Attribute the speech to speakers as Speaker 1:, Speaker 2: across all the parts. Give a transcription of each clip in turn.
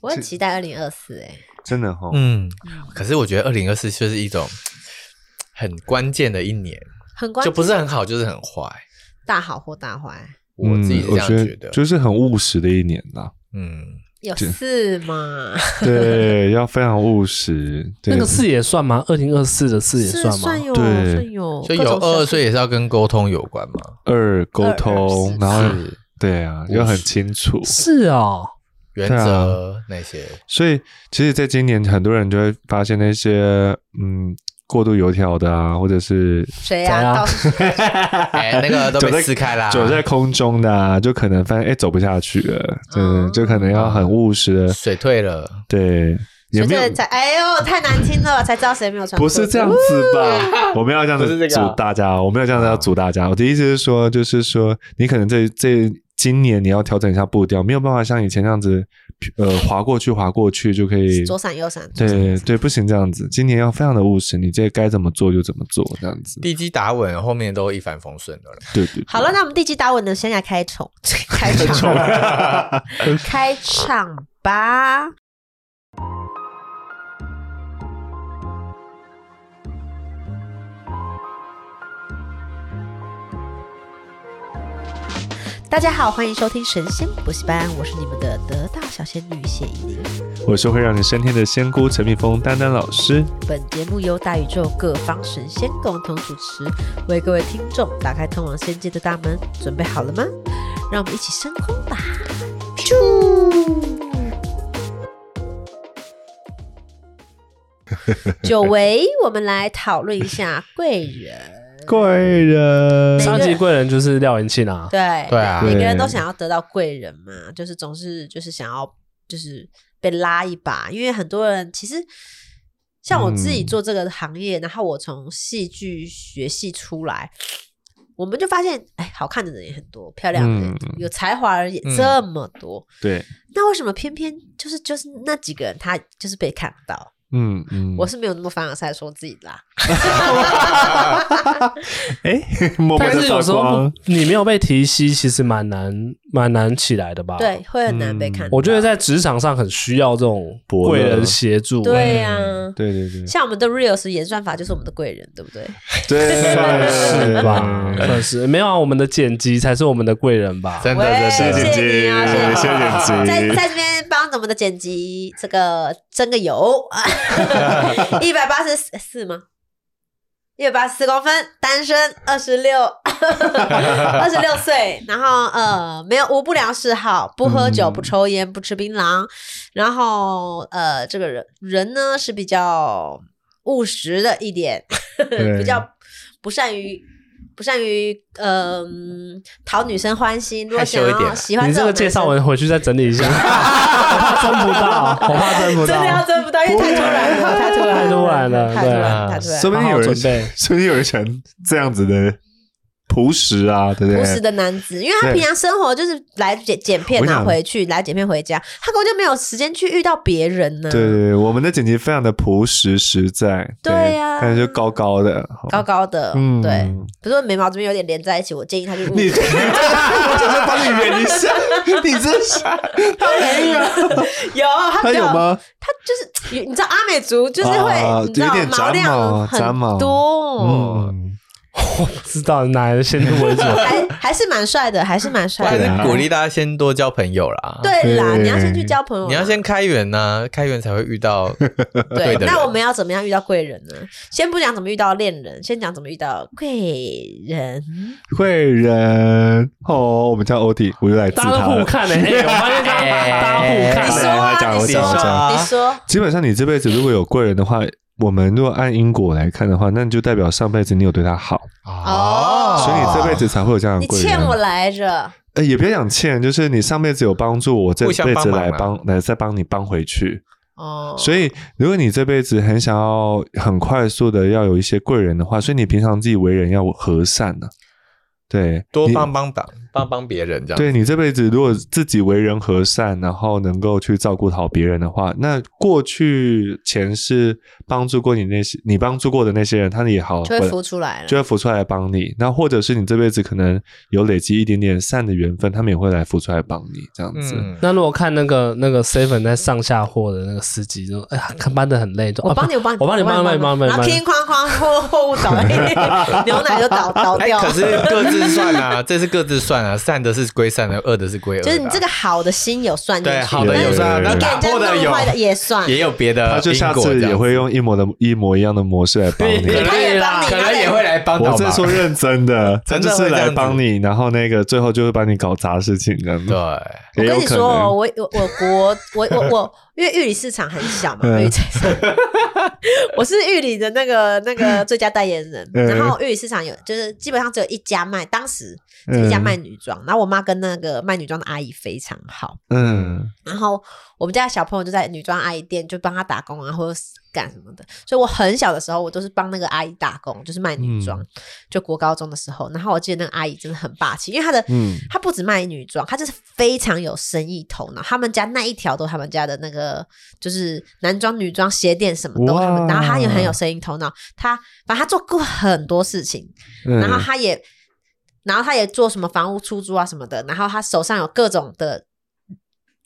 Speaker 1: 我很期待二零二四哎，
Speaker 2: 真的哈、
Speaker 3: 嗯，可是我觉得二零二四就是一种很关键的一年，
Speaker 1: 很关
Speaker 3: 就不
Speaker 1: 键
Speaker 3: 是很好，就是很坏。
Speaker 1: 大好或大坏，
Speaker 3: 我自己是这样
Speaker 2: 嗯我
Speaker 3: 觉
Speaker 2: 觉
Speaker 3: 得，
Speaker 2: 就是很务实的一年啦。
Speaker 3: 嗯，
Speaker 1: 有
Speaker 2: 这
Speaker 1: 四嘛？
Speaker 2: 对，要非常务实。对
Speaker 4: 那个四也算吗？二零二四的四也
Speaker 1: 是
Speaker 4: 算
Speaker 1: 算
Speaker 4: 吗？
Speaker 1: 有
Speaker 2: 对
Speaker 1: 算有，
Speaker 3: 所以
Speaker 1: 各
Speaker 3: 有
Speaker 1: 种
Speaker 3: 二
Speaker 1: 小
Speaker 3: 二岁也是要跟沟通有关嘛，
Speaker 2: 二沟通，
Speaker 1: 二
Speaker 2: 然后
Speaker 3: 是
Speaker 2: 对啊，要很清楚。
Speaker 4: 是哦，
Speaker 3: 原
Speaker 2: 对啊
Speaker 3: 则那些，
Speaker 2: 所以其实，在今年很多人就会发现那些嗯过度油条的啊，或者是
Speaker 1: 谁
Speaker 4: 谁啊
Speaker 1: 啊？到底
Speaker 3: 哎，那个都
Speaker 2: 走
Speaker 3: 被
Speaker 2: 在
Speaker 3: 撕开 啦，
Speaker 2: 走在空中的啊，就可能发现哎、走不下去了，真
Speaker 1: 哦
Speaker 2: 的就可能要很务实的，
Speaker 3: 水退了，
Speaker 2: 对，也
Speaker 1: 谁
Speaker 2: 没有
Speaker 1: 在才哎呦，太难听了，才知道谁没有穿。
Speaker 2: 不是这样，子 吧？我们要这样
Speaker 3: 不是这
Speaker 2: 子
Speaker 3: 个啊
Speaker 2: 组大家哦，我们要这样子要组大家。我的意思是说，就是说，你可能这这今年你要调整一下步调，没有办法像以前那样子，呃，划过去划过去就可以。
Speaker 1: 左闪右闪。左闪右
Speaker 2: 对
Speaker 1: 闪，
Speaker 2: 对，不行这样子，今年要非常的务实，你这该怎么做就怎么做，这样 子。
Speaker 3: 地基打稳，后面都一帆风顺的了。
Speaker 2: 对对，对
Speaker 1: 好了，那我们第几打稳的，先来开宠， 开场，开场吧。大家好，欢迎收听《神仙补习班》，我是你们的得道小仙女谢依霖。
Speaker 2: 我是会让你升天的仙姑陈蜜蜂丹丹老师，
Speaker 1: 本节目由大宇宙各方神仙共同主持，为各位听众打开通往仙界的大门，准备好了吗？让我们一起升空吧！ 久违，我们来讨论一下贵人。
Speaker 2: 贵人
Speaker 4: 上级贵人就是廖元庆啊，
Speaker 1: 对
Speaker 3: 对啊
Speaker 1: 每个
Speaker 2: 对
Speaker 1: 人都想要得到贵人嘛，就是总是就是想要就是被拉一把，因为很多人其实像我自己
Speaker 2: 嗯
Speaker 1: 做这个行业，然后我从戏剧学系出来，我们就发现，哎，好看的人也很多，漂亮的人、
Speaker 2: 嗯
Speaker 1: 有才华的人也这么多，
Speaker 2: 对，
Speaker 1: 那为什么偏偏就是就是那几个人他就是被看到？
Speaker 2: 嗯嗯，
Speaker 1: 我是没有那么凡尔赛说自己啦，
Speaker 2: 哎，默默
Speaker 4: 但
Speaker 2: 的
Speaker 4: 是有时
Speaker 2: 发
Speaker 4: 候
Speaker 2: 光
Speaker 4: 不，你没有被提息，其实蛮难蛮难起来的吧？
Speaker 1: 对，，会很难被
Speaker 2: 嗯
Speaker 1: 看到。
Speaker 4: 我觉得在职场上很需要这种
Speaker 2: 伯乐
Speaker 4: 贵人协助。
Speaker 1: 对呀、
Speaker 2: 嗯对对对，
Speaker 1: 像我们的 Reels 演算法就是我们的贵人，对不对？
Speaker 2: 对，
Speaker 4: 算是吧，算是没有啊，我们的剪辑才是我们的贵人吧？
Speaker 3: 真的
Speaker 1: 喂，
Speaker 3: 真的
Speaker 2: 剪辑
Speaker 1: 谢你啊，谢
Speaker 2: 谢谢剪辑
Speaker 1: 在在这边帮我们的剪辑这个 增个油，一百八十四吗？一百八十四公分，单身，二十六，二十六岁，然后呃，没有无不良嗜好，不喝酒，
Speaker 2: 嗯
Speaker 1: 不抽烟，不吃槟榔，然后呃，这个人人呢是比较务实的一点， 比较不善于不善于呃嗯讨女生欢心。如果
Speaker 3: 害羞
Speaker 1: 想
Speaker 3: 一点
Speaker 1: 要
Speaker 3: 啊
Speaker 1: 喜欢
Speaker 4: 你这个
Speaker 1: 种
Speaker 4: 介
Speaker 1: 男
Speaker 4: 绍
Speaker 1: 生
Speaker 4: 文回去再整理一下，我怕争不到，我怕争不
Speaker 1: 真的要
Speaker 4: 到。
Speaker 1: 真不到，因为太突然了，太突然了，
Speaker 4: 太突然了啊
Speaker 1: 太突然了，
Speaker 3: 对
Speaker 1: 太突然
Speaker 2: 说
Speaker 1: 了。
Speaker 2: 不定有人
Speaker 4: 好好 准备
Speaker 2: 说不定有人想这样子的朴实啊，对不对？
Speaker 1: 朴实的男子，因为他平常生活就是来剪剪片
Speaker 2: 我跟你
Speaker 1: 拿
Speaker 2: 讲
Speaker 1: 回去，来剪片回家，他根本就没有时间去遇到别人呢、
Speaker 2: 对对对，我们的剪辑非常的朴实实在，
Speaker 1: 对呀
Speaker 2: 但是就高高的，好
Speaker 1: 高高的，
Speaker 2: 嗯
Speaker 1: 对，比如说眉毛这边有点连在一起，我建议他去
Speaker 2: 你，我 就是帮你圆一下，你这下他没有，
Speaker 1: 有他
Speaker 2: 他
Speaker 1: 比
Speaker 2: 有
Speaker 1: 较
Speaker 2: 吗？
Speaker 1: 他就是你知道阿美族就是会，
Speaker 2: 啊
Speaker 1: 你知道
Speaker 2: 有点
Speaker 1: 毛
Speaker 2: 长毛
Speaker 1: 量
Speaker 2: 长毛
Speaker 1: 很多，
Speaker 2: 嗯，
Speaker 4: 我不知道哪来的先入为主，
Speaker 1: 还还是蛮帅的，还是蛮
Speaker 3: 我
Speaker 1: 帅
Speaker 3: 还
Speaker 1: 的。
Speaker 3: 是鼓励大家先多交朋友啦。，
Speaker 1: 对啦，
Speaker 2: 对
Speaker 1: 你要先去交朋友，
Speaker 3: 你要先开源呐，开源才会 遇到
Speaker 1: 对。
Speaker 3: 的人
Speaker 1: 那我们要怎么样遇到贵人呢？先不讲怎么遇到恋人，先讲怎么遇到贵人。
Speaker 2: 贵人哦，我们叫欧弟，我又来自
Speaker 4: 大家
Speaker 2: 他
Speaker 4: 都互
Speaker 2: 了。
Speaker 4: 看呢。哎，我发 现大
Speaker 1: 哎
Speaker 4: 家大家
Speaker 1: 你
Speaker 4: 互
Speaker 1: 说
Speaker 4: 看。
Speaker 2: 来
Speaker 1: 啊
Speaker 2: 来，讲
Speaker 1: 你
Speaker 2: 我
Speaker 1: 说
Speaker 2: 讲我
Speaker 1: 啊，
Speaker 3: 讲
Speaker 1: 你说，
Speaker 2: 基本上你这辈子如果有贵人的话，我们如果按因果来看的话，那你就代表上辈子你有对他好，
Speaker 3: 啊
Speaker 1: 哦
Speaker 2: 所以你这辈子才会有这样
Speaker 1: 你
Speaker 2: 的贵人。
Speaker 1: 欠我来着。
Speaker 2: 呃，也别讲欠，就是你上辈子有帮助我，这
Speaker 3: 互相
Speaker 2: 辈子
Speaker 3: 帮忙
Speaker 2: 来
Speaker 3: 嘛
Speaker 2: 帮来再帮你帮回去。
Speaker 1: 哦，
Speaker 2: 所以，如果你这辈子很想要很快速的要有一些贵人的话，所以你平常自己为人要和善呢、啊对，
Speaker 3: 多
Speaker 2: 你
Speaker 3: 帮帮忙，帮帮别人这样。
Speaker 2: 对你这辈子如果自己为人和善，然后能够去照顾好别人的话，那过去前世帮助过你那些你帮助过的那些人，他们也好
Speaker 1: 就会
Speaker 2: 本
Speaker 1: 浮出来了
Speaker 2: 就。会浮出来帮你。那或者是你这辈子可能有累积一点点善的缘分，他们也会来浮出来帮你这样子。
Speaker 3: 嗯，
Speaker 4: 那如果看那个那个 seven 在上下货的那个司机，就哎呀，看搬的很累，就
Speaker 1: 我
Speaker 4: 啊
Speaker 1: 帮你，我帮你，
Speaker 4: 我帮你，帮你，帮你，帮你，
Speaker 1: 然后
Speaker 4: 帮
Speaker 1: 乒
Speaker 4: 你。
Speaker 1: 哐哐，货货物倒一地，哦 牛奶就倒倒
Speaker 3: 哎，
Speaker 1: 掉。
Speaker 3: 可是各自算啊，这是各自算啊，善的是归善的，恶的是归恶的
Speaker 1: 就
Speaker 3: 啊。
Speaker 1: 是你这个好的心有算进去，
Speaker 3: 对好
Speaker 2: 的有算
Speaker 1: 但是你给人
Speaker 3: 那
Speaker 1: 家
Speaker 3: 打破的
Speaker 1: 弄坏
Speaker 3: 有
Speaker 1: 的也算，
Speaker 3: 也有别的因果，
Speaker 2: 他就下次也会用一模的一模一样的模式来帮 你。
Speaker 1: 他也帮你
Speaker 3: 可
Speaker 1: 他
Speaker 3: 能
Speaker 4: 哎
Speaker 1: 也
Speaker 3: 也会来帮倒
Speaker 2: 我
Speaker 3: 忙
Speaker 2: 是说认真 的，他
Speaker 3: 真
Speaker 2: 就
Speaker 3: 的会
Speaker 2: 是
Speaker 3: 这
Speaker 2: 来
Speaker 3: 样子
Speaker 2: 帮你，然后那个最后就会帮你搞砸事情这样子。
Speaker 3: 对。
Speaker 1: 我跟
Speaker 2: 也有
Speaker 1: 你
Speaker 2: 可
Speaker 1: 说哦，我
Speaker 2: 能。
Speaker 1: 我我国我我我，因为玉里市场很小嘛，
Speaker 2: 嗯
Speaker 1: 玉里市场， 我是玉里的那个那 个最佳代言人。
Speaker 2: 嗯
Speaker 1: 然后玉里市场有就是基本上只有一家卖，当时只有
Speaker 2: 嗯
Speaker 1: 一家卖女装。然后我妈跟那个卖女装的阿姨非常好，
Speaker 2: 嗯，
Speaker 1: 然后我们家的小朋友就在女装阿姨店就帮她打工啊，或者是干什么的。所以我很小的时候，我都是帮那个阿姨打工，就是卖
Speaker 2: 嗯
Speaker 1: 女装。就国高中的时候，然后我记得那个阿姨真的很霸气，因为她的
Speaker 2: 嗯
Speaker 1: 他不止卖女装，他就是非常有生意头脑。他们家那一条都他们家的那个，就是男装、女装、鞋店什么都他们。
Speaker 2: 哇
Speaker 1: 然后他也很有生意头脑，他反正他做过很多事情，
Speaker 2: 嗯
Speaker 1: 然后他也，然后他也做什么房屋出租啊什么的，然后他手上有各种的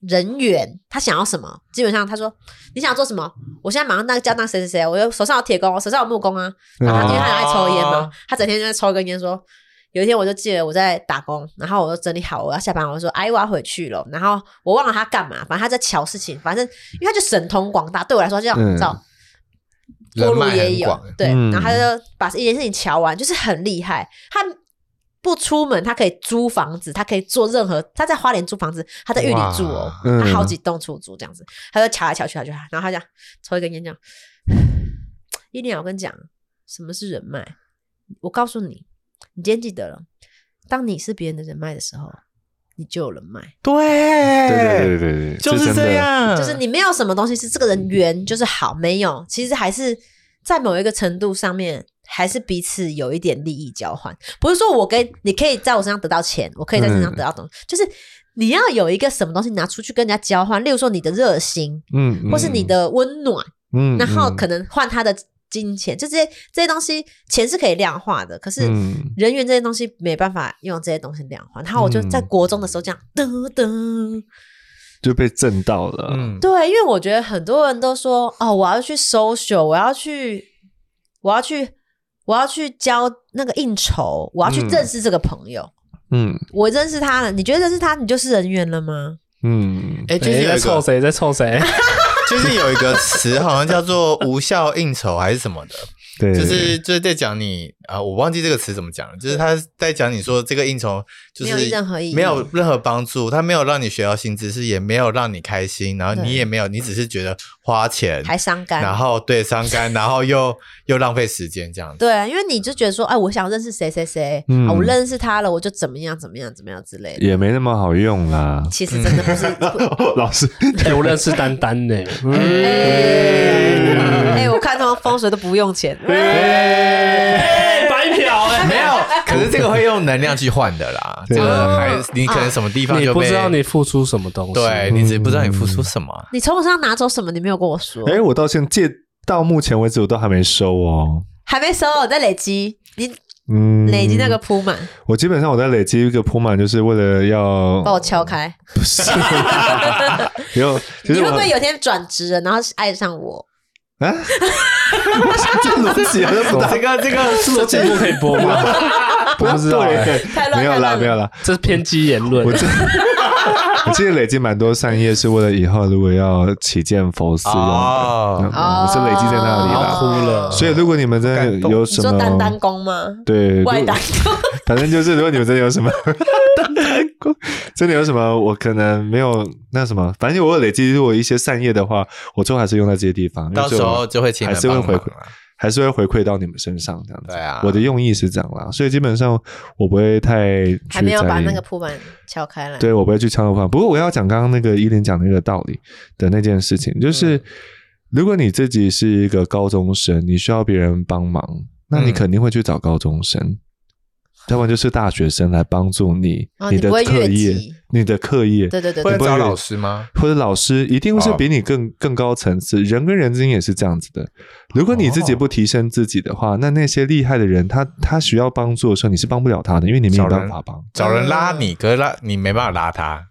Speaker 1: 人员，他想要什么，基本上他说你想做什么，我现在马上那个叫那谁谁谁，啊我有手上有铁工，手上有木工啊，
Speaker 2: 嗯
Speaker 1: 然后他因为他很爱抽烟嘛
Speaker 3: 哦，
Speaker 1: 他整天就在抽根烟说。有一天我就记得我在打工，然后我就整理好我要下班，我就说哎我要回去了，然后我忘了他干嘛，反正他在瞧事情，反正因为他就神通广大，对我来说就像
Speaker 2: 嗯
Speaker 1: 你知道，
Speaker 3: 人
Speaker 1: 过路
Speaker 3: 脉
Speaker 1: 也
Speaker 3: 很
Speaker 1: 有
Speaker 3: 广，
Speaker 1: 对，
Speaker 2: 嗯
Speaker 1: 然后他就把一件事情瞧完，就是很厉害。他不出门，他可以租房子，他可以做任何。他在花莲租房子，他在玉里住哦，
Speaker 2: 哇嗯
Speaker 1: 他好几栋出租这样子。他就瞧来瞧去，他就然后他讲抽一根烟，这样。一念，我跟你讲，什么是人脉？我告诉你，你今天记得了，当你是别人的人脉的时候，你就有人脉。
Speaker 3: 对
Speaker 2: 对嗯对对对对对，
Speaker 3: 就是
Speaker 2: 真的
Speaker 3: 这。样，
Speaker 1: 就是你没有什么东西是这个人缘就是好，没有，其实还是在某一个程度上面，还是彼此有一点利益交换。不是说我跟你可以在我身上得到钱，我可以在身上
Speaker 2: 嗯
Speaker 1: 得到东西，就是你要有一个什么东西拿出去跟人家交换，例如说你的热心，
Speaker 2: 嗯，
Speaker 1: 或是你的温暖，
Speaker 2: 嗯，嗯，
Speaker 1: 然后
Speaker 2: 嗯
Speaker 1: 可能换他的金钱，就这些这些东西，钱是可以量化的，可是。
Speaker 2: 嗯
Speaker 1: 人员这些东西没办法用这些东西量化，然后我就在
Speaker 2: 嗯
Speaker 1: 国中的时候这样噔噔，
Speaker 2: 就被震到了。
Speaker 3: 嗯，
Speaker 1: 对，因为我觉得很多人都说哦，我要去 social，我要去，我要去，我要去交那个应酬，我要去
Speaker 2: 嗯
Speaker 1: 认识这个朋友。
Speaker 2: 嗯
Speaker 1: 我认识他了，你觉得认识他，你就是人缘了吗？
Speaker 2: 嗯，
Speaker 3: 哎，就是
Speaker 4: 谁
Speaker 3: 有
Speaker 4: 在
Speaker 3: 一
Speaker 4: 凑
Speaker 3: 个，
Speaker 4: 谁，在凑谁？
Speaker 3: 就是有一个词，好像叫做无效应酬还是什么的，
Speaker 2: 对，
Speaker 3: 就是就是在讲你啊，我忘记这个词怎么讲了，就是他在讲你说这个应酬就是
Speaker 1: 没有任何意义
Speaker 3: 没有任何帮助，他没有让你学到新知识，也没有让你开心，然后
Speaker 1: 对
Speaker 3: 你也没有，你只是觉得花钱，
Speaker 1: 还伤感。
Speaker 3: 然后对 伤肝，然后又又浪费时间这样子。
Speaker 1: 对啊，因为你就觉得说，哎，我想认识谁谁谁，
Speaker 2: 嗯
Speaker 1: 啊我认识他了，我就怎么样怎么样怎么样之类的。。
Speaker 2: 也没那么好用啦
Speaker 1: 其实真的 不是，不
Speaker 2: 老师，
Speaker 4: 哎 我认识丹丹 呢。
Speaker 2: 嗯
Speaker 1: 哎、我看他们风水都不用钱，
Speaker 4: 哎，白嫖哎，
Speaker 3: 没有， 可是这个会用能量去换的啦，
Speaker 2: 对
Speaker 3: 这个还你可能什么地方
Speaker 4: 你
Speaker 3: 就被
Speaker 4: 不知道你付出什么东西。
Speaker 3: 对你只不知道你付出 什么，
Speaker 1: 你从我身上拿走什么？你没有跟我说，
Speaker 2: 哎，我到现在借到目前为止我都还没收哦。
Speaker 1: 还没收，我在累积，你
Speaker 2: 嗯，
Speaker 1: 累积那个，铺满，
Speaker 2: 我基本上我在累积一个铺满，就是为了要
Speaker 1: 把我敲开。
Speaker 2: 不 是，因为其
Speaker 1: 你
Speaker 2: 实
Speaker 1: 会
Speaker 2: 我
Speaker 1: 不会有天转职了，然后爱上我？
Speaker 2: 啊，我是这逻辑好像不大
Speaker 3: 啊这个这个
Speaker 4: 是这节目可以播 吗？我不知道哎，
Speaker 1: 太乱
Speaker 2: 没有
Speaker 1: 太乱
Speaker 2: 啦
Speaker 1: 了
Speaker 2: 没有啦，
Speaker 4: 这是偏激言论
Speaker 2: 我。这我记得累积蛮多善业，是为了以后如果要起见佛寺用的。嗯
Speaker 3: 哦，
Speaker 2: 我是累积在那里
Speaker 4: 啦
Speaker 2: 了。
Speaker 4: 哭了
Speaker 2: 所以如果你们真
Speaker 3: 感
Speaker 2: 的
Speaker 3: 动
Speaker 1: 哦
Speaker 2: 有
Speaker 1: 你
Speaker 2: 什
Speaker 1: 说
Speaker 2: 么
Speaker 1: 单单工吗？
Speaker 2: 对，如
Speaker 1: 外单工，
Speaker 2: 反正就是如果你们真的有什么 单单工真的有什么我可能没有那什么，反正我有累积如果一些善业的话，我最后还是用在这些地方。
Speaker 3: 到时候就会请
Speaker 2: 还
Speaker 3: 人
Speaker 2: 是会
Speaker 3: 帮
Speaker 2: 回
Speaker 3: 忙
Speaker 2: 馈
Speaker 3: 啊。
Speaker 2: 还是会回馈到你们身上这样子。
Speaker 3: 对啊
Speaker 2: 我的用意是这样啦，所以基本上我不会太去
Speaker 1: 还没有把
Speaker 2: 在意
Speaker 1: 那个铺板敲开来。
Speaker 2: 对，我不会去敲头发。不过我要讲刚刚那个依琳讲那个道理的那件事情，就是、
Speaker 1: 嗯
Speaker 2: 如果你自己是一个高中生，你需要别人帮忙，那你
Speaker 3: 嗯
Speaker 2: 肯定会去找高中生，
Speaker 1: 嗯
Speaker 2: 要不然就是大学生来帮助你，
Speaker 1: 哦
Speaker 2: 你
Speaker 1: 你
Speaker 2: 的
Speaker 1: 不会
Speaker 2: 课
Speaker 1: 越
Speaker 2: 业
Speaker 1: 级，
Speaker 2: 你的课业，
Speaker 1: 对对对
Speaker 3: 不
Speaker 1: 对
Speaker 3: 能
Speaker 2: 不
Speaker 1: 对，
Speaker 2: 会
Speaker 3: 找
Speaker 2: 有
Speaker 3: 老师吗？
Speaker 2: 或者老师一定是比你更、更高层次，人跟人之间也是这样子的。如果你自己不提升自己的话，那那些厉害的人，他他需要帮助的时候，你是帮不了他的，因为你没有
Speaker 3: 找人
Speaker 2: 办法帮。
Speaker 3: 找人
Speaker 2: 呃
Speaker 3: 拉你，可是拉你没办法拉他，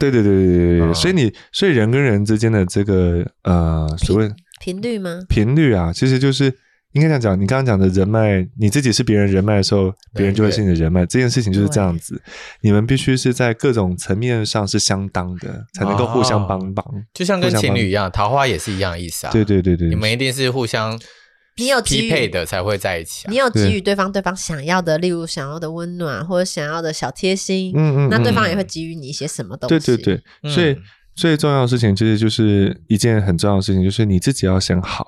Speaker 2: 对对对对对对，
Speaker 3: 嗯
Speaker 2: 所以你所以人跟人之间的这个呃所谓
Speaker 1: 频率吗？
Speaker 2: 频率啊，其实就是应该这样讲，你刚刚讲的人脉，你自己是别人人脉的时候，别人就会是你的人脉，这件事情就是这样子。你们必须是在各种层面上是相当的，才能够互相帮忙。
Speaker 3: 就像跟
Speaker 2: 互相
Speaker 3: 情
Speaker 2: 帮
Speaker 3: 侣一样，桃花也是一样的意思啊。
Speaker 2: 对对对对，
Speaker 3: 你们一定是互相
Speaker 1: 你有给
Speaker 3: 匹
Speaker 1: 予
Speaker 3: 配的才会在一起啊
Speaker 1: 你。有给
Speaker 2: 对
Speaker 1: 予对方对方想要的，例如想要的温暖啊或者想要的小贴心，
Speaker 2: 嗯嗯，
Speaker 1: 那
Speaker 2: 嗯
Speaker 1: 对
Speaker 2: 嗯
Speaker 1: 方也会给予你一些什么东
Speaker 2: 对
Speaker 1: 西？
Speaker 2: 对对，
Speaker 3: 嗯
Speaker 2: 所以最重要的事情其实就是一件很重要的事情，就是你自己要先好。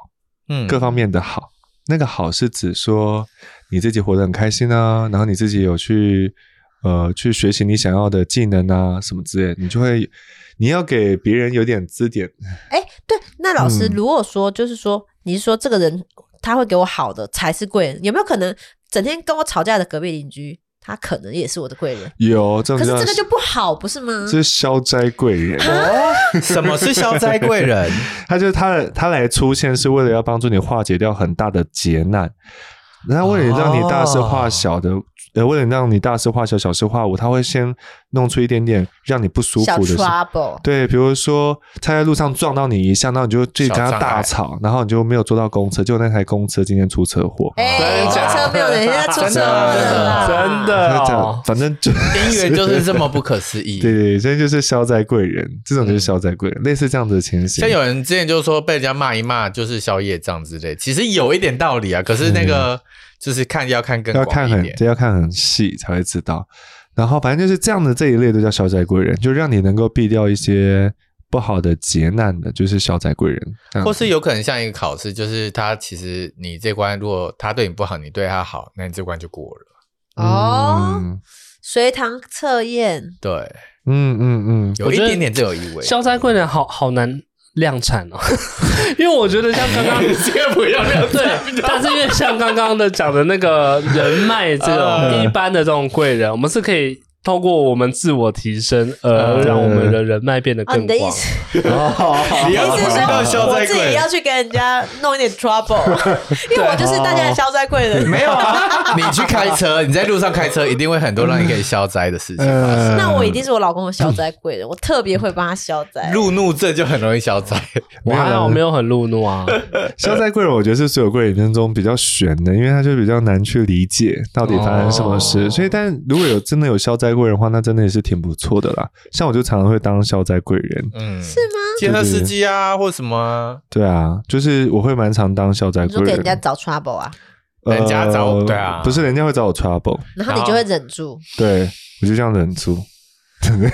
Speaker 3: 嗯
Speaker 2: 各方面的好。那个好是指说你自己活得很开心啊，然后你自己有去呃去学习你想要的技能啊什么之类，你就会你要给别人有点支点。
Speaker 1: 哎、对，那老师，
Speaker 2: 嗯
Speaker 1: 如果说就是说，你是说这个人他会给我好的才是贵人，有没有可能整天跟我吵架的隔壁邻居，他可能也是我的贵人？
Speaker 2: 有这
Speaker 1: 可
Speaker 2: 种
Speaker 1: 是
Speaker 2: 叫
Speaker 1: 这个就不好，不是吗？
Speaker 2: 这是消灾贵人，
Speaker 1: 啊
Speaker 3: 哦，什么是消灾贵 人？
Speaker 2: 他就是他的他来出现是为了要帮助你化解掉很大的劫难，然后为了让你大事
Speaker 1: 哦
Speaker 2: 化小的。呃，为了让你大事化小，小事化无，他会先弄出一点点让你不舒
Speaker 1: 小
Speaker 2: 服的事
Speaker 1: trouble，
Speaker 2: 对，比如说他在路上撞到你一下，那你就自己跟他
Speaker 3: 小障碍
Speaker 2: 大吵，然后你就没有坐到公车，结果那台公车今天出车祸。
Speaker 1: 哎、
Speaker 3: 真的
Speaker 1: 出
Speaker 3: 假
Speaker 1: 车
Speaker 3: 的
Speaker 1: 没有人家出车
Speaker 3: 真的
Speaker 1: 了啦，
Speaker 4: 真的
Speaker 2: 那这样
Speaker 4: 哦，
Speaker 2: 反正 就
Speaker 3: 姻缘就是这么不可思议。
Speaker 2: 对对对，这就是消灾贵人，这种就是消灾贵人，类似这样子的情形
Speaker 3: 像。嗯有人之前就说被人家骂一骂就是宵夜账之类，其实有一点道理啊。可是那个就是看要看更
Speaker 2: 嗯要
Speaker 3: 广
Speaker 2: 看
Speaker 3: 一
Speaker 2: 很
Speaker 3: 点，
Speaker 2: 这要看很细才会知道。然后反正就是这样的这一类都叫消灾贵人，就让你能够避掉一些不好的劫难的，就是消灾贵人。这样
Speaker 3: 或
Speaker 2: 子
Speaker 3: 是有可能像一个考试，就是他其实你这关如果他对你不好，你对他好，那你这关就过了。
Speaker 1: 哦
Speaker 2: 嗯
Speaker 1: 随堂测验，
Speaker 3: 对，
Speaker 2: 嗯嗯嗯，
Speaker 3: 有一点点这有意味。
Speaker 4: 消灾贵人好好难量产哦， 因为我觉得像刚刚
Speaker 3: 这个不要量
Speaker 4: 对，但是因为像刚刚的讲的那个人脉这 种一般的这种贵人，我们是可以。透过我们自我提升，呃，
Speaker 2: 嗯
Speaker 4: 让我们的人脉变得
Speaker 1: 哦，你
Speaker 4: 更
Speaker 1: 的意
Speaker 4: 广。
Speaker 1: 思，
Speaker 4: 哦
Speaker 3: 你
Speaker 1: 你的意
Speaker 3: 要
Speaker 1: 思
Speaker 3: 回到
Speaker 1: 是
Speaker 3: 消
Speaker 1: 说我
Speaker 3: 灾
Speaker 1: 自
Speaker 3: 贵
Speaker 1: 己
Speaker 3: 人
Speaker 1: 要。去给人家弄一点 trouble，因 为我就是大
Speaker 2: 哦
Speaker 1: 家的消灾贵人。
Speaker 3: 没有啊，你去开车，你在路上开车，一定会很多让你可以消灾的事情发生。
Speaker 2: 呃
Speaker 1: 那我一定是我老公的消灾贵人，我特别会帮他消灾。
Speaker 3: 路怒症就很容易消灾，
Speaker 4: 我还好没有很路怒啊，
Speaker 2: 消灾贵人，我觉得是所有贵人当中比较悬的，因为他就比较难去理解到底发生什么事。
Speaker 3: 哦
Speaker 2: 所以，但如果有真的有消灾贵人的话，那真的也是挺不错的啦。像我就常常会当消灾贵人，
Speaker 3: 嗯，是吗？接车司机啊，或什么啊，
Speaker 2: 对啊，就是我会蛮常当消灾
Speaker 1: 你说
Speaker 2: 贵
Speaker 1: 给人
Speaker 2: 人，
Speaker 1: 家找 trouble 啊，
Speaker 2: 呃
Speaker 3: 人家找对啊
Speaker 2: 不是人家会找我 trouble，
Speaker 1: 然后你就会忍住。
Speaker 2: 对我就这样忍住。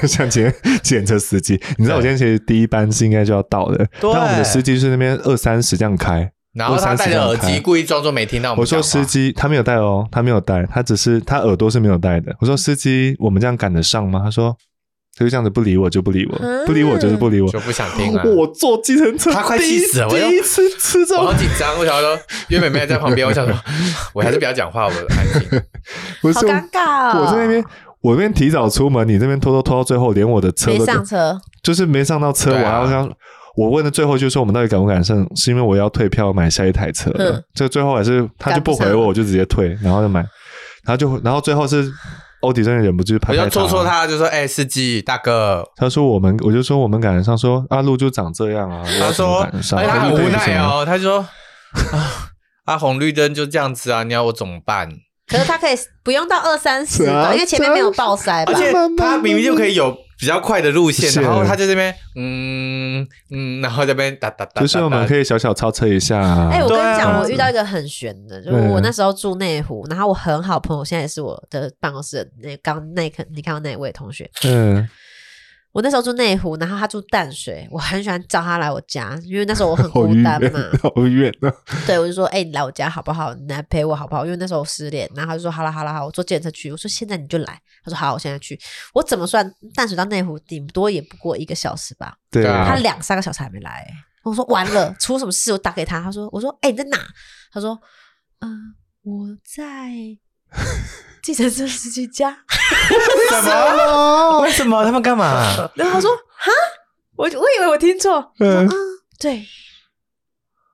Speaker 2: 像检检车司机，你知道我今天其实第一班是应该就要到的，但
Speaker 3: 对
Speaker 2: 我们的司机就是那边二三十这样开，
Speaker 3: 然后他戴着耳机，故意装作没听到我
Speaker 2: 我
Speaker 3: 们
Speaker 2: 说
Speaker 3: 讲
Speaker 2: 司
Speaker 3: 话。
Speaker 2: 机，他没有带哦，他没有带，他只是他耳朵是没有带的。我说司机，我们这样赶得上吗？他说他就这样子不理我就不理我，不理我就是不理我
Speaker 3: 嗯就。不想听啊了。
Speaker 2: 我坐计程车，
Speaker 3: 他快
Speaker 2: 第一
Speaker 3: 气死了我要
Speaker 2: 第一次吃这
Speaker 3: 我好
Speaker 2: 种，
Speaker 3: 紧张，我想说，因为妹妹在旁边，我想说，我还是不要讲话，我安静。
Speaker 2: 不
Speaker 1: 好
Speaker 2: 是
Speaker 1: 尴尬哦！
Speaker 2: 我在那边。我那边提早出门，你这边拖拖拖到最后，连我的车
Speaker 1: 没
Speaker 2: 都
Speaker 1: 上车，
Speaker 2: 就是没上到车。我
Speaker 3: 对
Speaker 2: 还
Speaker 3: 啊
Speaker 2: 要想，我问的最后就是说我们到底赶不赶上，是因为我要退票买下一台车了
Speaker 1: 嗯。
Speaker 2: 这最后还是他就
Speaker 1: 赶不
Speaker 2: 不回
Speaker 1: 上
Speaker 2: 我，我就直接退，然后就买，然后就然后最后是欧迪真的忍不住
Speaker 3: 我
Speaker 2: 拍拍
Speaker 3: 就戳戳他，就说：“哎，司机大哥。
Speaker 2: 他说我们，我就说我们赶得上，说啊路就长这样啊，”
Speaker 3: 他
Speaker 2: 我怎么
Speaker 3: 说
Speaker 2: 赶得：“上
Speaker 3: 哎，他
Speaker 2: 就
Speaker 3: 很
Speaker 2: 对
Speaker 3: 无
Speaker 2: 着
Speaker 3: 奈
Speaker 2: 什么。
Speaker 3: 哦。”他就说：“啊，啊，红绿灯就这样子啊，你要我怎么办？”
Speaker 1: 可是他可以不用到二三十
Speaker 2: 是啊
Speaker 1: 吧，因为前面没有爆塞吧
Speaker 3: 而？且他明明就可以有比较快的路线
Speaker 2: 是，
Speaker 3: 然后他就这边嗯嗯，然后这边哒哒哒，
Speaker 2: 就是我们可以小小超车一下、啊。
Speaker 1: 哎，我跟你
Speaker 3: 对
Speaker 1: 讲，
Speaker 3: 啊
Speaker 1: 我遇到一个很悬的，就是
Speaker 2: 嗯
Speaker 1: 我那时候住内湖，然后我很好朋友，现在也是我的办公室的那刚那一刻你看到那位同学，
Speaker 2: 嗯，
Speaker 1: 我那时候住内湖，然后他住淡水，我很喜欢找他来我家，因为那时候我很孤
Speaker 2: 好远
Speaker 1: 单嘛。，
Speaker 2: 好远啊！
Speaker 1: 对，我就说，哎、你来我家好不好？你来陪我好不好？因为那时候我失恋，然后他就说，好了好了好，我坐计程车去。我说现在你就来，他说好，我现在去。我怎么算淡水到内湖，顶多也不过一个小时吧。
Speaker 2: 对
Speaker 3: 对啊
Speaker 1: 他
Speaker 2: 啊，
Speaker 1: 两三个小时还没来、我说完 了，出什么事？我打给他，他说，我说，哎、你在哪？他说，嗯、我在计程车司机家。
Speaker 3: 什么？为什么他们干嘛？
Speaker 1: 然后他说，哈，我我以为我听错，
Speaker 2: 嗯，
Speaker 1: 对，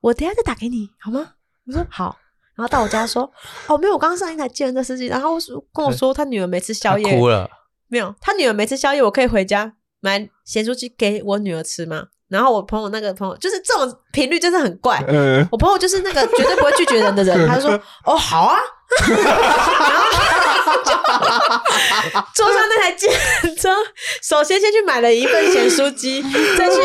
Speaker 1: 我等一下再打给你好吗？我说好。然后到我家说，哦，没有，我刚刚上一台计程车司机，然后说跟我说他女儿没吃宵
Speaker 3: 嗯他
Speaker 1: 夜，
Speaker 3: 哭了，
Speaker 1: 没有，他女儿没吃宵夜，我可以回家买咸酥鸡给我女儿吃吗？然后我朋友那个朋友就是这种频率真的很怪，
Speaker 2: 嗯，
Speaker 1: 我朋友就是那个绝对不会拒绝人的人，他就说：“哦，好啊。” 然后就坐上那台计程车，首先先去买了一份咸酥鸡，再去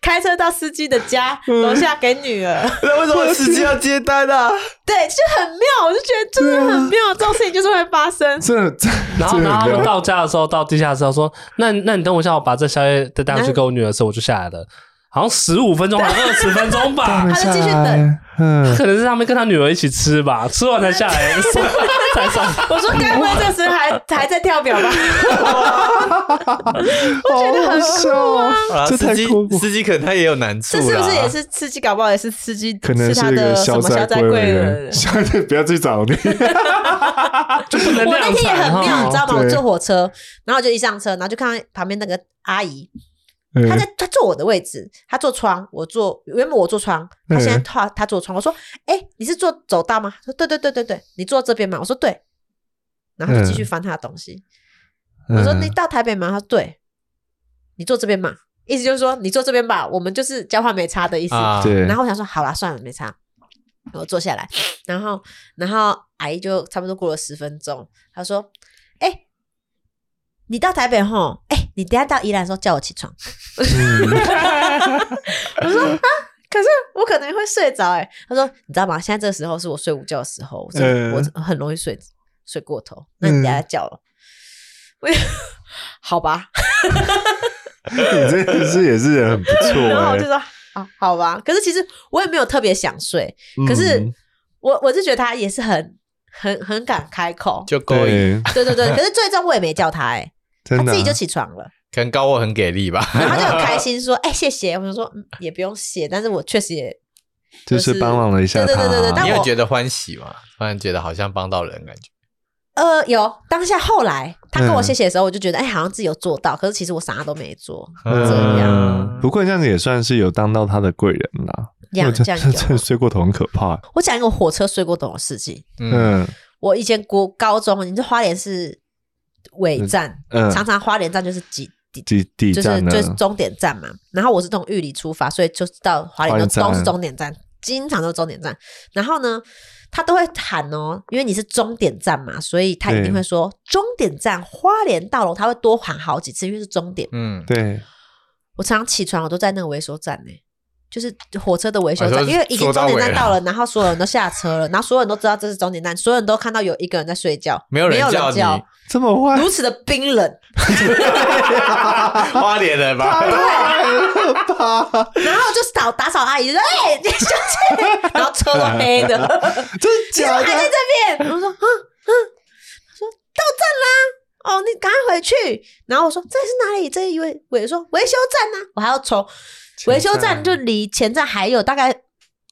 Speaker 1: 开车到司机的家楼下给女儿。
Speaker 3: 那为什么司机要接单啊？
Speaker 1: 对，就很妙，我就觉得真的很妙，这种事情就是会发生。
Speaker 2: 这这，
Speaker 4: 然后，
Speaker 2: 这
Speaker 4: 然后他
Speaker 2: 很
Speaker 4: 们
Speaker 2: 妙
Speaker 4: 到家的时候，到地下室，他说：“那那你等我一下，我把这宵夜再带回去给我女儿吃。”我就下来了，好像十五分钟，还是二十分钟吧。
Speaker 1: 他就继续等。
Speaker 2: 哎嗯，
Speaker 4: 可能是他们跟他女儿一起吃吧，吃完才下来， 送才上。
Speaker 1: 我说，该不会这时还还在跳表吧？啊
Speaker 2: 我觉得很酷
Speaker 3: 好啦
Speaker 2: 这
Speaker 3: 啊司
Speaker 2: 太
Speaker 3: 机
Speaker 2: 酷了。
Speaker 3: 司机可能他也有难处
Speaker 1: 这
Speaker 3: 啦，
Speaker 1: 是不是也是司机？搞不好也是司机，
Speaker 2: 可能
Speaker 1: 是他
Speaker 2: 一个
Speaker 1: 的什
Speaker 2: 消
Speaker 1: 么消灾
Speaker 2: 贵
Speaker 1: 贵
Speaker 2: 人，
Speaker 1: 人。
Speaker 2: 消灾不要去找 你。
Speaker 4: 不能
Speaker 1: 我那
Speaker 4: 量
Speaker 1: 天也
Speaker 4: 产
Speaker 1: 很妙，
Speaker 4: 哈
Speaker 1: 你知道吗？我
Speaker 2: 对
Speaker 1: 坐火车，然后我就一上车，然后就看到旁边那个阿姨，她 在
Speaker 2: 嗯
Speaker 1: 她坐我的位置，她坐窗，我坐原本我坐窗，她现在
Speaker 2: 嗯
Speaker 1: 她她坐窗。我说：“哎、你是坐走道吗？”她说：“对对对对对，你坐这边吗？”我说：“对。”然后她就继续翻她的东西。
Speaker 2: 嗯
Speaker 1: 我说：“你到台北吗？”她说：“对。”你坐这边嘛，意思就是说你坐这边吧，我们就是交换没差的意思。
Speaker 3: 啊？
Speaker 2: 对，
Speaker 1: 然后我想说，好啦，算了，没差。我坐下来，然后，然后阿姨就差不多过了十分钟，她说：“哎、你到台北吼，哎、你等一下到宜兰的时候叫我起床。我说：“啊，可是我可能会睡着。”哎，她说：“你知道吗？现在这个时候是我睡午觉的时候，我、
Speaker 2: 嗯
Speaker 1: 我很容易睡睡过头。那你等一下再叫我。我也好吧，
Speaker 2: 你真的是也是人很不错
Speaker 1: 然后我
Speaker 2: 哎
Speaker 1: 就。说啊，好吧。可是其实我也没有特别想睡，
Speaker 2: 嗯
Speaker 1: 可是我我是觉得他也是很很很敢开口，
Speaker 3: 就勾引，
Speaker 2: 对，
Speaker 1: 对对对。可是最终我也没叫他、欸，
Speaker 2: 真
Speaker 1: 他
Speaker 2: 的啊
Speaker 1: 自己就起床了，
Speaker 3: 可能高我很给力 吧。
Speaker 1: 然后他就很开心说：“哎、谢谢。”我就说：“嗯，也不用谢，但是我确实也
Speaker 2: 就是帮忙了一下
Speaker 1: 对
Speaker 2: 他
Speaker 1: 对对对对但
Speaker 3: 你
Speaker 1: 我
Speaker 3: 有觉得欢喜吗？突然觉得好像帮到人，感觉
Speaker 1: 呃有当下。后来他跟我
Speaker 2: 嗯
Speaker 1: 谢谢的时候，我就觉得哎、好像自己有做到，可是其实我啥都没做。”这样
Speaker 2: 嗯，不过这样子也算是有当到他的贵人啦。
Speaker 1: 这样
Speaker 2: 我这
Speaker 1: 这样
Speaker 2: 这
Speaker 1: 有
Speaker 2: 这睡过头很可怕。
Speaker 1: 我讲一个我火车睡过头的事情。
Speaker 3: 嗯，
Speaker 2: 嗯
Speaker 1: 我以前国高中，你知道花莲是尾站，
Speaker 2: 嗯，
Speaker 1: 常常花莲站就是几几
Speaker 2: 地地啊
Speaker 1: 就是
Speaker 2: 站呢
Speaker 1: 就？是终点站嘛。然后我是从玉里出发，所以就是到华
Speaker 2: 华
Speaker 1: 联
Speaker 2: 联
Speaker 1: 都都
Speaker 2: 站
Speaker 1: 是终点站，经常都是终点站。然后呢，他都会喊哦，因为你是终点站嘛，所以他一定
Speaker 2: 对
Speaker 1: 会说终点站花莲到龙，他会多喊好几次，因为是终点。
Speaker 3: 嗯，
Speaker 2: 对，
Speaker 1: 我常常起床，我都在那个维修站呢、就是火车的维修
Speaker 3: 啊
Speaker 1: 站，
Speaker 3: 说
Speaker 1: 因为已经
Speaker 3: 说到
Speaker 1: 终点站
Speaker 3: 尾
Speaker 1: 到了，然后所有人都下车了，然后所有人都知道这是终点站，所有人都看到有一个人在睡觉，
Speaker 3: 没
Speaker 1: 没
Speaker 3: 有人叫
Speaker 1: 叫
Speaker 3: 你
Speaker 2: 这么坏
Speaker 1: 如，此的冰冷。
Speaker 3: 花脸了吧？
Speaker 1: 然后就扫打扫阿姨就说：“哎、 你小姐。”然后车都黑的，
Speaker 2: 真
Speaker 1: 你怎么还在这边？我说：“啊啊，他说到站啦，哦，你赶快回去。”然后我说：“这里是哪里？”这一位我说：“维修站呢、我还要从维修站就离前站还有大概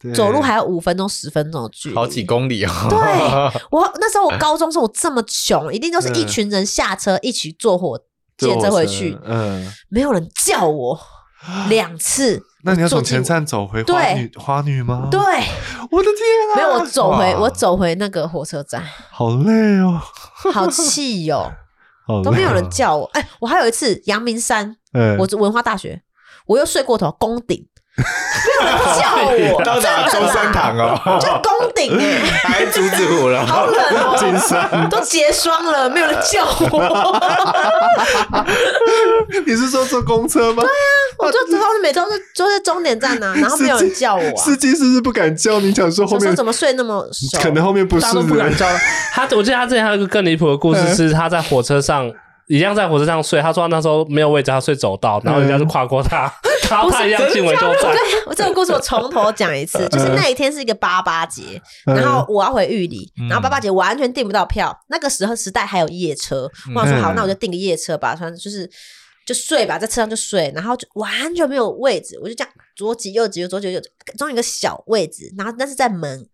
Speaker 2: 对
Speaker 1: 走路还有五分钟十分钟的距离，
Speaker 3: 好几公里 哦。
Speaker 1: 对
Speaker 2: 哎
Speaker 1: 我那时候我高中时候我这么穷，一定都是一群人下车一起坐火
Speaker 2: 坐
Speaker 1: 电
Speaker 2: 火
Speaker 1: 车回
Speaker 2: 车
Speaker 1: 去，
Speaker 2: 嗯，
Speaker 1: 没有人叫我两次。
Speaker 2: 那你要
Speaker 1: 坐
Speaker 2: 从
Speaker 1: 进
Speaker 2: 前站走回花女花女吗？
Speaker 1: 对，，
Speaker 2: 我的天啊！
Speaker 1: 没有我走回
Speaker 2: 哇
Speaker 1: 我走回那个火车站，
Speaker 2: 好累哦，
Speaker 1: 好气 哟、
Speaker 2: 好累哦
Speaker 1: 都没有人叫我。哎、我还有一次阳明山，
Speaker 2: 嗯
Speaker 1: 我文化大学，我又睡过头，攻 顶，没有人叫我，
Speaker 3: 到达中山堂哦，
Speaker 1: 就攻顶哎、
Speaker 3: 还阻止我了，
Speaker 1: 好冷
Speaker 2: 进
Speaker 1: 哦、
Speaker 2: 山，
Speaker 1: 都结霜了，没有人叫我，
Speaker 2: 你是说坐公车吗？
Speaker 1: 我就只好每周就就在终点站呐、啊然后没有人叫我啊。
Speaker 2: 司机是不是不敢叫你？想说后
Speaker 1: 我说
Speaker 2: 面
Speaker 1: 怎么睡那么熟？啊
Speaker 2: 可能后面不
Speaker 4: 大
Speaker 2: 是
Speaker 4: 家都不敢
Speaker 2: 人，
Speaker 1: 嗯
Speaker 4: 叫了。他，我记得他之前还有一个更离谱的故事，是他在火车上一样在火车上睡。他说他那时候没有位置，他睡走道，然后人家就跨过他，
Speaker 1: 嗯
Speaker 4: 他
Speaker 1: 不是
Speaker 4: 怕一样
Speaker 1: 真的
Speaker 4: 进围就在。
Speaker 1: 我这个故事我从头讲一
Speaker 4: 嗯
Speaker 1: 次，就是那一天是一个八八节，然后我要回玉里，
Speaker 4: 嗯
Speaker 1: 然后八八节完全订不到票。那个时候时代还有夜车，
Speaker 4: 嗯
Speaker 1: 我想说好，那我就订个夜车吧，反正就是就睡吧，在车上就睡，然后就完全没有位置，我就这样左挤右挤左挤右挤，中间有一个小位置，然后那是在门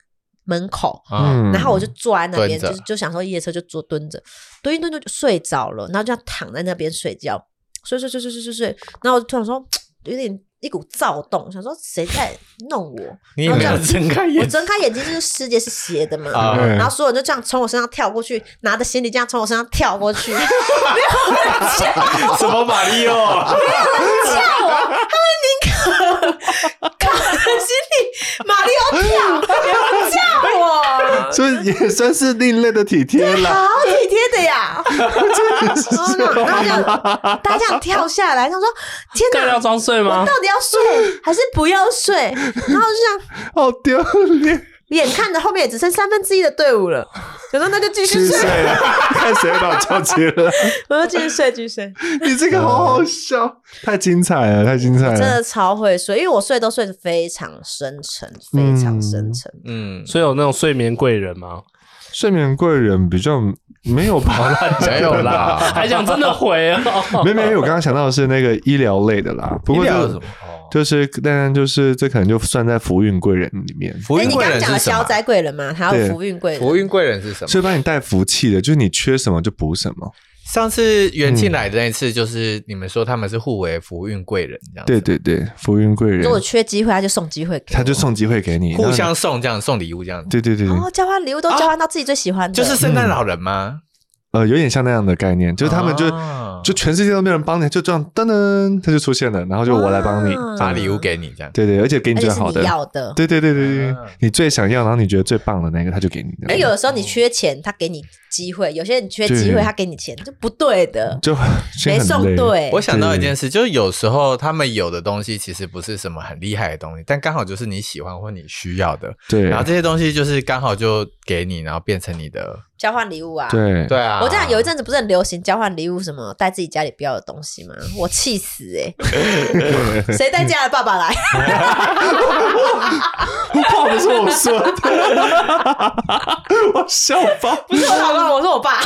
Speaker 1: 门口，
Speaker 3: 啊，
Speaker 1: 嗯
Speaker 2: 嗯
Speaker 1: 然后我就坐在那边，就
Speaker 3: 蹲着
Speaker 1: 是就想说夜车就坐蹲着，蹲一蹲就睡着了，然后就要躺在那边睡觉，睡睡睡睡睡睡睡，然后我就突然说有点一股躁动，想说谁在弄我？
Speaker 3: 你
Speaker 1: 然
Speaker 3: 也
Speaker 1: 后
Speaker 3: 没
Speaker 1: 这样
Speaker 3: 有睁开
Speaker 1: 我
Speaker 3: 眼睛
Speaker 1: 睁开眼睛，就是世界是斜的嘛，
Speaker 3: 啊
Speaker 1: 然后所有人就这样从我身上跳过去，拿着行李这样从我身上跳过去，没有人叫我，
Speaker 3: 什么马里奥？
Speaker 1: 扛着行李马里奥跳，没有人叫我，
Speaker 2: 所以也算是另类的体贴啦。
Speaker 1: 好体贴的呀。啊然后这样，他这样跳下来，他说：“天
Speaker 4: 干
Speaker 1: 哪，
Speaker 4: 要装睡
Speaker 1: 我
Speaker 4: 吗？
Speaker 1: 到底要睡还是不要睡？”然后就这样，
Speaker 2: 好丢脸，
Speaker 1: 眼看着后面也只剩三分之一的队伍了，想说那就继续
Speaker 2: 去
Speaker 1: 睡，
Speaker 2: 睡了，看谁把我叫起来。
Speaker 1: 我就继续睡，继续睡。
Speaker 2: 你这个好好笑，太精彩了，太精彩
Speaker 1: 真
Speaker 2: 了
Speaker 1: 的。超会睡，因为我睡都睡得非常深沉，非常深沉。
Speaker 3: 嗯，
Speaker 4: 所以有那种睡眠贵人吗？
Speaker 2: 睡眠贵人比较没有吧？
Speaker 3: 没有 啦，
Speaker 4: 还想真的回哦？
Speaker 2: 没没有，我刚刚想到的是那个医疗类的啦。不过
Speaker 3: 医疗
Speaker 2: 就是
Speaker 3: 什么哦
Speaker 2: 就是，当然就是这可能就算在福运贵人里面，
Speaker 3: 福
Speaker 1: 哎
Speaker 3: 运
Speaker 1: 你
Speaker 3: 贵
Speaker 1: 刚刚
Speaker 3: 人
Speaker 1: 讲
Speaker 3: 是
Speaker 1: 了
Speaker 3: 什
Speaker 1: 消
Speaker 3: 么？啊
Speaker 1: 灾贵人嘛，还有
Speaker 2: 对
Speaker 1: 福运贵人，
Speaker 3: 福运贵人是什么？
Speaker 2: 所以把你带福气的，就是你缺什么就补什么。
Speaker 3: 上次元庆来的那一次，就是你们说他们是互为福运贵人这样子，
Speaker 2: 对对对，福运贵人
Speaker 1: 如，果缺机会，他就送机会给我
Speaker 2: 他就送机嗯会给你，
Speaker 3: 互
Speaker 2: 然后
Speaker 3: 相送这样送礼物这样
Speaker 2: 你。
Speaker 3: 子，
Speaker 2: 对对对对，
Speaker 1: 哦，交换礼物都
Speaker 2: 啊
Speaker 1: 交换到自己最喜欢的，
Speaker 3: 就是圣诞老人吗？
Speaker 2: 呃，有点像那样的概念，就是他们就
Speaker 3: 啊
Speaker 2: 就全世界都没有人帮你，就这样噔噔，他就出现了，然后就我来帮你，
Speaker 1: 哇
Speaker 3: 把礼物给你这样。
Speaker 2: 对对，而且给
Speaker 1: 啊
Speaker 2: 你
Speaker 1: 而
Speaker 2: 最
Speaker 1: 且是
Speaker 2: 好的
Speaker 1: 你，要嗯的。
Speaker 2: 对对对对对
Speaker 3: 啊，
Speaker 2: 你最想要，然后你觉得最棒的那个，他就给你
Speaker 1: 而
Speaker 2: 的，
Speaker 1: 有的时候你缺钱，他给你机会；有些人缺机会，
Speaker 2: 对
Speaker 1: 他给你钱，就不对的，
Speaker 2: 就
Speaker 1: 没
Speaker 2: 先很
Speaker 1: 送
Speaker 2: 累。
Speaker 1: 对。
Speaker 3: 我想到一件事，就是有时候他们有的东西其实不是什么很厉害的东西，但刚好就是你喜欢或你需要的，
Speaker 2: 对，
Speaker 3: 然后这些东西就是刚好就给你，然后变成你的。
Speaker 1: 交换礼物啊，
Speaker 2: 对
Speaker 3: 对啊，
Speaker 1: 我这样有一阵子不是很流行交换礼物，什么带自己家里不要的东西 吗？我气死哎、欸！ 谁带家的爸爸来？
Speaker 2: 话不是我说的，我笑爆，
Speaker 1: 不是我老公，我是我爸。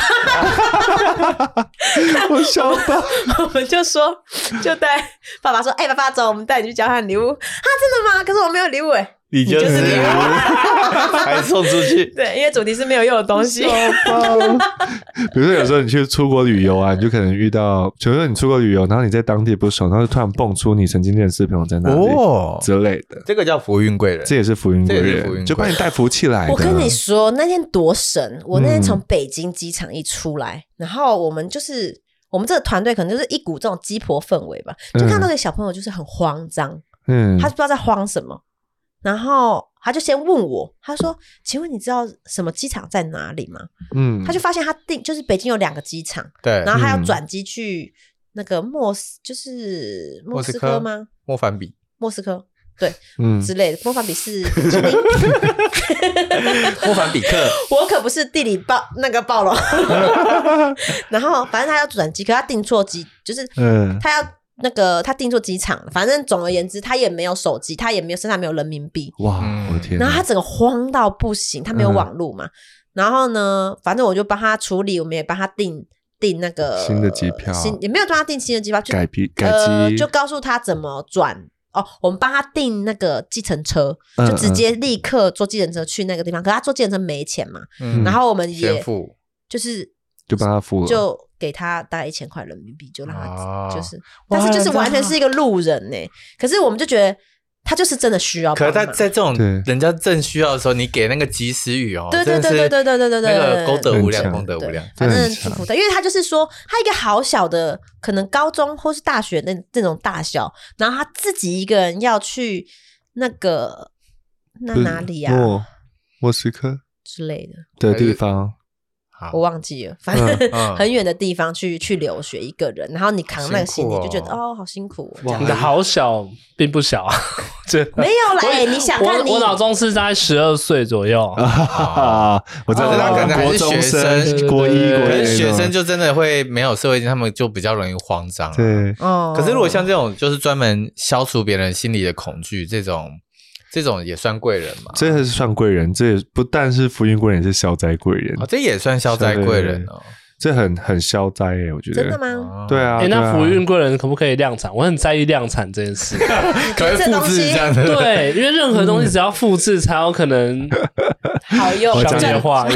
Speaker 2: 我笑爆，
Speaker 1: 我们就说，就带爸爸说，哎、爸爸走，我们带你去交换礼物啊！真的吗？可是我没有礼物哎、
Speaker 3: 你就是
Speaker 1: 你啊
Speaker 3: 还送出去，
Speaker 1: 对，因为主题是哦没有用的东西。
Speaker 2: 比如说有时候你去出国旅游啊，你就可能遇到，比如说你出国旅游，然后你在当地不熟，然后就突然蹦出你曾经认识的朋友在那里
Speaker 3: 哦，
Speaker 2: 之类的，
Speaker 3: 这个叫福运贵人，
Speaker 2: 这也是福运贵
Speaker 3: 这也是福运贵人
Speaker 2: 人，就把你带福气来的。
Speaker 1: 我跟你说，那天多神！我
Speaker 2: 嗯
Speaker 1: 那天从北京机场一出来，然后我们就是我们这个团队可能就是一股这种鸡婆氛围吧，就看到那个小朋友就是很慌张，
Speaker 2: 嗯
Speaker 1: 他，不知道在慌什么，然后他就先问我，他说：“请问你知道什么机场在哪里吗？”
Speaker 2: 嗯，
Speaker 1: 他就发现他定就是北京有两个机场，
Speaker 3: 对
Speaker 1: 然，后他要
Speaker 2: 嗯
Speaker 1: 转机去那个莫斯，就是莫
Speaker 3: 莫斯
Speaker 1: 斯
Speaker 3: 科
Speaker 1: 科吗？
Speaker 3: 莫凡比，
Speaker 1: 莫斯科
Speaker 2: 嗯
Speaker 1: 之类的，莫凡比 是比基尼
Speaker 3: 莫凡比克，
Speaker 1: 我可不是地理暴那个暴龙。 然后反正他要转机，可他订错机，就是
Speaker 2: 嗯
Speaker 1: 他要那个他订错机场。反正总而言之，他也没有手机，他也没有身上没有人民币，
Speaker 2: 哇，
Speaker 3: 嗯
Speaker 2: 我的天哪！啊嗯
Speaker 1: 然后他整个慌到不行，他没有网路嘛。然后呢，反正我就帮他处理，我们也帮他订订那个
Speaker 2: 新的机票
Speaker 1: 新也没有帮他订新的机票，就
Speaker 2: 改皮改
Speaker 1: 呃，
Speaker 2: 机
Speaker 1: 就告诉他怎么转。哦，我们帮他订那个计程车，
Speaker 2: 嗯
Speaker 1: 就直接立刻坐计程车去那个地方。可他坐计程车没钱嘛，
Speaker 3: 嗯
Speaker 1: 然后我们也
Speaker 3: 炫富
Speaker 1: 就是
Speaker 2: 就帮他付了，
Speaker 1: 就给他大概一千块人民币，就让他
Speaker 3: 哦
Speaker 1: 就是，但是就是完全是一个路人呢、可是我们就觉得他就是真的需要
Speaker 3: 可
Speaker 1: 帮
Speaker 3: 是
Speaker 1: 忙，
Speaker 3: 他在这种
Speaker 2: 对
Speaker 3: 人家正需要的时候，你给那个及时雨哦，
Speaker 1: 对对
Speaker 3: 真的是
Speaker 1: 对对对对对对对
Speaker 3: 那个功德无量，
Speaker 2: 很强
Speaker 3: 功德无
Speaker 1: 对
Speaker 3: 量。，
Speaker 1: 反正
Speaker 2: 很
Speaker 1: 祝
Speaker 2: 强
Speaker 1: 福他，因为他就是说，他一个好小的，可能高中或是大学那那种大小，然后他自己一个人要去那个那
Speaker 2: 不是
Speaker 1: 哪里啊
Speaker 2: 莫莫斯科
Speaker 1: 之类的，
Speaker 3: 哎
Speaker 2: 的地方，
Speaker 3: 好
Speaker 1: 我忘记了，反正、
Speaker 3: 嗯
Speaker 1: 很远的地方去去留学一个人，然后你扛那个行李
Speaker 3: 好辛苦哦
Speaker 1: 就觉得哦好辛苦哦，这
Speaker 2: 哇
Speaker 1: 样
Speaker 4: 你的好小并不小啊，真的。
Speaker 1: 没有啦，
Speaker 4: 我
Speaker 1: 哎你想看你
Speaker 4: 我我脑中是在十二岁左右，
Speaker 2: 啊， 我知道，
Speaker 3: 哦那可能还是
Speaker 2: 国中
Speaker 3: 学
Speaker 4: 生
Speaker 2: 国一、
Speaker 4: 对
Speaker 2: 国
Speaker 3: 可
Speaker 2: 二
Speaker 3: 是学
Speaker 2: 那
Speaker 3: 生
Speaker 2: 种
Speaker 3: 就真的会没有社会经，他们就比较容易慌张啊。
Speaker 2: 对，
Speaker 1: 哦
Speaker 3: 可是如果像这种就是专门消除别人心里的恐惧，这种这种也算贵人嘛？
Speaker 2: 这是算贵人，这也不但是福运贵人，也是消灾贵人，
Speaker 3: 哦，这也算消灾贵人哦。
Speaker 2: 这很很消灾耶，我觉得。
Speaker 1: 真的吗？
Speaker 3: 哦
Speaker 2: 对，啊，
Speaker 4: 哎、
Speaker 2: 对啊
Speaker 4: 那福运贵人可不可以量产？我很在意量产这件事。
Speaker 3: 可能复制这样的。
Speaker 4: 对，因为任何东西只要复制，才有可能
Speaker 1: 好用
Speaker 2: 我
Speaker 4: 商
Speaker 2: 讲
Speaker 4: 业
Speaker 1: 赚
Speaker 4: 化。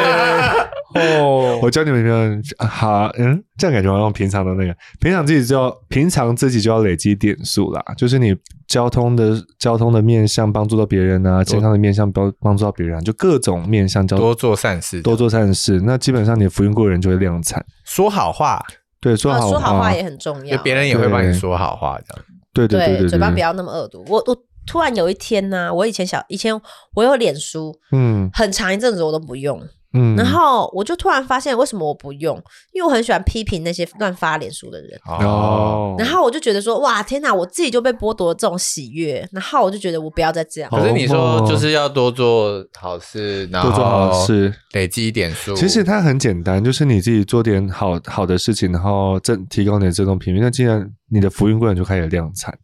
Speaker 4: 耶哦，
Speaker 2: 我教你们一个，好，嗯，这样感觉好像平常的那个，平常自己就要，平常自己就要累积点数啦，就是你交通的交通的面向帮助到别人啊，健康的面向帮帮助到别人、啊，就各种面向交
Speaker 3: 多做善事，
Speaker 2: 多做善事，那基本上你福运贵人就会量产。
Speaker 3: 说好话，
Speaker 2: 对，说
Speaker 1: 啊
Speaker 2: 好
Speaker 1: 说好话
Speaker 2: 话
Speaker 1: 也很重
Speaker 3: 因为
Speaker 1: 要，
Speaker 3: 别人也会帮你说好话，这样。
Speaker 2: 对对对对，
Speaker 1: 嘴巴
Speaker 2: 对
Speaker 1: 不要那么恶毒。我我突然有一天呢、我以前小以前我有脸书，
Speaker 2: 嗯
Speaker 1: 很长一阵子我都不用，
Speaker 2: 嗯，
Speaker 1: 然后我就突然发现为什么我不用，因为我很喜欢批评那些乱发脸书的人。
Speaker 2: 哦，
Speaker 1: 然后我就觉得说，哇，天哪，我自己就被剥夺了这种喜悦。然后我就觉得我不要再这样。
Speaker 3: 可是你
Speaker 2: 好
Speaker 3: 说
Speaker 2: 嘛
Speaker 3: 就是要多做好事，然后
Speaker 2: 多做好事，
Speaker 3: 累积一点数。
Speaker 2: 其实它很简单，就是你自己做点好好的事情，然后正提高你的振动频率。那既然你的福运贵人就开始量产，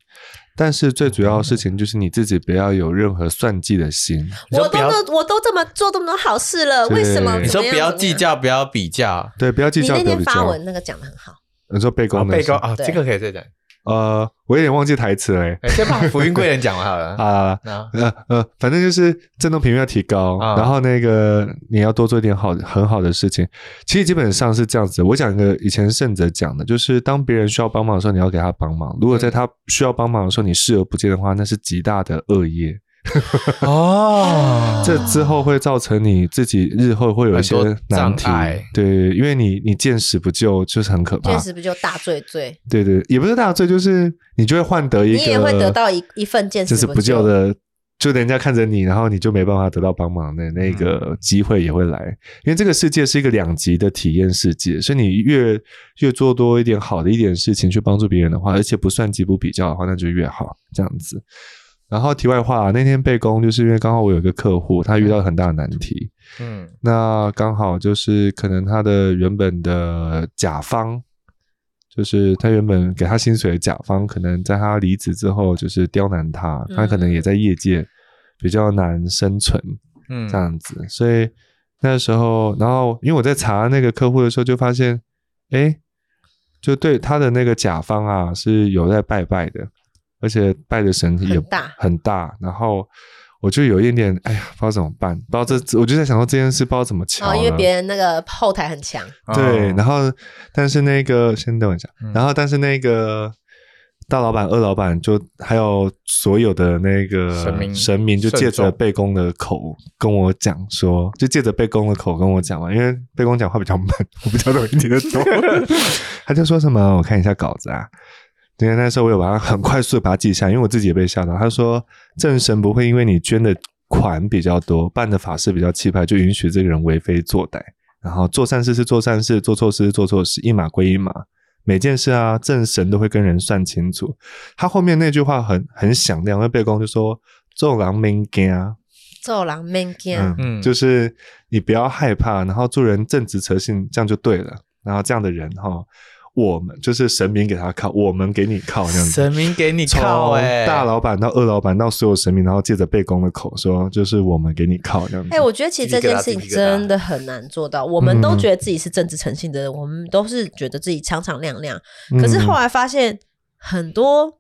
Speaker 2: 但是最主要的事情就是你自己不要有任何算计的心。
Speaker 3: 你说
Speaker 1: 我
Speaker 3: 不
Speaker 1: 都
Speaker 3: 要
Speaker 1: 我都这么做这么多好事了，
Speaker 2: 对
Speaker 1: 为什么？
Speaker 3: 你
Speaker 1: 怎
Speaker 3: 说
Speaker 1: 么样
Speaker 3: 不要计。
Speaker 1: 怎么样
Speaker 3: 较，不要比较，
Speaker 2: 对，不要计
Speaker 1: 你
Speaker 2: 较，
Speaker 1: 那
Speaker 2: 不要
Speaker 1: 天
Speaker 2: 比
Speaker 1: 发
Speaker 2: 较。
Speaker 1: 文那个讲的很好，
Speaker 2: 你说背
Speaker 3: 哦
Speaker 2: 功的
Speaker 3: 背
Speaker 2: 时
Speaker 3: 高
Speaker 2: 候，
Speaker 3: 啊，
Speaker 1: 对
Speaker 3: 这个可以再讲。
Speaker 2: 呃，我有点忘记台词了欸
Speaker 3: 哎先把福运贵人讲完好了啊。
Speaker 2: 啊。
Speaker 3: 那
Speaker 2: 呃呃，反正就是振动频率要提高，
Speaker 3: 啊
Speaker 2: 然后那个你要多做一点好很好的事情。其实基本上是这样子。我讲一个以前圣者讲的，就是当别人需要帮忙的时候，你要给他帮忙；如果
Speaker 3: 嗯
Speaker 2: 在他需要帮忙的时候你视而不见的话，那是极大的恶业。
Speaker 3: 哦
Speaker 2: 这之后会造成你自己日后会有一些
Speaker 3: 很多
Speaker 2: 难题
Speaker 3: 障碍，
Speaker 2: 对，因为你你见死不救就是很可怕
Speaker 1: 确。实不就大罪罪？
Speaker 2: 对对，也不是大罪，就是你就会换得一个，
Speaker 1: 你也会得到一一份见死
Speaker 2: 就是
Speaker 1: 不
Speaker 2: 不救
Speaker 1: 救
Speaker 2: 的，就人家看着你，然后你就没办法得到帮忙的
Speaker 1: 嗯
Speaker 2: 那个机会也会来，因为这个世界是一个两极的体验世界，所以你越越做多一点好的一点事情去帮助别人的话，而且不算及不比较的话，那就越好这样子。然后题外话，那天被攻就是因为刚好我有一个客户，他遇到很大的难题，
Speaker 3: 嗯，
Speaker 2: 那刚好就是可能他的原本的甲方，就是他原本给他薪水的甲方，可能在他离职之后就是刁难他，他可
Speaker 1: 嗯
Speaker 2: 能也在业界比较难生存
Speaker 3: 嗯
Speaker 2: 这样子，所以那时候，然后因为我在查那个客户的时候，就发现，哎，就对他的那个甲方啊是有在拜拜的，而且拜的神也
Speaker 3: 哎
Speaker 1: 很大
Speaker 2: 很大，然后。我就有一点点，哎呀，不知道怎么办，不知道这，我就在想说这件事不知道怎么瞧
Speaker 3: 啊
Speaker 1: 哦，因
Speaker 2: 呢。
Speaker 1: 为别人那个后台很强，
Speaker 2: 对，然
Speaker 3: 后
Speaker 2: 后但是那个先等我一下，
Speaker 3: 哦嗯
Speaker 2: 然后但是那个大老板、二老板就还有所有的那个
Speaker 3: 神明
Speaker 2: 神明就借
Speaker 3: 慎
Speaker 2: 着
Speaker 3: 重
Speaker 2: 贝公的口跟我讲说，就借着贝公的口跟我讲嘛，因为贝公讲话比较慢，我比较容易听得懂。 他就说什么，我看一下稿子啊。因为那时候我有把它很快速地把它记下来，因为我自己也被吓到。他说，正神不会因为你捐的款比较多，办的法事比较气派，就允许这个人为非作歹。然后做善事是做善事，做错事是做错事，一码归一码。每件事啊，正神都会跟人算清楚。他后面那句话很很响亮，那背公就说：“做狼命干啊，
Speaker 1: 揍狼 man
Speaker 2: 嗯，
Speaker 1: gang，
Speaker 3: 嗯
Speaker 2: 就是你不要害怕，然后做人正直诚信，这样就对了。然后这样的人哈，我们就是神明给他靠，我们给你靠，这样子。
Speaker 3: 神明给你
Speaker 2: 从
Speaker 3: 靠哎，
Speaker 2: 大老板到二老板到所有神明，然后借着背公的口说，就是我们给你靠这样子。
Speaker 1: 哎、我觉得其实这件事情
Speaker 3: 鸡皮疙瘩
Speaker 1: 真的很难做到。我们都
Speaker 2: 嗯
Speaker 1: 觉得自己是政治诚信的人，我们都是觉得自己敞敞亮亮。
Speaker 2: 嗯
Speaker 1: 可是后来发现，很多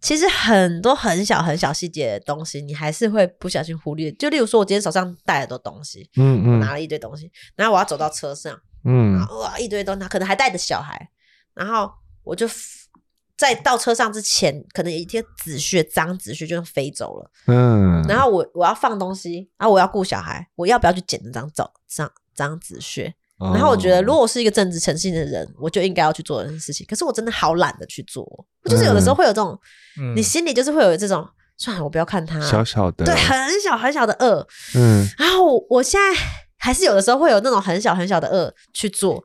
Speaker 1: 其实很多很小很小细节的东西，你还是会不小心忽略。就例如说，我今天手上带了多东西，
Speaker 2: 嗯，
Speaker 1: 我
Speaker 2: 嗯
Speaker 1: 拿了一堆东西，然后我要走到车上，
Speaker 2: 嗯
Speaker 1: 然
Speaker 2: 嗯
Speaker 1: 后哇一堆东西，可能还带着小孩，然后我就 f- 在到车上之前，可能有一些纸屑、脏纸屑就飞走了。
Speaker 2: 嗯，
Speaker 1: 然后我我要放东西，然后我要顾小孩，我要不要去捡那张照张张纸屑？
Speaker 3: 哦
Speaker 1: 然后我
Speaker 2: 哦
Speaker 1: 觉得，如果我是一个政治诚信的人，我就应该要去做这件事情。可是我真的好懒得去做，就是有的时候会有这种，
Speaker 3: 嗯
Speaker 1: 你心里就是会有这种，算了，我不要看他，
Speaker 2: 小小的，
Speaker 1: 对，很小很小的恶。
Speaker 2: 嗯
Speaker 1: 然后我我现在还是有的时候会有那种很小很小的恶去做，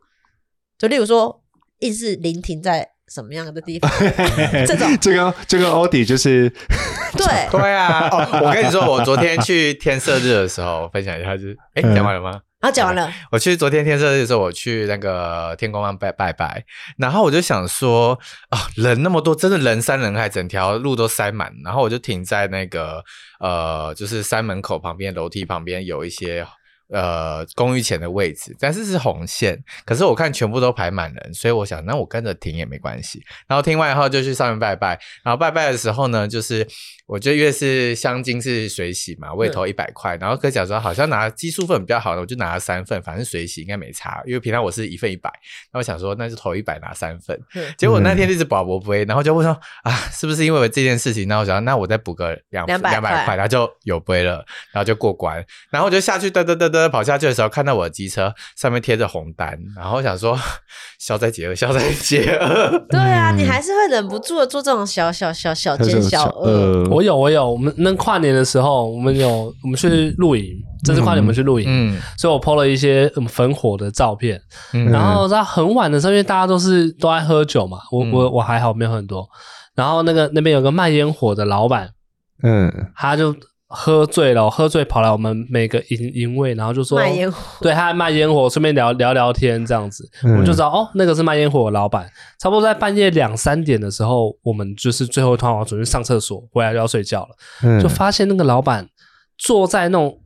Speaker 1: 就例如说硬是临停在什么样的地 方， 这种
Speaker 2: 这个这个欧迪就是
Speaker 1: 对，
Speaker 3: 对啊，哦，我跟你说，我昨天去天色日的时候，分享一下，就是，哎，讲完了吗？
Speaker 1: 然后讲完了，
Speaker 3: 我去昨天天色日的时候，我去那个天公庙拜拜拜，然后我就想说啊，人那么多，真的人山人海，整条路都塞满。然后我就停在那个呃，就是山门口旁边楼梯旁边有一些呃公寓前的位置，但是是红线，可是我看全部都排满人，所以我想那我跟着停也没关系。然后听完以后就去上面拜拜，然后拜拜的时候呢，就是我觉得越是香精是水洗嘛，我也投一百块，然后可想说好像拿奇数份比较好的，我就拿了三份，反正水洗应该没差，因为平常我是一份一百，那我想说那就投一百拿三份
Speaker 1: 嗯，
Speaker 3: 结果那天一直保博杯，然后就问说啊是不是因为我这件事情，然后我想那我再补个哦两
Speaker 1: 200
Speaker 3: 百
Speaker 1: 块
Speaker 3: 块，然后就有杯了，然后就过关，然后我就下去嘚嘚嘚嘚跑下去的时候，看到我的机车上面贴着红单，然后我想说 消灾解厄， 消灾解厄。
Speaker 1: 对啊，
Speaker 2: 嗯
Speaker 1: 你还是会忍不住的做这种小小小小 奸小恶，
Speaker 2: 呃，
Speaker 4: 我有我有，我们那跨年的时候，我们有我们去露营，这次跨年我们去露营，
Speaker 3: 嗯，
Speaker 4: 所以我 PO 了一些嗯焚火的照片，
Speaker 3: 嗯
Speaker 4: 然后到很晚的时候，因为大家都是都爱喝酒嘛，我
Speaker 3: 嗯
Speaker 4: 我我还好没有很多，然后那个那边有个卖烟火的老板，
Speaker 2: 嗯，
Speaker 4: 他就喝醉了，喝醉跑来我们每个营营位，然后就说
Speaker 1: 卖烟火，
Speaker 4: 对，他还卖烟火，顺便聊聊聊天这样子，
Speaker 2: 嗯
Speaker 4: 我就知道哦，那个是卖烟火的老板。差不多在半夜两三点的时候，我们就是最后一趟，我准备上厕所，回来就要睡觉了，
Speaker 2: 嗯
Speaker 4: 就发现那个老板坐在那种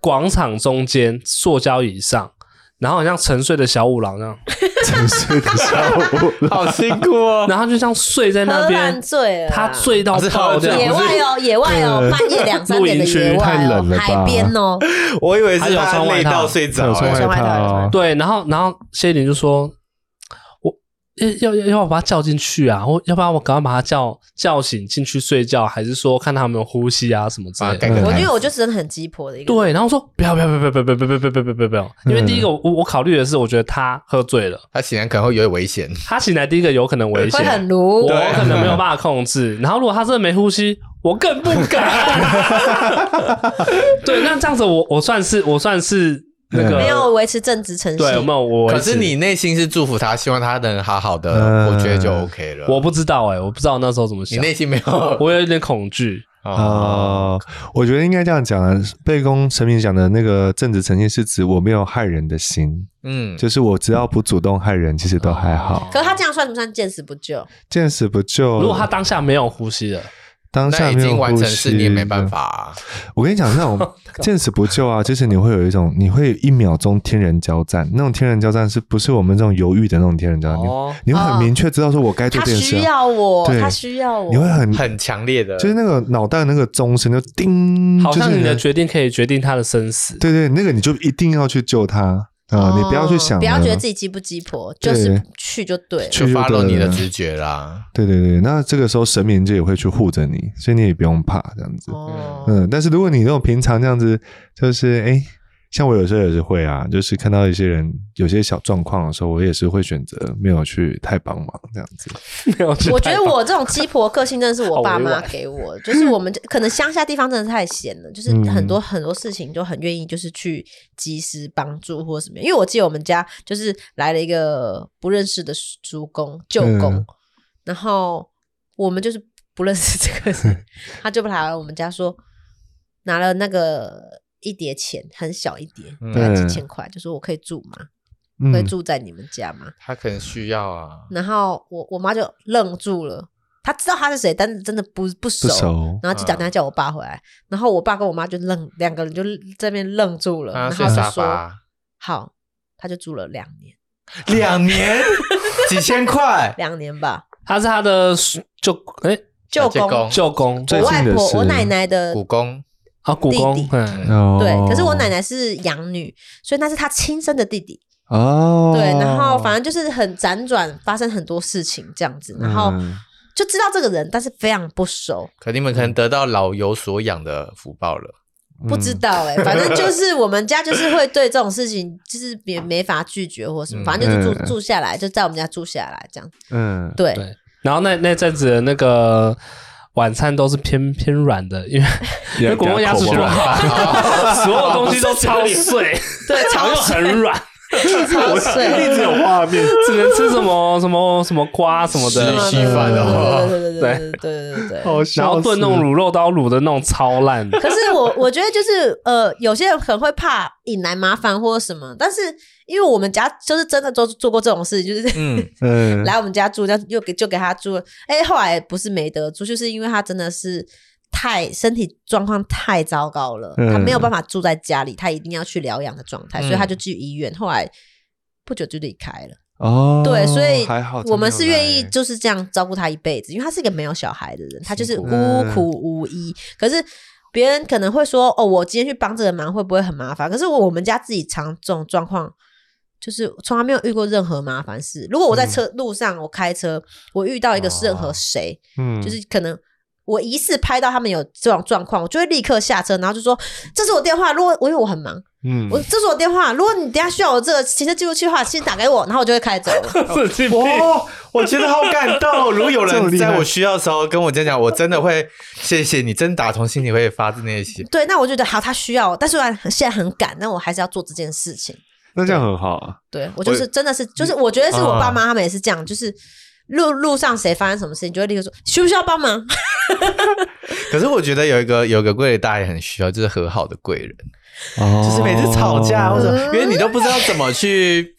Speaker 4: 广场中间塑胶椅上，然后好像沉睡的小五郎那样，
Speaker 2: 沉睡的下午，
Speaker 3: 好辛苦哦。
Speaker 4: 然后就这样睡在那
Speaker 1: 喝烂
Speaker 4: 边，
Speaker 1: 醉了啦，
Speaker 4: 他醉到
Speaker 3: 啊是
Speaker 4: 爆
Speaker 3: 喝
Speaker 4: 这
Speaker 3: 醉
Speaker 4: 样
Speaker 1: 野
Speaker 4: 子。
Speaker 1: 外哦，野外哦，
Speaker 2: 嗯
Speaker 1: 半夜两三点的
Speaker 2: 露营区
Speaker 1: 野外
Speaker 2: 太
Speaker 1: 哦
Speaker 2: 冷，了吧
Speaker 1: 海边哦，
Speaker 3: 我以为
Speaker 4: 还
Speaker 3: 是
Speaker 4: 有
Speaker 3: 他
Speaker 4: 穿外
Speaker 3: 累
Speaker 4: 套
Speaker 3: 到睡着、
Speaker 2: 有穿
Speaker 3: 欸
Speaker 1: 外
Speaker 2: 外套哦，
Speaker 4: 对，然后然后谢依霖就说：“我要要要要我把他叫进去啊，或要不然我赶快把他叫叫醒进去睡觉，还是说看他有没有呼吸啊什么之
Speaker 3: 把
Speaker 4: 类
Speaker 3: 它盖
Speaker 4: 的。”
Speaker 3: 个
Speaker 2: 嗯
Speaker 1: 我因
Speaker 3: 毯
Speaker 1: 为我就真的很鸡婆的一个人，
Speaker 4: 对，然后说不要不要不要不要不要不要不要不要不要不要，因为第一个我我考虑的是，我觉得他喝醉了，
Speaker 3: 他显然可能会有点危险。
Speaker 4: 他醒来第一个有可能危
Speaker 2: 啊
Speaker 1: 会很
Speaker 4: 险，
Speaker 1: 撸
Speaker 4: 我，
Speaker 3: 对
Speaker 4: 可能没有办法控制。然后如果他真的没呼吸，我更不 敢。对，那这样子我我算是我算是那个
Speaker 1: 没有维持正直诚
Speaker 4: 对有
Speaker 2: 啊
Speaker 1: 信
Speaker 4: 没。有我维
Speaker 3: 可是
Speaker 4: 持
Speaker 3: 你内心是祝福他，希望他能好好的，
Speaker 2: 嗯
Speaker 3: 我觉得就 OK 了。
Speaker 4: 我不知道哎、我不知道那时候怎么
Speaker 3: 你
Speaker 4: 想，
Speaker 3: 内心没有
Speaker 4: 我有一点恐惧。
Speaker 3: 哦，
Speaker 2: 哦，我觉得应该这样讲啊。贝公陈敏讲的那个正直诚信，是指我没有害人的心，
Speaker 3: 嗯，哦
Speaker 2: 就是我只要不主动害人，其实都还好。
Speaker 1: 可是他这样算不算见死不救？
Speaker 2: 见死不救，
Speaker 4: 如果他当下没有呼吸了，
Speaker 2: 当
Speaker 3: 那
Speaker 2: 下
Speaker 3: 已
Speaker 2: 没有
Speaker 3: 经完成
Speaker 2: 呼
Speaker 3: 事，你也
Speaker 2: 吸
Speaker 3: 没办
Speaker 2: 的
Speaker 3: 法、啊。
Speaker 2: 我跟你讲，那 种见死不救啊，就是你会有一种，你会一秒钟天人交战，那种天人交战是不是我们这种犹豫的那种天人交战？
Speaker 4: 哦
Speaker 2: 你你会
Speaker 1: 哦
Speaker 2: 很明确知道说我该做
Speaker 1: 他
Speaker 2: 这件事
Speaker 1: 需
Speaker 2: 啊，
Speaker 1: 要我，
Speaker 2: 对
Speaker 1: 他需要我，
Speaker 2: 你会很
Speaker 3: 很强烈的，
Speaker 2: 就是那个脑袋那个钟声就叮，
Speaker 4: 嗯好
Speaker 2: 嗯
Speaker 4: 像
Speaker 2: 就是
Speaker 4: 你的决定可以决定他的生 死。
Speaker 2: 对对，那个你就一定要去救他啊、
Speaker 1: 哦
Speaker 2: 你不要去想，啊
Speaker 1: 不要觉得自。己鸡不鸡婆，就是
Speaker 2: 对
Speaker 1: 去就对了。
Speaker 3: 就
Speaker 2: 去就
Speaker 3: follow
Speaker 2: 对
Speaker 3: 你
Speaker 2: 了
Speaker 3: 的直觉啦。
Speaker 2: 对对对，那这个时候神明就也会去护着你，所以你也不用怕这样子。
Speaker 1: 哦，
Speaker 2: 嗯，但是如果你那种平常这样子，就是哎，像我有时候也是会啊，就是看到一些人有些小状况的时候，我也是会选择没有去太帮忙这样子。
Speaker 4: 没有 去
Speaker 1: 我觉
Speaker 4: 拜
Speaker 1: 得
Speaker 4: 访
Speaker 1: 我这种鸡婆个性真的是
Speaker 4: 好
Speaker 1: 我
Speaker 4: 委
Speaker 1: 爸妈
Speaker 4: 婉
Speaker 1: 给我，就是我们 可能乡下地方真的太闲了，就是
Speaker 2: 嗯
Speaker 1: 很多很多事情就很愿意就是去及时帮助或什么。因为我记得我们家就是来了一个不认识的叔公舅公，
Speaker 2: 嗯
Speaker 1: 然后我们就是不认识这个 人，他就来了我们家说拿了那个一叠钱，很小一叠，大概几
Speaker 2: 嗯
Speaker 1: 千块，就说我可以住吗？
Speaker 2: 嗯
Speaker 1: 可以住在你们家吗？
Speaker 3: 他可能需要啊，
Speaker 1: 然后我我妈就愣住了，她知道他是谁，但是真的不不熟。
Speaker 2: 不熟，
Speaker 3: 嗯
Speaker 1: 然后就打电话叫我爸回来，然后我爸跟我妈就愣，两个人就这边愣住了，
Speaker 3: 他
Speaker 1: 然
Speaker 3: 啊睡
Speaker 1: 后
Speaker 3: 沙
Speaker 1: 就说
Speaker 3: 发
Speaker 1: 好，他就住了两年，
Speaker 3: 两 年几千块，
Speaker 1: 两年吧，
Speaker 4: 他是他的舅哎
Speaker 1: 舅
Speaker 3: 舅
Speaker 1: 公，
Speaker 3: 公
Speaker 4: 舅公
Speaker 2: 最
Speaker 1: 我外
Speaker 2: 近的
Speaker 1: 婆，
Speaker 2: 是
Speaker 1: 我奶奶的
Speaker 3: 股公
Speaker 4: 啊古
Speaker 1: 弟
Speaker 4: 公
Speaker 1: 弟，
Speaker 4: 嗯，
Speaker 2: 哦
Speaker 1: 对，可是我奶奶是养女，所以那是她亲生的弟弟，
Speaker 2: 哦，
Speaker 1: 对，然后反正就是很辗转发生很多事情这样子，然后
Speaker 2: 嗯
Speaker 1: 就知道这个人，但是非常不熟，
Speaker 3: 可你们可能得到老有所养的福报了。
Speaker 1: 不知
Speaker 2: 嗯
Speaker 1: 道哎、反正就是我们家就是会对这种事情就是别没法拒绝或什么，
Speaker 3: 嗯
Speaker 1: 反正就是住
Speaker 2: 嗯
Speaker 1: 住下来，就在我们家住下来这样。
Speaker 2: 嗯，
Speaker 1: 对，
Speaker 4: 对然后那那阵子的那个晚餐都是偏偏软的，因为因为果冻牙齿
Speaker 2: 口
Speaker 4: 不
Speaker 2: 感
Speaker 4: 好， 所有东西都超碎，
Speaker 1: 对，
Speaker 4: 然
Speaker 1: 超
Speaker 4: 后又
Speaker 1: 水，
Speaker 4: 很软，
Speaker 1: 超
Speaker 2: 一
Speaker 1: 水，
Speaker 2: 直有画面，
Speaker 4: 只能吃什么什么什么瓜什么的，
Speaker 3: 稀稀饭哦
Speaker 1: 嗯对对对对对对对对对。
Speaker 2: 好
Speaker 4: 然
Speaker 2: 笑
Speaker 4: 后
Speaker 2: 死。
Speaker 4: 炖那种卤肉刀卤的那种超 烂，
Speaker 1: 可是我我觉得就是呃，有些人可能会怕引来麻烦或什么，但是因为我们家就是真的做做过这种事，就是
Speaker 3: 嗯，
Speaker 2: 嗯，
Speaker 1: 来我们家住，但又给就给他住了。哎、后来不是没得住，就是因为他真的是太身体状况太糟糕了，
Speaker 2: 嗯
Speaker 1: 他没有办法住在家里，他一定要去疗养的状态，所以他就去医院。后来不久就离开了。
Speaker 2: 哦，
Speaker 1: 对，所以
Speaker 2: 还好
Speaker 1: 我们是愿意
Speaker 2: 真的
Speaker 1: 就是这样照顾他一辈子，因为他是一个没有小孩的人，他就是
Speaker 2: 辛苦
Speaker 1: 无苦无依。可是别人可能会说：“哦，我今天去帮这个忙会不会很麻烦？”可是我们家自己常这种状况，就是从来没有遇过任何麻烦事。如果我
Speaker 2: 嗯
Speaker 1: 在车、路上，我开车，我遇到一个任何谁，
Speaker 2: 有来，嗯，
Speaker 1: 就是可能我疑似拍到他们有这种状况，我就会立刻下车，然后就说：“这是我电话。”如果我因为我很忙，
Speaker 2: 嗯，
Speaker 1: 我这是我电话。如果你等一下需要我这个行车记录器的话，先打给我，然后我就会开走了。
Speaker 4: 神经病。
Speaker 3: 哇，我觉得好感动哦。如果有
Speaker 2: 这么
Speaker 3: 人
Speaker 2: 厉害
Speaker 3: 在我需要的时候跟我这样讲，我真的会谢谢你，真打从心里会发自内心。
Speaker 1: 对，那我就觉得好，他需要我，但虽然现在很赶，但我还是要做这件事情。
Speaker 2: 那这样很好啊。
Speaker 1: 对我就是真的是，就是我觉得是我爸妈他们也是这样，就是路路上谁发生什么事情，就会立刻说需不需要帮忙？
Speaker 3: 可是我觉得有一个有个贵人大爷很需要，就是和好的贵人，
Speaker 2: 哦
Speaker 3: 就是每次吵架或者因为你都不知道怎么去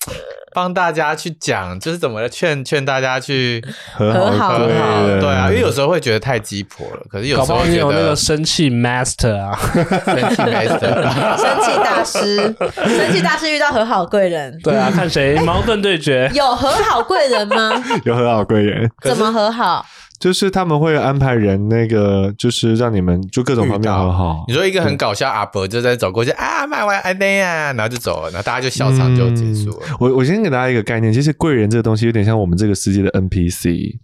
Speaker 3: 帮大家去讲，就是怎么劝劝大家去
Speaker 2: 和
Speaker 1: 和好
Speaker 2: 好
Speaker 1: 对
Speaker 3: 和好。
Speaker 2: 人
Speaker 3: 对啊，因为有时候会觉得太鸡婆了，可是有
Speaker 4: 搞
Speaker 3: 时
Speaker 4: 不
Speaker 3: 候
Speaker 4: 好你
Speaker 3: 觉
Speaker 4: 有那
Speaker 3: 得
Speaker 4: 个生气 master 啊，
Speaker 3: 生气没得。
Speaker 1: 生气大 师，生气大师遇到和好贵人，
Speaker 4: 对啊，看谁矛盾对决，
Speaker 1: 有和好贵人 吗？
Speaker 2: 有和好贵人，
Speaker 1: 怎么和好？
Speaker 2: 就是他们会安排人那个，就是让你们就各种方面和好
Speaker 3: 你。说一个很搞笑阿伯就在走过去啊，卖完安内啊，然后就走了，然后大家就笑场就结束
Speaker 1: 嗯
Speaker 3: 了。
Speaker 2: 我我先给大家一个概念，其实贵人这个东西有点像我们这个世界的 NPC，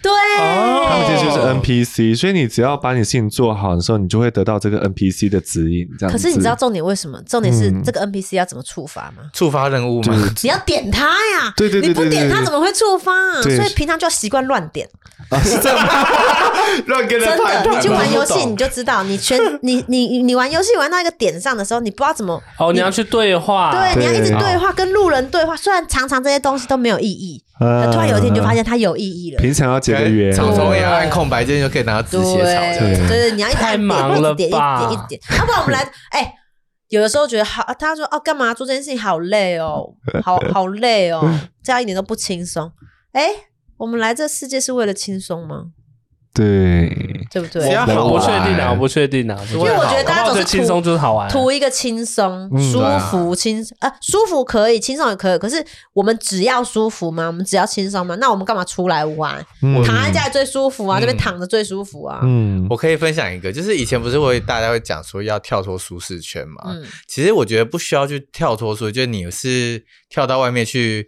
Speaker 1: 对，
Speaker 3: 哦
Speaker 2: 他们其实就是
Speaker 3: NPC
Speaker 2: NPC，所以你只要把你事情做好的时候，你就会得到这个 NPC 的指引。这样子，
Speaker 1: 可是你知道重点为什么？重点是
Speaker 2: 嗯
Speaker 1: 这个 NPC 要怎么触发吗？
Speaker 3: 触发任务嘛，
Speaker 1: 你要点他呀，
Speaker 2: 对对对
Speaker 1: 你不
Speaker 2: 对对
Speaker 1: 点他
Speaker 2: 对
Speaker 1: 怎么会触发啊？所
Speaker 2: 对
Speaker 1: 以平常就要习惯乱点。
Speaker 2: 啊，是 这样吗？乱跟
Speaker 1: 真
Speaker 2: 攀
Speaker 1: 的，
Speaker 2: 谈
Speaker 1: 你去
Speaker 2: 吗
Speaker 1: 玩游
Speaker 2: 不
Speaker 1: 戏
Speaker 2: 懂
Speaker 1: 你就知道，你 全你你你你玩游戏玩到一个点上的时候，你不知道怎么
Speaker 4: 哦，你要去对话，
Speaker 1: 对，你要一直
Speaker 2: 啊对
Speaker 1: 对话，跟路人对话。虽然常常这些东西都没有意义，但突然有一天你就
Speaker 3: 嗯
Speaker 1: 发现它有意义了。
Speaker 2: 呃平常要结个
Speaker 3: 跟
Speaker 2: 缘，
Speaker 3: 草丛也要按空白键就可以拿到字写草这
Speaker 1: 对
Speaker 3: 样。
Speaker 1: 对，你要一直
Speaker 4: 太
Speaker 1: 点
Speaker 4: 忙
Speaker 1: 或者
Speaker 4: 了
Speaker 1: 点一
Speaker 4: 吧
Speaker 1: 点一点，要、不然我们来哎。有的时候觉得好，啊他说哦，干嘛做这件事情好累哦， 好好累哦，这样一点都不轻松。哎，我们来这世界是为了轻松吗？
Speaker 2: 对，
Speaker 1: 对不对
Speaker 3: 只？要好
Speaker 4: 我不确定
Speaker 3: 玩
Speaker 4: 啊，我不确定啊，因
Speaker 3: 为我觉得
Speaker 1: 大家总是
Speaker 4: 最轻松就是好玩，啊
Speaker 1: 图一个轻松、
Speaker 2: 嗯
Speaker 1: 舒
Speaker 3: 对啊
Speaker 1: 服、轻啊舒服可以，轻松也可以。可是我们只要舒服吗？我们只要轻松吗？那我们干嘛出来玩？
Speaker 2: 嗯
Speaker 1: 躺在家里最舒服啊，
Speaker 3: 嗯
Speaker 1: 这边躺着最舒服啊。
Speaker 2: 嗯，
Speaker 3: 我可以分享一个，就是以前不是会大家会讲说要跳脱舒适圈嘛？
Speaker 1: 嗯，
Speaker 3: 其实我觉得不需要去跳脱出，就是你是跳到外面去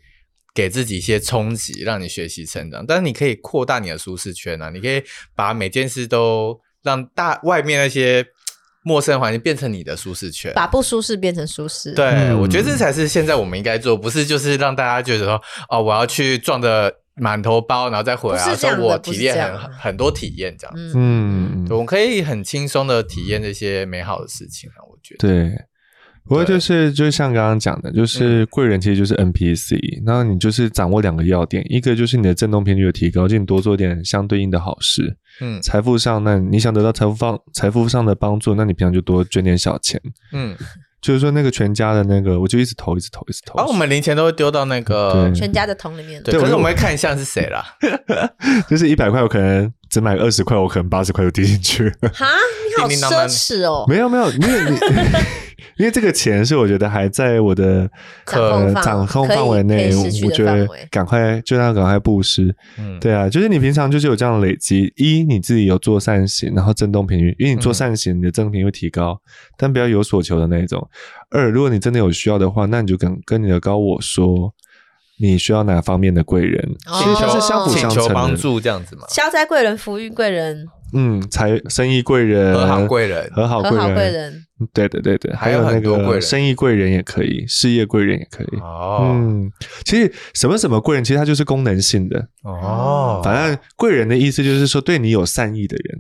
Speaker 3: 给自己一些冲击，让你学习成长。但是你可以扩大你的舒适圈啊，你可以把每件事都让大外面那些嘖陌生环境变成你的舒适圈。
Speaker 1: 把不舒适变成舒适。
Speaker 3: 对，
Speaker 2: 嗯
Speaker 3: 我觉得这才是现在我们应该做，不是就是让大家觉得说，哦，我要去撞的满头包，然后再回
Speaker 1: 不
Speaker 3: 来，
Speaker 1: 是这样
Speaker 3: 说
Speaker 1: 的
Speaker 3: 我
Speaker 1: 不
Speaker 3: 体
Speaker 1: 是
Speaker 3: 验
Speaker 1: 这
Speaker 3: 很
Speaker 1: 样的
Speaker 3: 很多体验这样。
Speaker 1: 嗯，
Speaker 2: 嗯
Speaker 3: 对，我们可以很轻松的体验这些美好的事情啊，我觉得。
Speaker 2: 对。不过
Speaker 3: 对
Speaker 2: 就是就像刚刚讲的，就是贵人其实就是 NPC，然后你就是掌握两个要点，一个就是你的振动频率的提高，就你多做点相对应的好事；
Speaker 3: 嗯
Speaker 2: 财富上，那你想得到财富方财富上的帮助，那你平常就多捐点小钱。
Speaker 3: 嗯，
Speaker 2: 就是说那个全家的那个，我就一直投，一直投，一直投。
Speaker 3: 然啊后我们零钱都会丢到那个
Speaker 2: 对，
Speaker 1: 全家的桶里面。
Speaker 2: 嗯
Speaker 3: 对，
Speaker 2: 对
Speaker 3: 可是
Speaker 2: 我
Speaker 3: 我们会看像是 谁啦，
Speaker 2: 就是一百块，我可能只买二十块，我可能八十块就丢进去。
Speaker 1: 哈，你好
Speaker 3: 叮叮当当
Speaker 1: 奢侈哦。
Speaker 2: 没有没有，因为你 因为这个钱是我觉得还在我的
Speaker 1: 掌控
Speaker 2: 呃
Speaker 1: 范
Speaker 2: 掌控
Speaker 1: 可以
Speaker 2: 范围内，
Speaker 1: 可以失去
Speaker 2: 我
Speaker 1: 的
Speaker 2: 觉得
Speaker 1: 范围
Speaker 2: 赶快就让它赶快布施。
Speaker 3: 嗯，
Speaker 2: 对啊，就是你平常就是有这样的累积，一你自己有做善行，然后振动频率，因为你做善行，你的振动频率会提高，但不要有所求的那一种。二，如果你真的有需要的话，那你就跟跟你的高我说。你需要哪方面的贵人？
Speaker 1: 哦
Speaker 2: 其实它是相辅
Speaker 3: 请
Speaker 2: 相
Speaker 3: 求
Speaker 2: 成
Speaker 3: 帮
Speaker 2: 的。
Speaker 3: 助这样子嘛，
Speaker 1: 消灾贵人、福运贵人、
Speaker 2: 嗯，财生意贵人，
Speaker 3: 和好贵人，
Speaker 2: 和好
Speaker 1: 和
Speaker 2: 贵
Speaker 1: 好贵
Speaker 2: 人，
Speaker 1: 人，
Speaker 2: 对的，对的，
Speaker 3: 还
Speaker 2: 还
Speaker 3: 有
Speaker 2: 有那
Speaker 3: 很多贵
Speaker 2: 个
Speaker 3: 人
Speaker 2: 生意贵人也可以，事业贵人也可以。
Speaker 3: 哦
Speaker 2: 嗯，其实什么什么贵人，其实它就是功能性的。
Speaker 3: 哦，
Speaker 2: 反正贵人的意思就是说对你有善意的人。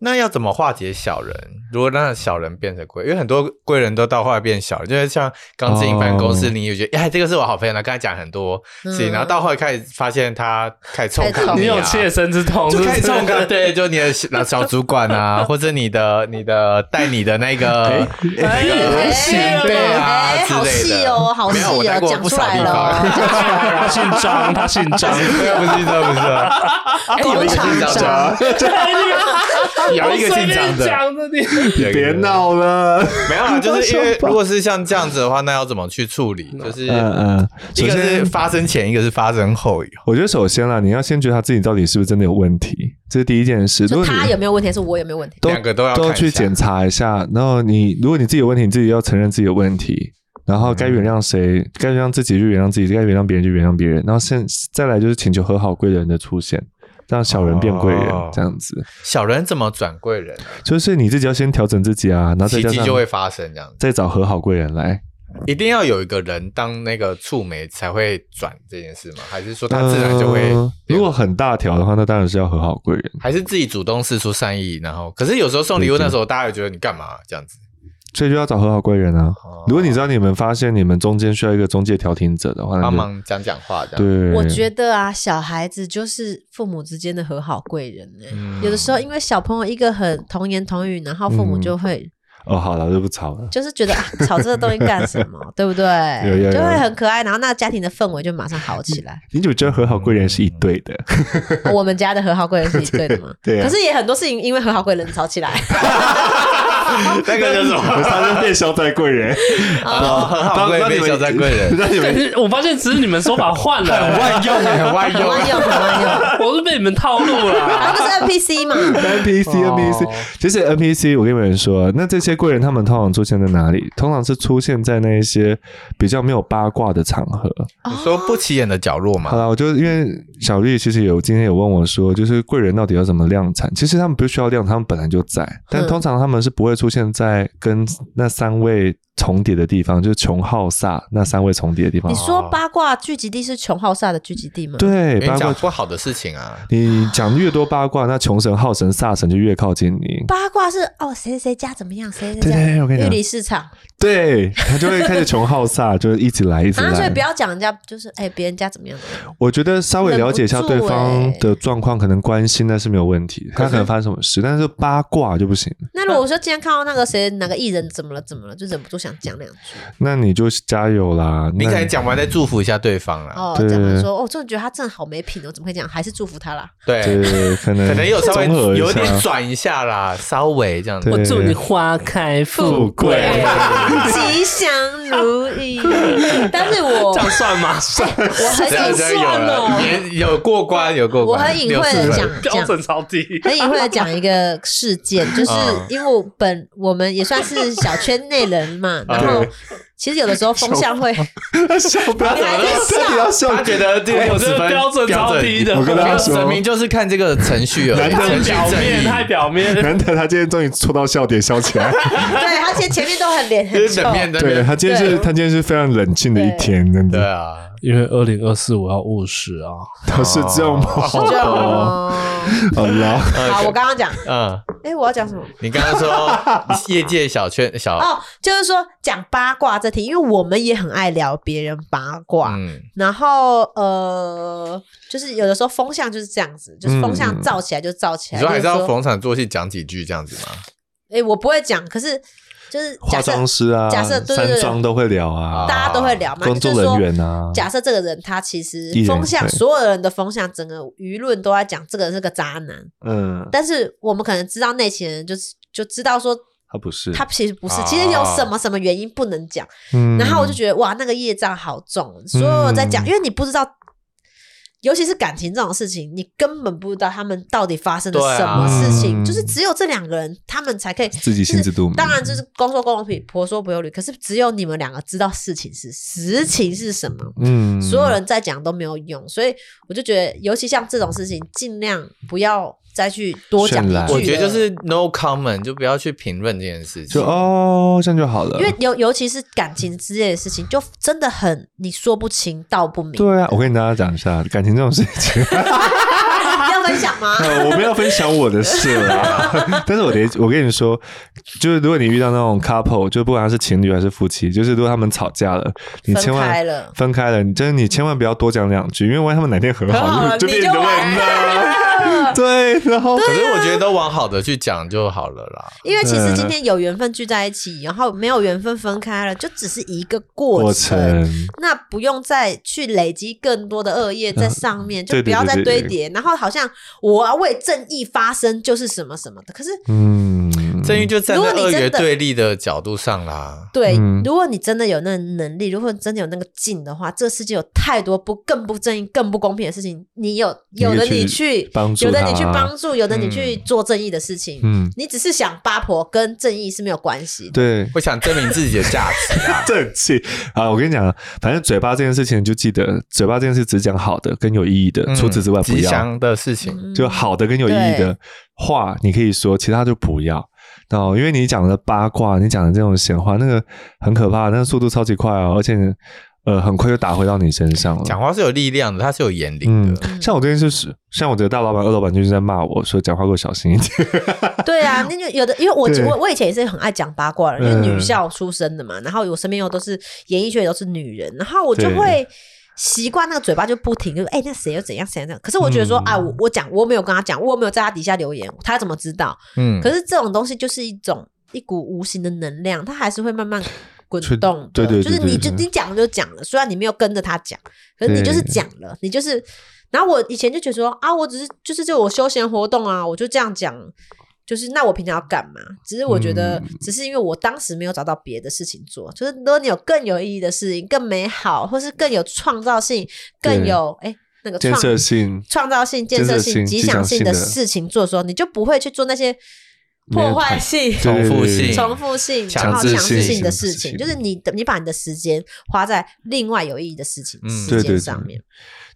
Speaker 3: 那要怎么化解小人？如果让小人变成贵，因为很多贵人都到后来变小人，就是像刚进办公室，
Speaker 2: 哦
Speaker 3: 你也觉得哎，这个是我好朋友，他跟他讲很多事情，
Speaker 1: 嗯
Speaker 3: 然后到后来开始发现他开始冲
Speaker 1: 开始
Speaker 3: 康，啊
Speaker 1: 冲
Speaker 4: 你有切身之痛，
Speaker 3: 就开始
Speaker 4: 是不是
Speaker 3: 冲 康，哦 对，就你的小小主管 啊，或者你的你的带你的那个
Speaker 4: 哎
Speaker 3: 那个
Speaker 4: 哎
Speaker 3: 前辈啊
Speaker 1: 哎
Speaker 3: 之类
Speaker 1: 好
Speaker 3: 的
Speaker 1: 细哦好
Speaker 3: 没有我
Speaker 1: 细哦
Speaker 3: 带过
Speaker 1: 讲
Speaker 3: 不
Speaker 1: 出
Speaker 3: 少
Speaker 1: 来
Speaker 3: 地
Speaker 1: 了
Speaker 3: 方
Speaker 1: 哦。
Speaker 4: 他姓张，他姓张。
Speaker 3: 没有，不是这不是这。
Speaker 2: 哎
Speaker 1: 狗
Speaker 3: 紧张
Speaker 1: 哦长，
Speaker 3: 有一个姓张的
Speaker 4: 讲的你，
Speaker 2: 别闹了，
Speaker 3: 没有啊，就是因为如果是像这样子的话，那要怎么去处理？就是
Speaker 2: 嗯嗯，
Speaker 3: 一
Speaker 2: 首
Speaker 3: 个是
Speaker 2: 先，
Speaker 3: 发生前，一个是发生后。
Speaker 2: 我觉得首先啦，你要先觉得他自己到底是不是真的有问题，这是第一件事。如
Speaker 1: 就
Speaker 2: 果你
Speaker 1: 他有没有问题，还是我有没有问题？
Speaker 2: 都
Speaker 3: 两个都要看一
Speaker 2: 都
Speaker 3: 下
Speaker 2: 去检查一下。然后你如果你自己有问题，你自己要承认自己有问题，然后
Speaker 3: 嗯
Speaker 2: 该原谅谁，该原谅自己就原谅自己，该原谅别人就原谅别人。然后现再来就是请求和好贵人的出现，让小人变贵人，
Speaker 3: 哦
Speaker 2: 这样子
Speaker 3: 小人怎么转贵人呢？啊
Speaker 2: 就是你自己要先调整自己啊，然后再
Speaker 3: 奇
Speaker 2: 加
Speaker 3: 迹
Speaker 2: 上
Speaker 3: 就会发生，这样子
Speaker 2: 再找和好贵人来。
Speaker 3: 一定要有一个人当那个触媒才会转这件事吗？还是说他自然就会变？
Speaker 2: 呃如果很大条的话，那当然是要和好贵人。
Speaker 3: 还是自己主动示出善意，然后可是有时候送礼物那时候，大家也觉得你干嘛这样子？
Speaker 2: 所以就要找和好贵人啊。
Speaker 3: 哦
Speaker 2: 如果你知道你们发现你们中间需要一个中介调停者的话，那就
Speaker 3: 帮忙讲讲话这样。，
Speaker 2: 嗯对，
Speaker 1: 我觉得啊，小孩子就是父母之间的和好贵人呢、
Speaker 3: 嗯
Speaker 1: 有的时候，因为小朋友一个很童言童语，然后父母
Speaker 2: 嗯
Speaker 1: 就会、
Speaker 2: 哦，好了，就不吵了。
Speaker 1: 就是觉得、啊、吵这个东西干什 么，对不对
Speaker 2: 有有？有
Speaker 1: 就会很可爱，然后那家庭的氛围就马上好起 来。哦
Speaker 2: 你怎么知道和好贵人是一对的？
Speaker 1: 我们家的和好贵人是一对的嘛，
Speaker 2: 对对啊
Speaker 1: 可是也很多事情因为和好贵人吵起 来。
Speaker 3: 嗯那个叫什么？
Speaker 2: 他就变消灾贵人，
Speaker 3: 很好贵人变消灾贵人，
Speaker 2: 那你
Speaker 4: 但
Speaker 2: 们
Speaker 4: 是我发现只是你们手法 换
Speaker 3: 很
Speaker 4: 了，
Speaker 3: 万用欸很万
Speaker 1: 很
Speaker 3: 用。
Speaker 1: 万用，很万用，
Speaker 4: 我是被你们套路
Speaker 1: 啊，那
Speaker 4: 了。
Speaker 1: 是 NPC 嘛，
Speaker 2: NPC NPC，其实 NPC 我跟你们说，那这些贵人他们通常出现在哪里？通常是出现在那一些比较没有八卦的场合。
Speaker 3: 你说不起眼的角落
Speaker 2: 好
Speaker 3: 嘛？
Speaker 2: 了，我就因为小绿其实有今天有问我说，就是贵人到底要怎么量产？其实他们不需要量产，他们本来就在，但
Speaker 1: 嗯
Speaker 2: 通常他们是不会出现在跟那三位重叠的地方，就是穷好煞那三位重叠的地方哦
Speaker 1: 你。说八卦聚集地是穷好煞的聚集地吗？
Speaker 2: 对，
Speaker 3: 因为
Speaker 2: 八卦，
Speaker 3: 讲不好的事情啊，
Speaker 2: 你讲越多八卦，那穷神、耗神、煞神就越靠近你。
Speaker 1: 八卦是哦，谁谁谁家怎么样，谁谁谁
Speaker 2: 对对对我
Speaker 1: 家
Speaker 2: 跟你
Speaker 1: 玉
Speaker 2: 讲
Speaker 1: 里市场
Speaker 2: 对他就会开始穷耗煞，就是一直来，一直
Speaker 1: 啊，所以不
Speaker 2: 来。
Speaker 1: 要讲人家就是哎别人家怎么样怎么样，
Speaker 2: 我觉得稍微了解一下对
Speaker 1: 欸
Speaker 2: 方的状况，可能关心那是没有问题。他可能发生什么事，但是八卦就不行。
Speaker 1: 那如果说今天看到那个谁哪个艺人怎么了怎么了，就忍不住想讲两句
Speaker 2: 那你就加油啦！
Speaker 3: 你
Speaker 2: 那
Speaker 3: 可能讲完再祝福一下对方啊啦。
Speaker 1: 哦，
Speaker 2: 啊对
Speaker 1: 讲完说哦，真的觉得他真的好没品哦，怎么会这样？还是祝福他啦。
Speaker 3: 对，
Speaker 2: 对，可能
Speaker 3: 可能有稍微
Speaker 2: 综合一
Speaker 3: 有
Speaker 2: 下
Speaker 3: 点转一下啦，稍微这样子
Speaker 2: 对
Speaker 4: 我祝你花开富
Speaker 2: 贵
Speaker 4: 贵，
Speaker 1: 吉祥如 意，但是我
Speaker 4: 这样算吗？算，
Speaker 1: 我很
Speaker 3: 这样这样
Speaker 4: 这样
Speaker 3: 有
Speaker 4: 算
Speaker 3: 了，
Speaker 4: 哦
Speaker 3: 也有过关，有过
Speaker 1: 我
Speaker 3: 关。
Speaker 1: 很隐晦
Speaker 3: 64
Speaker 1: 的
Speaker 3: 分
Speaker 1: 讲
Speaker 4: 标
Speaker 1: 讲，
Speaker 4: 准超 低。
Speaker 1: 很隐晦的讲一个事件，就是
Speaker 2: 啊
Speaker 3: 嗯
Speaker 1: 因为我本我们也算是小圈内人 嘛，然后其实有的时候风向会，
Speaker 2: 笑不要
Speaker 1: 你还在笑
Speaker 2: 到底要笑
Speaker 3: 他觉得这个
Speaker 4: 我
Speaker 3: 六
Speaker 4: 这
Speaker 3: 十
Speaker 4: 个
Speaker 3: 分
Speaker 4: 标准超低的，
Speaker 2: 我跟大家说
Speaker 3: 神明就是看这个程序而已，
Speaker 2: 难得
Speaker 3: 程序
Speaker 4: 表
Speaker 3: 正
Speaker 4: 面太
Speaker 3: 义。
Speaker 4: 表面，
Speaker 2: 难得他今天终于戳到笑点，笑起来。
Speaker 1: 对他前前面都很脸很
Speaker 3: 就是
Speaker 1: 臭，
Speaker 3: 冷面的
Speaker 2: 对他今天是，他今天是非常冷静的一天，真
Speaker 3: 对
Speaker 2: 的。
Speaker 3: 啊，
Speaker 4: 因为二零二四我要务实啊。
Speaker 2: 他是这样吗？
Speaker 1: 是这样吗？
Speaker 2: 好啦，
Speaker 1: 哦 好，我刚刚讲，
Speaker 3: 嗯，
Speaker 1: 哎，我要讲什么？
Speaker 3: 你刚 刚说业界小圈小，
Speaker 1: 哦，就是说讲八卦这题，因为我们也很爱聊别人八卦，
Speaker 3: 嗯，
Speaker 1: 然后呃，就是有的时候风向就是这样子，就是风向造起来就造起
Speaker 2: 嗯
Speaker 3: 你
Speaker 1: 来。
Speaker 3: 说还是
Speaker 1: 例
Speaker 3: 要
Speaker 1: 如说
Speaker 3: 逢场作戏讲几句这样子吗？
Speaker 1: 哎，我不会讲，可是就是
Speaker 2: 化
Speaker 1: 假设
Speaker 2: 妆师啊，
Speaker 1: 假设对对对
Speaker 2: 三庄都会聊啊，
Speaker 1: 大家都会聊嘛，
Speaker 2: 工
Speaker 1: 就
Speaker 2: 作
Speaker 1: 是说
Speaker 2: 人员啊，
Speaker 1: 假设这个人他其实
Speaker 2: 艺人
Speaker 1: 风向，
Speaker 2: 对
Speaker 1: 所有人的风向，整个舆论都在讲这个人是个渣男，
Speaker 2: 嗯，
Speaker 1: 但是我们可能知道内情的人就是就知道说
Speaker 2: 他不是
Speaker 1: 他，其实不是
Speaker 3: 啊，
Speaker 1: 其实有什么什么原因不能讲。
Speaker 2: 嗯
Speaker 1: 然后我就觉得哇，那个业障好重，所有在讲，
Speaker 2: 嗯
Speaker 1: 因为你不知道。尤其是感情这种事情，你根本不知道他们到底发生了
Speaker 3: 对啊
Speaker 1: 什么事情，
Speaker 2: 嗯
Speaker 1: 就是只有这两个人，他们才可以
Speaker 2: 自己心知肚明
Speaker 1: 就是当然，就是公说公有理，婆说婆有理。可是只有你们两个知道事情是实情是什么，
Speaker 2: 嗯
Speaker 1: 所有人在讲都没有用。所以我就觉得，尤其像这种事情，尽量不要再去多讲一
Speaker 2: 渲染
Speaker 1: 句。
Speaker 3: 我觉得就是 no comment，就不要去评论这件事情。
Speaker 2: 就哦，这样就好了。
Speaker 1: 因为尤尤其是感情之类的事情，就真的很你说不清道不明。
Speaker 2: 对啊，我跟大家讲一下，感情这种事情，啊
Speaker 1: 要分享吗？
Speaker 2: 呃我不要分享我的事啦。 但是我得，我跟你说，就是如果你遇到那种 couple，就不管他是情侣还是夫妻，就是如果他们吵架了， 你千
Speaker 1: 分开
Speaker 2: 万
Speaker 1: 了
Speaker 2: 分开了，你真的你千万不要多讲两句，因为万一他们哪天和
Speaker 1: 很
Speaker 2: 好，
Speaker 1: 好
Speaker 2: 就
Speaker 1: 你
Speaker 2: 变
Speaker 1: 就
Speaker 2: 你的问 题了。对，然后
Speaker 3: 可是我
Speaker 1: 啊
Speaker 3: 觉得都往好的去讲就好了啦。
Speaker 1: 因为其实今天有缘分聚在一起，然后没有缘分分开了，就只是一个
Speaker 2: 过
Speaker 1: 过程。
Speaker 2: 程
Speaker 1: 那不用再去累积更多的恶业在上面，就
Speaker 2: 对
Speaker 1: 不要再
Speaker 2: 对对
Speaker 1: 堆
Speaker 2: 对
Speaker 1: 叠。然后好像我要为正义发声，就是什么什么的。可是
Speaker 2: 嗯，
Speaker 3: 正义就站
Speaker 1: 如
Speaker 3: 在
Speaker 1: 果你
Speaker 3: 二元
Speaker 1: 真的
Speaker 3: 对立的角度上啦。
Speaker 1: 对，
Speaker 2: 嗯
Speaker 1: 如果你真的有那能力，如果你真的有那个劲的话，这世界有太多不更不正义、更不公平的事情，你有有的
Speaker 2: 你
Speaker 1: 你
Speaker 2: 去
Speaker 1: 去
Speaker 2: 帮助
Speaker 1: 有的你
Speaker 2: 他
Speaker 1: 去帮助，有的你
Speaker 3: 嗯
Speaker 1: 去做正义的事情。
Speaker 2: 嗯，
Speaker 1: 你只是想八婆跟正义是没有关系的。
Speaker 2: 对，，
Speaker 3: 会想证明自己的价值啊
Speaker 2: 正气啊！我跟你讲，反正嘴巴这件事情，你就记得嘴巴这件事只讲好的跟有意义的，
Speaker 3: 嗯
Speaker 2: 除此之外不
Speaker 3: 吉
Speaker 2: 要。
Speaker 3: 祥的事情。
Speaker 1: 嗯
Speaker 2: 就好的跟有意义的话，你可以说，其他就不要。哦，因为你讲的八卦，你讲的这种闲话，那个很可怕，那个速度超级快哦，而且呃，很快就打回到你身上了。
Speaker 3: 讲话是有力量的，它是有言灵
Speaker 2: 嗯
Speaker 3: 的。，
Speaker 2: 像我最近就是，像我的大老板、二老板就是在骂我说，讲话给我小心一点。
Speaker 1: 对啊，那就有的，因为我
Speaker 2: 对
Speaker 1: 我我以前也是很爱讲八卦的人，
Speaker 2: 嗯
Speaker 1: 因为女校出身的嘛，然后我身边又都是演艺圈也都是女人，然后我就
Speaker 2: 对
Speaker 1: 会习惯那个嘴巴就不停，就哎、那谁又怎样谁又怎样，可是我觉得说、
Speaker 2: 嗯
Speaker 1: 啊，我我讲我没有跟他讲，我没有在他底下留言，他怎么知道？
Speaker 3: 嗯，
Speaker 1: 可是这种东西就是一种一股无形的能量，它还是会慢 慢。滚
Speaker 2: 去
Speaker 1: 动的，
Speaker 2: 对对对
Speaker 1: 就是
Speaker 2: 对
Speaker 1: 你就
Speaker 2: 对
Speaker 1: 你讲了就讲了，虽然你没有跟着他讲，可是你就是
Speaker 2: 对
Speaker 1: 讲了，你就是。然后我以前就觉得说啊，我只是就是这我休闲活动啊，我就这样讲，就是那我平常要干嘛？只是我觉得，
Speaker 2: 嗯
Speaker 1: 只是因为我当时没有找到别的事情做，就是如果你有更有意义的事情、更美好，或是更有创造性、更
Speaker 2: 对
Speaker 1: 有哎那个
Speaker 2: 建
Speaker 1: 创
Speaker 2: 设性，
Speaker 1: 创造性、建设性、
Speaker 2: 建设性
Speaker 1: 吉祥性的
Speaker 2: 吉祥性的
Speaker 1: 事情做的时候，你就不会去做那些
Speaker 2: 没有
Speaker 1: 破坏性、
Speaker 2: 对对对
Speaker 3: 重复性
Speaker 2: 对
Speaker 1: 重复性、
Speaker 3: 强
Speaker 1: 然后
Speaker 3: 制
Speaker 1: 强制
Speaker 3: 性
Speaker 1: 性的
Speaker 2: 强制
Speaker 1: 事情，
Speaker 2: 性
Speaker 1: 就是你的你把你的时间花在另外有意义的事情、
Speaker 3: 嗯
Speaker 1: 时
Speaker 2: 对对
Speaker 1: 间
Speaker 2: 对
Speaker 1: 上面，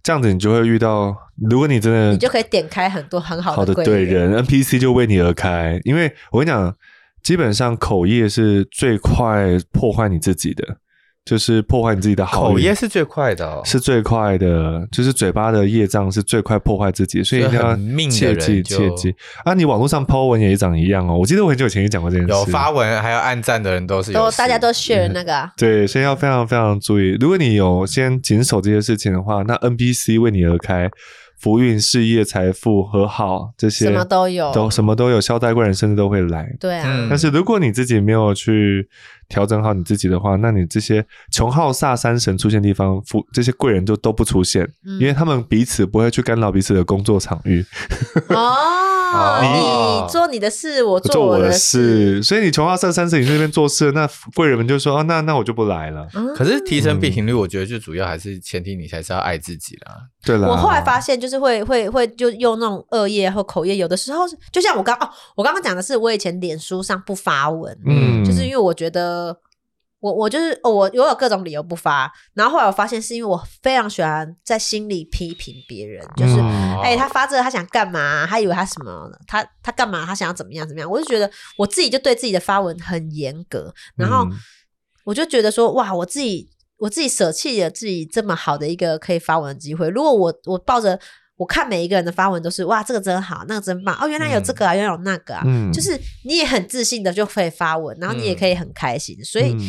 Speaker 2: 这样子你就会遇到，如果你真的
Speaker 1: 你就可以点开很多很
Speaker 2: 好
Speaker 1: 的
Speaker 2: 的
Speaker 1: 贵
Speaker 2: 对
Speaker 1: 人。
Speaker 2: 人，NPC 就为你而开。因为我跟你讲，基本上口业是最快破坏你自己的，就是破坏你自己的好运
Speaker 3: 口业是最快的哦，
Speaker 2: 是最快的，就是嘴巴的业障是最快破坏自己的，所以一定
Speaker 3: 所以
Speaker 2: 要
Speaker 3: 很命的
Speaker 2: 切
Speaker 3: 人
Speaker 2: 记
Speaker 3: 就
Speaker 2: 切记啊！你网络上 Po 文也长一样哦，我记得我很久以前也讲过这件事，
Speaker 3: 有发文还有按赞的人都是有
Speaker 1: 都
Speaker 3: 事
Speaker 1: 大家都 share 那个啊，
Speaker 2: 对，所以要非常非常注意。如果你有先谨守这些事情的话，那 NPC 为你而开，福运、事业、财富、和好这些
Speaker 1: 什么都有
Speaker 2: 都什么都有，消灾贵人甚至都会来。
Speaker 1: 对啊
Speaker 3: 嗯，
Speaker 2: 但是如果你自己没有去调整好你自己的话，那你这些穷耗煞三神出现地方，福这些贵人就都不出现，
Speaker 1: 嗯
Speaker 2: 因为他们彼此不会去干扰彼此的工作场域，
Speaker 1: 哦，
Speaker 3: 你哦
Speaker 1: 你做你的事，我
Speaker 2: 做
Speaker 1: 我
Speaker 2: 我的
Speaker 1: 事，
Speaker 2: 事。所以你穷耗煞三神，你去那边做事，那贵人们就说：“哦，那那我就不来了。
Speaker 1: 嗯
Speaker 3: 可是提升避频率，我觉得最主要还是前提你还是要爱自己啦。”
Speaker 2: 对啦，
Speaker 1: 我后来发现，就是会会会就用那种恶业或口业，有的时候是就像我刚哦，我刚刚讲的是，我以前脸书上不发文，
Speaker 2: 嗯，
Speaker 1: 就是因为我觉得我我就是、哦、我我有各种理由不发，然后后来我发现是因为我非常喜欢在心里批评别人，就是。
Speaker 2: 嗯
Speaker 1: 哎、他发这个他想干嘛？他以为他什么？他他干嘛？他想要怎么样怎么样？我就觉得我自己就对自己的发文很严格，然后
Speaker 2: 嗯
Speaker 1: 我就觉得说，哇，我自己我自己舍弃了自己这么好的一个可以发文的机会。如果我我抱着我看每一个人的发文都是哇，这个真好，那个真棒，哦，原来有这个啊，原来有那个啊，
Speaker 2: 嗯
Speaker 1: 就是你也很自信的就可以发文，然后你也可以很开心，所以
Speaker 2: 嗯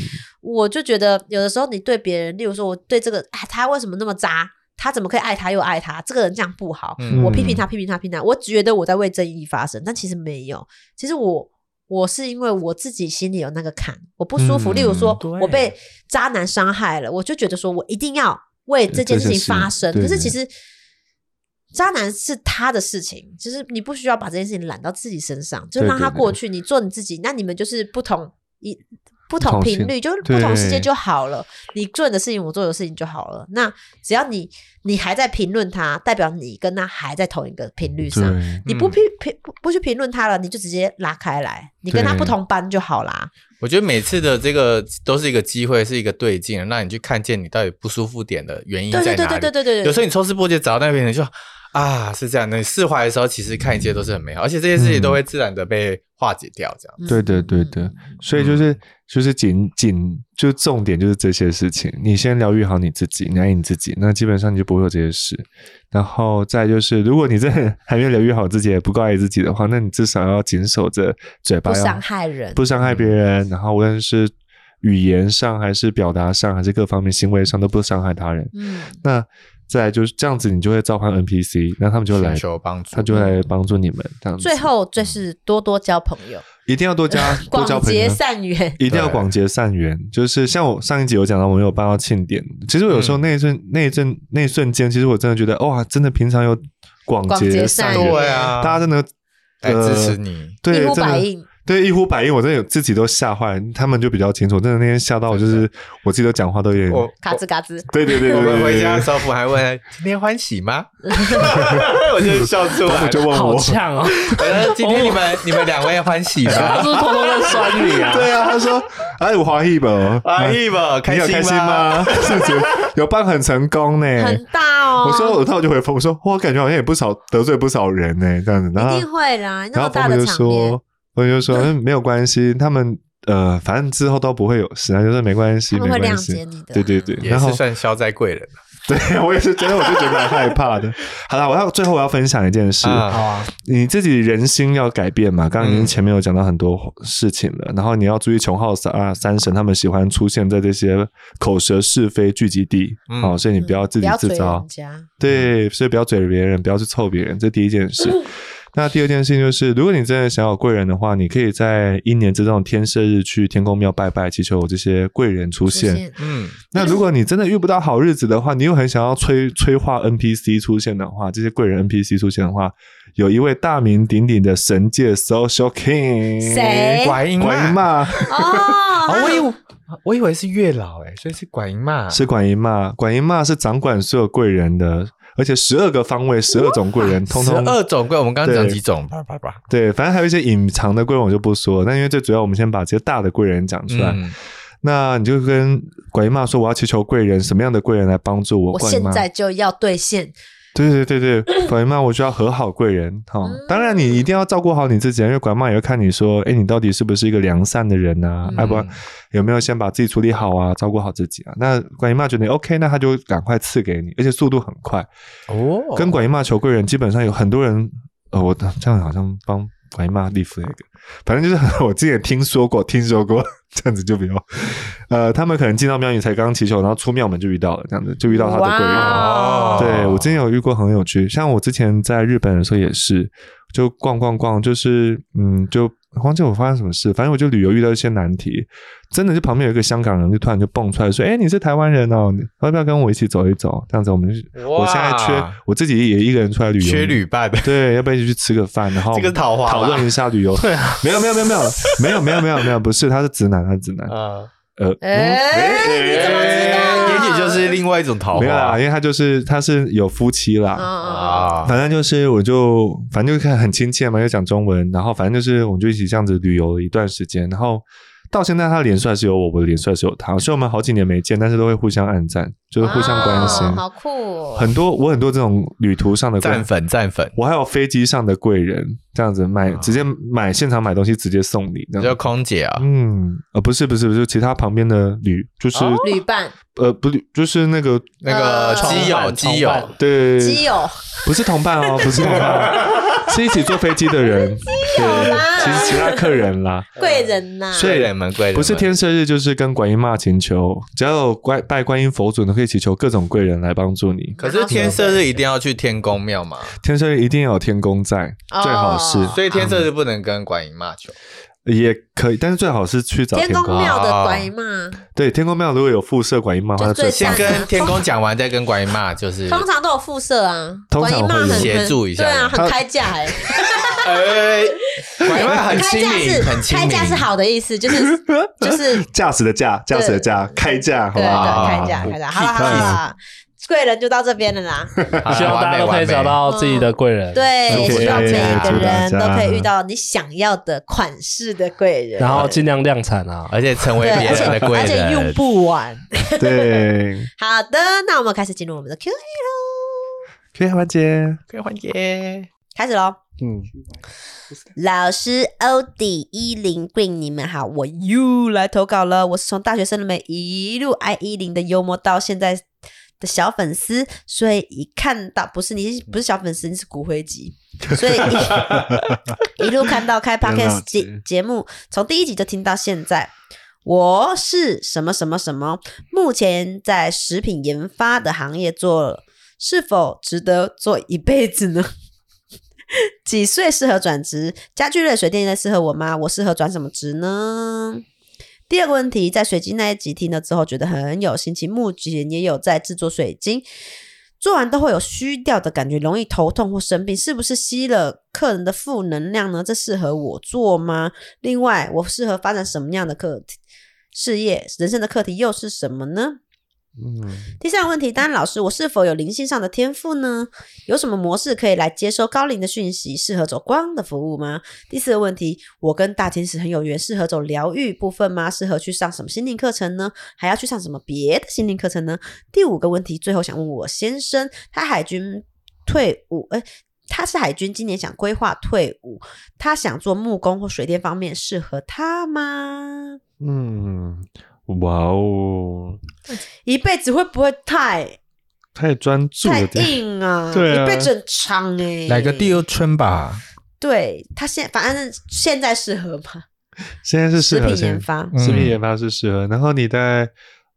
Speaker 1: 我就觉得有的时候你对别人，例如说我对这个，哎，他为什么那么渣？他怎么可以爱他又爱他？这个人这样不好，
Speaker 3: 嗯
Speaker 1: 我批评他，批评他，批评他。我觉得我在为正义发声，但其实没有。其实我我是因为我自己心里有那个坎，我不舒服。
Speaker 2: 嗯
Speaker 1: 例如说
Speaker 3: 对，
Speaker 1: 我被渣男伤害了，我就觉得说我一定要为这件事情发声。
Speaker 2: 这
Speaker 1: 可
Speaker 2: 件事
Speaker 1: 是其实。渣男是他的事情，就是你不需要把这件事情揽到自己身上，就
Speaker 2: 对
Speaker 1: 让他
Speaker 2: 对对
Speaker 1: 过去，你做你自己。那你们就是不同一不
Speaker 2: 同
Speaker 1: 同频
Speaker 2: 性
Speaker 1: 率，就是不同时
Speaker 2: 对
Speaker 1: 间就好了。你做你的事情，我做我的事情就好了。那只要你你还在评论他，代表你跟他还在同一个频率上。
Speaker 2: 对，
Speaker 1: 你
Speaker 4: 嗯
Speaker 1: 不评评不不去评论他了，你就直接拉开来，你跟他
Speaker 2: 对
Speaker 1: 不同班就好啦。
Speaker 3: 我觉得每次的这个都是一个机会，是一个对镜，让你去看见你到底不舒服点的原因
Speaker 1: 对
Speaker 3: 在
Speaker 1: 对
Speaker 3: 哪
Speaker 1: 对
Speaker 3: 里。
Speaker 1: 对对对对，
Speaker 3: 有时候你抽丝剥茧找到那边，你就啊，是这样的。你释怀的时候，其实看一切都是很美好，而且这些事情都会自然的被化解掉，这样。
Speaker 1: 嗯
Speaker 2: 对对对对，所以就是就是仅仅就重点就是这些事情，你先疗愈好你自己，你爱你自己，那基本上你就不会有这些事。然后再就是，如果你真的 还没有疗愈好自己，也不够爱自己的话，那你至少要紧守着嘴巴，
Speaker 1: 不
Speaker 2: 要
Speaker 1: 伤害人嗯
Speaker 2: 啊不伤害别人。然后无论是语言上，还是表达上，还是各方面行为上，都不伤害他人。
Speaker 1: 嗯，
Speaker 2: 那再来就是这样子，你就会召唤 NPC，那他们就来
Speaker 3: 寻，求帮助，
Speaker 2: 他就会来帮助你们。这样子
Speaker 1: 嗯最后就是多多交朋友，
Speaker 2: 一定要多加嗯多交
Speaker 1: 广
Speaker 2: 朋友
Speaker 1: 结。善缘。
Speaker 2: 一定要广结善缘，就是像我上一集有讲到，我们有办到庆典。其实我有
Speaker 3: 嗯
Speaker 2: 时候那一瞬、那一瞬、那一瞬间，其实我真的觉得，哇，真的平常有广
Speaker 1: 广
Speaker 2: 结
Speaker 1: 结
Speaker 2: 善
Speaker 1: 善
Speaker 2: 缘，
Speaker 1: 缘
Speaker 3: 对啊，
Speaker 2: 大家真的
Speaker 3: 来
Speaker 2: 呃
Speaker 3: 哎支持你，
Speaker 2: 对
Speaker 1: 一呼
Speaker 2: 真的
Speaker 1: 百应
Speaker 2: 对一呼百应，我真的有自己都吓坏，他们就比较清楚。真的那天吓到我，就
Speaker 3: 真
Speaker 2: 是我自己都讲话都有
Speaker 3: 我
Speaker 2: 点，
Speaker 1: 嘎吱嘎吱，
Speaker 2: 对对对
Speaker 3: 我
Speaker 2: 对对
Speaker 3: 们回家的
Speaker 2: 对
Speaker 3: 时候，父母还问今天欢喜吗？我就笑出来
Speaker 2: 对，
Speaker 3: 了。
Speaker 2: 就问
Speaker 4: 好
Speaker 2: 我，
Speaker 4: 呛哦！
Speaker 3: 我说今天你们你们两位欢喜
Speaker 4: 他
Speaker 3: 吗
Speaker 4: 是？不是偷偷在酸你 啊？
Speaker 2: 对啊，他说，哎，我华裔吧，
Speaker 3: 欢喜吧，
Speaker 2: 你有
Speaker 3: 心
Speaker 2: 开心？吗？ 是不是有办很成功呢？
Speaker 1: 很大哦。
Speaker 2: 我说，我那我就回复我说，哇我感觉好像也不少得罪不少人呢，这样子。然后
Speaker 1: 一定会啦，那
Speaker 2: 然
Speaker 1: 么
Speaker 2: 后
Speaker 1: 大
Speaker 2: 朋友
Speaker 1: 的
Speaker 2: 就
Speaker 1: 场面，
Speaker 2: 说，朋友就说嗯没有关系，他们呃反正之后都不会有事，他就说没关系，
Speaker 1: 他
Speaker 2: 没
Speaker 1: 们会谅
Speaker 2: 关
Speaker 1: 解
Speaker 2: 系。
Speaker 1: 你的。嗯
Speaker 2: 对对对，
Speaker 3: 也
Speaker 2: 然后
Speaker 3: 是算消灾贵人
Speaker 2: 对我也是觉得，我就觉得蛮害怕的。好了，我要最后我要分享一件事，
Speaker 4: 好
Speaker 3: 啊。
Speaker 4: 啊，
Speaker 2: 你自己人心要改变嘛。刚刚已经
Speaker 3: 嗯
Speaker 2: 前面有讲到很多事情了，然后你要注意穷浩三啊三神他们喜欢出现在这些口舌是非聚集地，
Speaker 3: 嗯
Speaker 2: 好、所以你不要自己
Speaker 1: 嗯
Speaker 2: 自招。
Speaker 1: 不要嘴人家
Speaker 2: 对，所以不要嘴别人，不要去凑别人，这第一 件事。那第二件事情就是，如果你真的想有贵人的话，你可以在一年之中的天赦日去天公庙拜拜，祈求有这些贵人出
Speaker 1: 出
Speaker 2: 现。
Speaker 1: 现
Speaker 3: 嗯，
Speaker 2: 那如果你真的遇不到好日子的话，你又很想要催催化 NPC 出现的话，这些贵人 NPC 出现的话，有一位大名鼎鼎的神界 Social King，
Speaker 1: 谁
Speaker 3: 管音
Speaker 2: 管姨妈
Speaker 1: 哦，
Speaker 3: 啊，我以为我以为是月老哎，所以是管音嘛。
Speaker 2: 是管姨妈，管姨妈是掌管所有贵人的，而且十二个方位、十二种贵人，通通
Speaker 3: 二种贵，我们刚刚讲
Speaker 2: 对
Speaker 3: 几种？叭叭叭，
Speaker 2: 对，反正还有一些隐藏的贵人我就不说了，但因为最主要，我们先把这些大的贵人讲出来。
Speaker 3: 嗯，
Speaker 2: 那你就跟管姨妈说，我要祈求贵人，什么样的贵人来帮助我？
Speaker 1: 我
Speaker 2: 管姨
Speaker 1: 现
Speaker 2: 妈，
Speaker 1: 在就要兑现，
Speaker 2: 对对对对，管姨妈，我需要和好贵人。哦，
Speaker 1: 嗯
Speaker 2: 当然你一定要照顾好你自己，因为管姨妈也会看你说，哎，你到底是不是一个良善的人啊？
Speaker 1: 嗯
Speaker 2: 要、不然有没有先把自己处理好啊，照顾好自己啊？那管姨妈觉得你 OK，那她就赶快赐给你，而且速度很快。
Speaker 3: 哦，
Speaker 2: 跟管姨妈求贵人，基本上有很多人，呃，我这样好像帮管姨妈立 flag，反正就是我之前听说过，听说过这样子就比较，呃，他们可能进到庙宇才刚祈求，然后出庙门就遇到了，这样子就遇到他的贵人。
Speaker 1: 哇
Speaker 3: 哦
Speaker 2: 对我之前有遇过很有趣，像我之前在日本的时候也是，就逛逛逛，就是嗯，就忘记我发生什么事，反正我就旅游遇到一些难题，真的就旁边有一个香港人就突然就蹦出来说：“哎、你是台湾人哦，你要不要跟我一起走一走？”这样子，我们就
Speaker 3: 哇
Speaker 2: 我现在缺我自己也一个人出来旅游，
Speaker 3: 缺旅伴，
Speaker 2: 对，要不要一起去吃个饭，然后
Speaker 3: 这个是桃花吧
Speaker 2: 讨论一下旅游？对啊，没有没有没有没有没有没有没有没有，不是，他是直男，他是直男，
Speaker 3: 啊，
Speaker 2: 呃，
Speaker 1: 哎，你怎么知道？
Speaker 3: 也许就是另外一种桃
Speaker 2: 没有啦，
Speaker 3: 花
Speaker 2: 因为他就是他是有夫妻啦，
Speaker 1: 啊，
Speaker 3: 啊。
Speaker 2: 反正就是，我就反正就看很亲切嘛，又讲中文，然后反正就是，我们就一起这样子旅游了一段时间，然后到现在他的脸书还是有我，我的脸书还是有他，所以我们好几年没见，但是都会互相暗赞，就是互相关心。
Speaker 1: 好酷哦！
Speaker 2: 很多我很多这种旅途上的关
Speaker 3: 战粉战粉，
Speaker 2: 我还有飞机上的贵人，这样子买
Speaker 3: 啊
Speaker 2: 直接买现场买东西直接送你，这
Speaker 3: 你
Speaker 2: 样
Speaker 3: 叫
Speaker 2: 子。
Speaker 3: 空姐啊？
Speaker 2: 嗯，呃，不是不是不是，其他旁边的旅就是、
Speaker 3: 哦
Speaker 1: 旅伴、
Speaker 2: 呃不旅就是那个
Speaker 3: 那个
Speaker 1: 呃
Speaker 3: 基友
Speaker 4: 同伴
Speaker 3: 基
Speaker 4: 同
Speaker 3: 友
Speaker 4: 伴
Speaker 2: 对
Speaker 1: 基友，
Speaker 2: 不是同伴哦， 不是同 伴，是一起坐飞机的人，对，
Speaker 1: 啦嗯
Speaker 2: 其实其他客人啦，
Speaker 1: 贵人呐，
Speaker 2: 所以
Speaker 3: 贵人们贵人
Speaker 2: 不
Speaker 3: 们，
Speaker 2: 是天赦日就是跟观音妈请求，只要有观拜观音佛祖，你可以祈求各种贵人来帮助
Speaker 1: 嗯
Speaker 2: 你。
Speaker 3: 可是天赦日一定要去天公庙嘛，
Speaker 2: 天赦日一定要有天公在，
Speaker 1: 哦
Speaker 2: 最好是
Speaker 3: 所以天赦日不能跟管姨妈求。
Speaker 2: 也可以，但是最好是去找
Speaker 1: 天
Speaker 2: 天
Speaker 1: 宫
Speaker 2: 公。啊
Speaker 1: 庙的管姨妈，
Speaker 2: 对，天公庙如果有附设观音妈，
Speaker 1: 就
Speaker 2: 那
Speaker 1: 最
Speaker 2: 最
Speaker 3: 先
Speaker 2: 好
Speaker 1: 赞。
Speaker 3: 跟天公讲完，再跟管姨妈，就是
Speaker 1: 通常都有附设啊，
Speaker 2: 通
Speaker 1: 管
Speaker 2: 常
Speaker 1: 姨
Speaker 2: 会有
Speaker 1: 妈很
Speaker 3: 协助一下
Speaker 1: 对啊，
Speaker 2: 他
Speaker 1: 很开价哎，
Speaker 3: 哎，管姨妈很
Speaker 1: 开
Speaker 3: 亲
Speaker 1: 价
Speaker 3: 民，很
Speaker 1: 是
Speaker 3: 亲民，
Speaker 1: 开价是好的意思，就是就是
Speaker 2: 驾驶的驾，驾驶的驾，开价，好
Speaker 1: 对对，
Speaker 2: 吧？
Speaker 1: 开价开价，好了好了好了，贵人就到这边了啦。
Speaker 3: 好啦
Speaker 4: 希望大家都可以找。到自己的贵人，
Speaker 1: 嗯对，
Speaker 2: OK，
Speaker 1: 希望每
Speaker 2: 祝
Speaker 1: 个
Speaker 2: 大
Speaker 1: 人
Speaker 2: 家
Speaker 1: 都可以遇到你想要的款式的贵人，
Speaker 4: 然后尽量量产啊。
Speaker 3: 完美完美而且成为
Speaker 1: 对，
Speaker 3: 别
Speaker 1: 而且
Speaker 3: 人的贵
Speaker 1: 而且用
Speaker 3: 人。
Speaker 1: 不完。
Speaker 2: 对，
Speaker 1: 好的，那我们开始进入我们的 Q&A 喽。
Speaker 2: 可以环节，
Speaker 3: 可以环节，
Speaker 1: 开始喽。
Speaker 2: 嗯，
Speaker 1: 老师欧迪一零 Green，你们好，我又来投稿了。我是从大学生们一路爱一零的幽默到现在的小粉丝，所以一看到不是你不是小粉丝，你是骨灰级，所以一一路看到开 podcast 节节目，从第一集就听到现在。我是什么什么什么，目前在食品研发的行业做，是否值得做一辈子呢？ 几岁适合转职？家具类、水电类适合我吗？我适合转什么职呢？第二个问题，在水晶那一集听了之后，觉得很有心情。目前也有在制作水晶，做完都会有虚掉的感觉，容易头痛或生病，是不是吸了客人的负能量呢？这适合我做吗？另外，我适合发展什么样的课题、事业、人生的课题又是什么呢？
Speaker 2: 嗯，
Speaker 1: 第三个问题，当然老师，我是否有灵性上的天赋呢？有什么模式可以来接收高龄的讯息？适合走光的服务吗？第四个问题，我跟大天使很有缘，适合走疗愈部分吗？适合去上什么心灵课程呢？还要去上什么别的心灵课程呢？第五个问题，最后想问我先生，他海军退伍，哎、他是海军，今年想规划退伍，他想做木工或水电方面，适合他吗？
Speaker 2: 嗯，哇哦，
Speaker 1: 一辈子会不会太
Speaker 2: 太专注
Speaker 1: 太
Speaker 2: 了点，
Speaker 1: 硬啊，
Speaker 2: 对啊
Speaker 1: 一辈子很长哎、欸，
Speaker 3: 来个第二春吧。
Speaker 1: 对他现反正现在适合吧，
Speaker 2: 现在是适
Speaker 1: 食
Speaker 2: 合
Speaker 1: 品
Speaker 2: 先
Speaker 1: 研发，
Speaker 3: 嗯
Speaker 2: 食品研发是适合。然后你在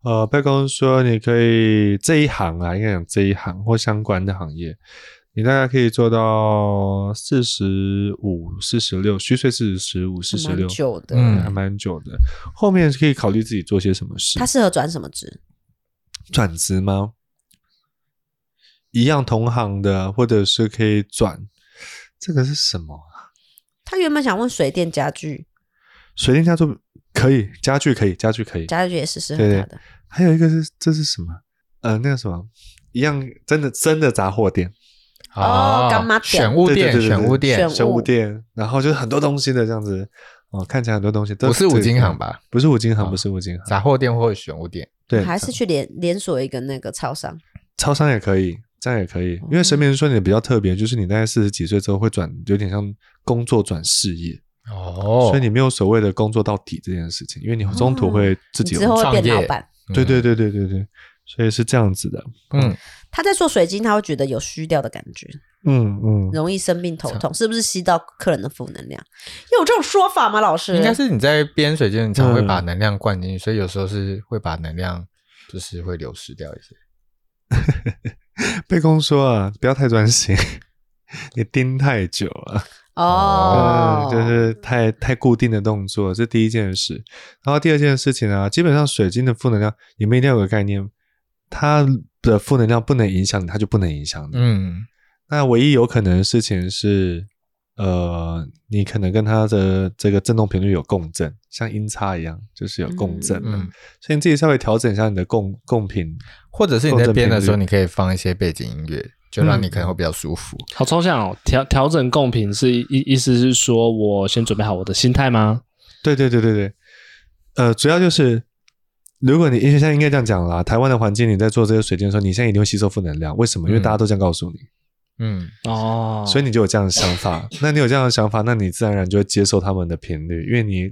Speaker 2: 呃办公室说你可以这一行啊，应该讲这一行或相关的行业，你大概可以做到四十五、四十六，虚岁四十五、四十
Speaker 1: 蛮
Speaker 2: 六，
Speaker 1: 久的。
Speaker 3: 嗯
Speaker 2: 还蛮久的。后面可以考虑自己做些什么事
Speaker 1: 他。适合转什么职？
Speaker 2: 转职吗？一样同行的，或者是可以转，这个是什么啊？
Speaker 1: 他原本想问水电家具，
Speaker 2: 水电家做可以，家具可以，家具可以，
Speaker 1: 家具也是适合
Speaker 2: 对对
Speaker 1: 他的。
Speaker 2: 还有一个是这是什么？呃，那个什么，一样真的真的杂货店、
Speaker 1: 哦干妈店
Speaker 3: 选物
Speaker 2: 对对
Speaker 3: 店，
Speaker 2: 对对
Speaker 3: 选物
Speaker 2: 对
Speaker 3: 店
Speaker 1: 选，
Speaker 2: 小物店，然后就是很多东西的这样子。哦，看起来很多东西都
Speaker 3: 不是
Speaker 2: 这
Speaker 3: 五
Speaker 2: 个
Speaker 3: 金行吧？
Speaker 2: 不是五金行，
Speaker 3: 哦
Speaker 2: 不是五金行，
Speaker 3: 杂货店或者选物店。
Speaker 2: 对，
Speaker 1: 还是去连连锁一个那个超商，
Speaker 2: 超商也可以，这样也可以。
Speaker 1: 哦
Speaker 2: 因为神明说你比较特别，就是你大概四十几岁之后会转，有点像工作转事业，
Speaker 3: 哦
Speaker 2: 所以你没有所谓的工作到底这件事情，因为你中途
Speaker 3: 哦
Speaker 2: 会自己
Speaker 1: 你之后会
Speaker 3: 创业
Speaker 1: 变老板。
Speaker 2: 嗯对对对对对对，所以是这样子的。
Speaker 3: 嗯，
Speaker 1: 他在做水晶，他会觉得有虚掉的感觉，
Speaker 2: 嗯啊嗯，
Speaker 1: 容易生病头痛，是不是吸到客人的负能量？有这种说法吗？老师，
Speaker 3: 应该是你在边水间，你常会把能量灌进去，所以有时候是会把能量就是会流失掉一些。
Speaker 2: 被公说啊，不要太专心， 你盯太久了。
Speaker 1: 哦，
Speaker 2: 嗯，就是太太固定的动作，这第一件事。然后第二件事情呢、基本上水晶的负能量，你们一定要有个概念，它的负能量不能影响你，它就不能影响你。
Speaker 3: 嗯，
Speaker 2: 那唯一有可能的事情是，呃，你可能跟它的这个振动频率有共振，像音叉一样，就是有共振了。
Speaker 3: 嗯
Speaker 2: 所以你自己稍微调整一下你的共共频。
Speaker 3: 或者是你在编的时候，
Speaker 2: 共振频率
Speaker 3: 你可以放一些背景音乐，就让你可能会比较舒服。
Speaker 4: 好抽象哦。调调整贡品是意意思是说我先准备好我的心态吗？
Speaker 2: 对对对对对，呃，主要就是，如果你因为现在应该这样讲啦，台湾的环境你在做这些水晶的时候，你现在一定会吸收负能量，为什么？因为
Speaker 3: 嗯
Speaker 2: 大家都这样告诉你，
Speaker 3: 嗯，
Speaker 4: 哦，
Speaker 2: 所以你就有这样的想 法。那你有这样的想法，那你自然而然就会接受他们的频率，因为你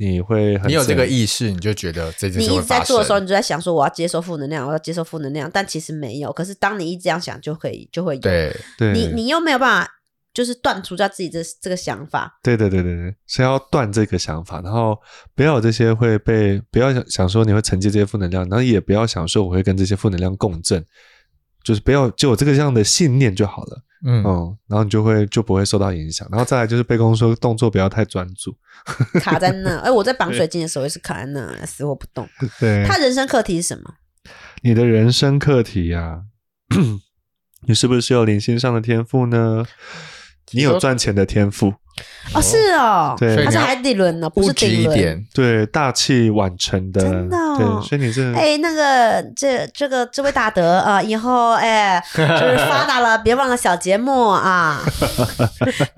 Speaker 2: 你会很
Speaker 3: 你有这个
Speaker 2: 自然
Speaker 3: 意识，你就觉得这件
Speaker 1: 你
Speaker 3: 事
Speaker 1: 一
Speaker 3: 会
Speaker 1: 直在
Speaker 3: 发生
Speaker 1: 做的时候，。你就在想说我要接受负能量，我要接受负能量，但其实没有。可是当你一直这样想，就可以就会有。
Speaker 3: 对，嗯
Speaker 2: 对
Speaker 1: 你你又没有办法，就是断除掉自己这这个想法。
Speaker 2: 对对对对对，所以要断这个想法，然后不要有这些会被不要想想说你会承接这些负能量，然后也不要想说我会跟这些负能量共振，就是不要就有这个这样的信念就好了。
Speaker 3: 嗯，
Speaker 2: 嗯，然后你就会就不会受到影响。然后再来就是被公说动作不要太专注，
Speaker 1: 卡在那，哎，我在绑水晶的时候也是卡在那，死活不动。
Speaker 2: 对
Speaker 1: 他人生课题是什么？
Speaker 2: 你的人生课题呀、 你是不是有灵性上的天赋呢？你有赚钱的天赋，
Speaker 1: 哦，是哦，
Speaker 2: 对
Speaker 3: 所以
Speaker 1: 他
Speaker 3: 你
Speaker 1: 是
Speaker 3: 要
Speaker 1: 海底轮哦，不
Speaker 3: 物
Speaker 1: 是
Speaker 3: 质
Speaker 1: 顶
Speaker 3: 一
Speaker 1: 轮。
Speaker 3: 点，
Speaker 2: 对，大器晚成的，
Speaker 1: 真的哦
Speaker 2: 对，所以你
Speaker 3: 嗯
Speaker 2: 这
Speaker 1: 哎，那个这这个这位大德啊，以后 哎就是发达了，别忘了小节目啊，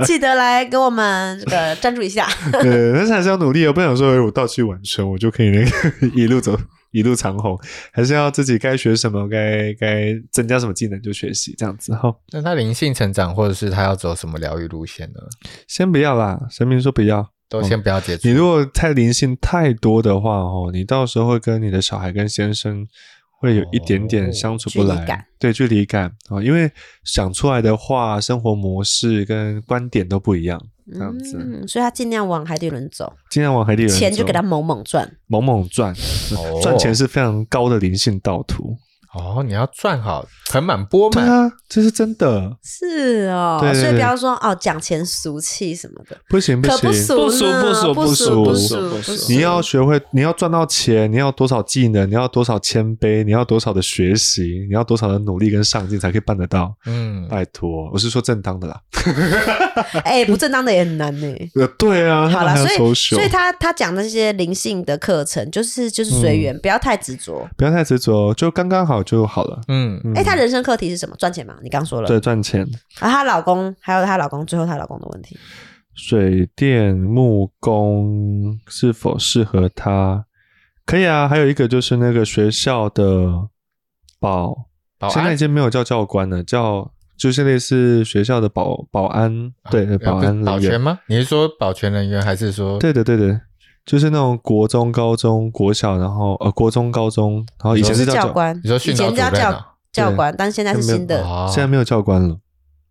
Speaker 1: 记得来给我们这个赞助一下。
Speaker 2: 对，但是还是要努力哦，不想说哎我大器晚成，我就可以那个 一路走一路长虹，还是要自己该学什么，该该增加什么技能就学习这样子哈。
Speaker 3: 那他灵性成长，或者是他要走什么疗愈路线呢？
Speaker 2: 先不要啦，神明说不要。
Speaker 3: 都先不要接触。
Speaker 2: 哦你如果太灵性太多的话，哦，你到时候会跟你的小孩跟先生会有一点点相处不来，
Speaker 1: 距离感
Speaker 2: 对距离感哦，因为想出来的话，生活模式跟观点都不一样，这样子。
Speaker 1: 嗯，所以他尽量往海底轮走，
Speaker 2: 尽量往海底轮
Speaker 1: 钱就
Speaker 2: 走
Speaker 1: 给他猛猛赚。
Speaker 2: 猛猛赚，
Speaker 3: 哦
Speaker 2: 赚钱是非常高的灵性道途。
Speaker 3: 哦，你要赚好盆满钵
Speaker 2: 对
Speaker 3: 满，
Speaker 2: 啊，这是真的，
Speaker 1: 是哦，
Speaker 2: 对对
Speaker 1: 所以不
Speaker 2: 对
Speaker 1: 要说哦讲钱俗气什么的，
Speaker 2: 不行
Speaker 1: 可
Speaker 2: 行，
Speaker 1: 俗
Speaker 4: 不俗
Speaker 1: 呢
Speaker 4: 不俗
Speaker 1: 不
Speaker 4: 不
Speaker 1: 俗不
Speaker 2: 俗
Speaker 1: 俗
Speaker 4: 不
Speaker 1: 不
Speaker 4: 俗
Speaker 1: 俗
Speaker 2: 你要学会，你要赚到钱，你要多少技能，你要多少谦卑，你要多少的学习，你要多少的努力跟上进才可以办得到。
Speaker 3: 嗯，
Speaker 2: 拜托，我是说正当的啦。
Speaker 1: 哎，不正当的也很难 呢。
Speaker 2: 呃，对啊，
Speaker 1: 好
Speaker 2: 啦
Speaker 1: 啦，，所以所以他他讲的这些灵性的课程，就是就是
Speaker 2: 嗯
Speaker 1: 随缘，不要太执着。
Speaker 2: 不要太执着，就刚刚好就好了。
Speaker 3: 嗯，
Speaker 2: 嗯
Speaker 1: 哎，她人生课题是什么？赚钱嘛，你刚说了。
Speaker 2: 对赚钱，
Speaker 1: 啊，她老公还有她老公，最后她老公的问题。
Speaker 2: 水电木工是否适合他？可以啊，还有一个就是那个学校的保，
Speaker 3: 保
Speaker 2: 现在
Speaker 3: 安
Speaker 2: 已经没有叫教官了，叫就是类似学校的保保安，对
Speaker 3: 呃
Speaker 2: 保
Speaker 3: 不是
Speaker 2: 安
Speaker 3: 保
Speaker 2: 人员
Speaker 3: 全吗？你是说保全人员，还是说
Speaker 2: 对的，对的，就是那种国中、高中、国小，然后呃，国中、高中，然后以前
Speaker 1: 是
Speaker 2: 是叫
Speaker 1: 教，官，
Speaker 3: 你说
Speaker 1: 以
Speaker 3: 训导
Speaker 1: 前
Speaker 3: 主
Speaker 1: 叫
Speaker 3: 任
Speaker 1: 教
Speaker 3: 啊
Speaker 1: 教官，但现在是
Speaker 2: 没有
Speaker 1: 新的
Speaker 3: 哦
Speaker 2: 现在没有教官了，
Speaker 1: 哦，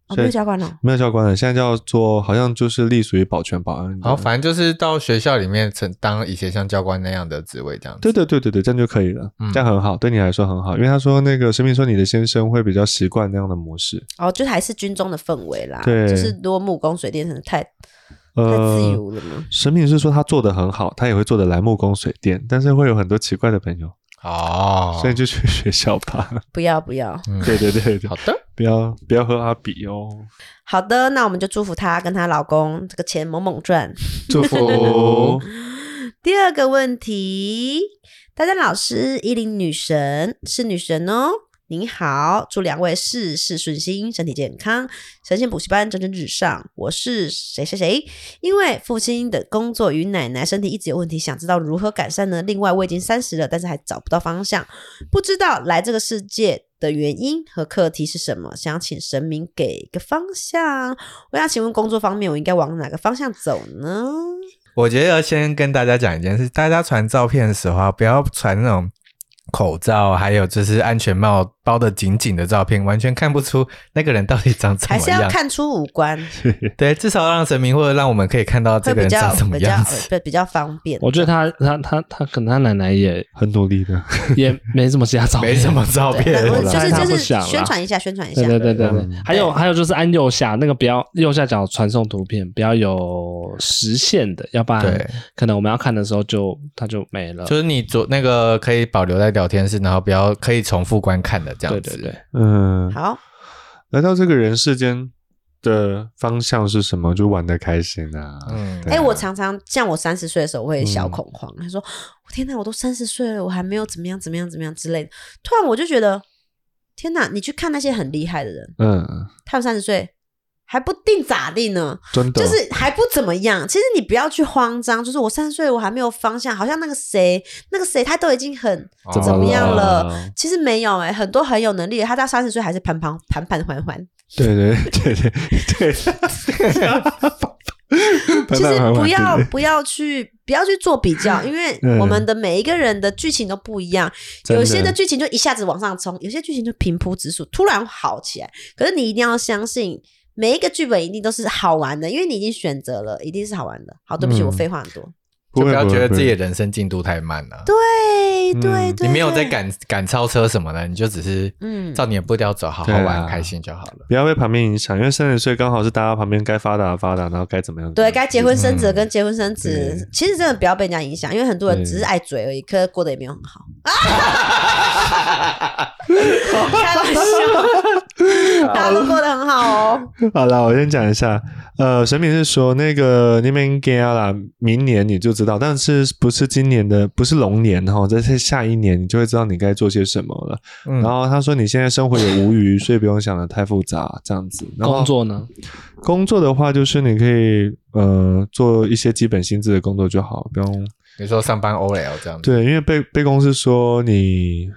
Speaker 2: 所
Speaker 1: 没
Speaker 2: 以
Speaker 1: 有教官了。
Speaker 2: 没有教官了，现在叫做好像就是隶属于保全保安的。
Speaker 3: 好，反正就是到学校里面成当以前像教官那样的职位这样子。
Speaker 2: 对对对对对，这样就可以了，
Speaker 3: 嗯
Speaker 2: 这样很好，对你来说很好，因为他说那个生命说你的先生会比较习惯那样的模式，
Speaker 1: 哦，就还是军中的氛围啦，
Speaker 2: 对
Speaker 1: 就是如果木工水电真的太太自
Speaker 2: 呃。
Speaker 1: 由了嘛。
Speaker 2: 神明是说他做的很好，他也会做的来木工水电，但是会有很多奇怪的朋友，
Speaker 3: 哦，
Speaker 2: 所以就去学校吧。
Speaker 1: 不要不要，
Speaker 3: 嗯
Speaker 2: 对对对对
Speaker 3: 好， 的，
Speaker 2: 不要不要和阿比哦，
Speaker 1: 好的，那我们就祝福她跟她老公这个钱猛猛赚。
Speaker 2: 祝
Speaker 1: 哦
Speaker 2: 福
Speaker 1: 第二个问题，大家老师依林女神是女神哦。您好，祝两位事事顺心，身体健康，神仙补习班蒸蒸日上。我是谁谁谁，因为父亲的工作与奶奶身体一直有问题，想知道如何改善呢？另外，我已经三十了，但是还找不到方向，不知道来这个世界的原因和课题是什么，想请神明给个方向。我想请问工作方面，我应该往哪个方向走呢？
Speaker 3: 我觉得要先跟大家讲一件事，大家传照片的时候啊，不要传那种口罩，还有就是安全帽包的紧紧的照片，完全看不出那个人到底长 怎
Speaker 1: 还
Speaker 3: 么
Speaker 1: 是要
Speaker 3: 样。
Speaker 1: 看出五官。
Speaker 3: 对，至少让神明或者让我们可以看到
Speaker 1: 会
Speaker 3: 这个
Speaker 1: 比
Speaker 3: 人
Speaker 1: 较
Speaker 3: 长什么
Speaker 1: 比较
Speaker 3: 样
Speaker 1: 呃
Speaker 3: 子。
Speaker 1: 对比较方便。
Speaker 4: 我觉得他他他他可能他奶奶也
Speaker 2: 很努力的。
Speaker 4: 也没怎么加照片，
Speaker 3: 没什么照
Speaker 1: 对
Speaker 3: 片
Speaker 1: 但，我
Speaker 4: 啦
Speaker 1: 就是
Speaker 4: 但他
Speaker 1: 就
Speaker 4: 不
Speaker 1: 是
Speaker 4: 想啦
Speaker 1: 宣传一下，宣传一下。
Speaker 4: 对对对对对
Speaker 2: 嗯，
Speaker 4: 还有还有就是按右下那个不要右下角传送图片，不要有实线的，要不然
Speaker 3: 对，
Speaker 4: 可能我们要看的时候就它就没了。
Speaker 3: 就是你左那个可以保留在聊天室，然后不要可以重复观看的这
Speaker 4: 对
Speaker 3: 样
Speaker 4: 对
Speaker 3: 子。
Speaker 4: 对，
Speaker 2: 嗯，
Speaker 1: 好，
Speaker 2: 来到这个人世间的方向是什么？就玩的开心啊！
Speaker 3: 嗯，
Speaker 1: 哎、我常常像我三十岁的时候，我会小
Speaker 4: 嗯
Speaker 1: 恐慌，他、说：“我天哪，我都三十岁了，我还没有怎么样怎么样怎么样之类的。”突然我就觉得，天哪！你去看那些很厉害的人，
Speaker 2: 嗯，
Speaker 1: 他们三十岁还不定咋地呢，
Speaker 2: 真
Speaker 4: 啊
Speaker 2: 的，
Speaker 1: 就是还不怎么样。其实你不要去慌张，就是我三十岁我还没有方向，好像那个谁那个谁他都已经很
Speaker 3: 怎
Speaker 1: 怎么样了？
Speaker 2: 哦
Speaker 1: 其实没有哎、很多很有能力的，他到三十岁还是盘盘盘盘环环，
Speaker 2: 对对对对对，
Speaker 1: 其实不要
Speaker 2: 对对
Speaker 1: 不要去不要去做比 较，因为
Speaker 2: 嗯
Speaker 1: 我们的每一个人的剧情都不一样，
Speaker 2: 真的
Speaker 1: 有些的剧情就一下子往上冲，有些剧情就平铺直述，突然好起来。可是你一定要相信，每一个剧本一定都是好玩的，因为你已经选择了，一定是好玩的。好，对不起，
Speaker 2: 嗯
Speaker 1: 我废话很多。
Speaker 2: 不
Speaker 3: 就不
Speaker 2: 会
Speaker 3: 要觉得自己的
Speaker 2: 不会
Speaker 3: 人生进度太慢了。
Speaker 1: 对
Speaker 2: 嗯
Speaker 1: 对对，
Speaker 3: 你没有在
Speaker 1: 对，
Speaker 3: 赶赶超车什么的，你就只是
Speaker 1: 嗯
Speaker 3: 照你的步调走，好好
Speaker 2: 对
Speaker 3: 玩、
Speaker 2: 啊
Speaker 3: 开心就好了。
Speaker 2: 不要被旁边影响，因为三十岁刚好是大家旁边该发达的发达，然后该怎么样？
Speaker 1: 对该结婚生子的
Speaker 3: 嗯
Speaker 1: 跟结婚生
Speaker 2: 对
Speaker 1: 子，其实真的不要被人家影响，因为很多人
Speaker 2: 对
Speaker 1: 只是爱嘴而已，可是过得也没有很好。开玩笑， 大家都过得很好哦。
Speaker 2: 好了，我先讲一下，呃，神明是说那个你们给啊啦，明年你就知道，但是不是今年的，不是龙年哈，这是下一年你就会知道你该做些什么了。
Speaker 3: 嗯
Speaker 2: 然后他说你现在生活也无余，所以不用想的太复杂，这样子。然后
Speaker 4: 工作呢？
Speaker 2: 工作的话，就是你可以呃做一些基本薪资的工作就好，不用
Speaker 3: 你说上班 OL 这样子，
Speaker 2: 对，因为被被公司说你，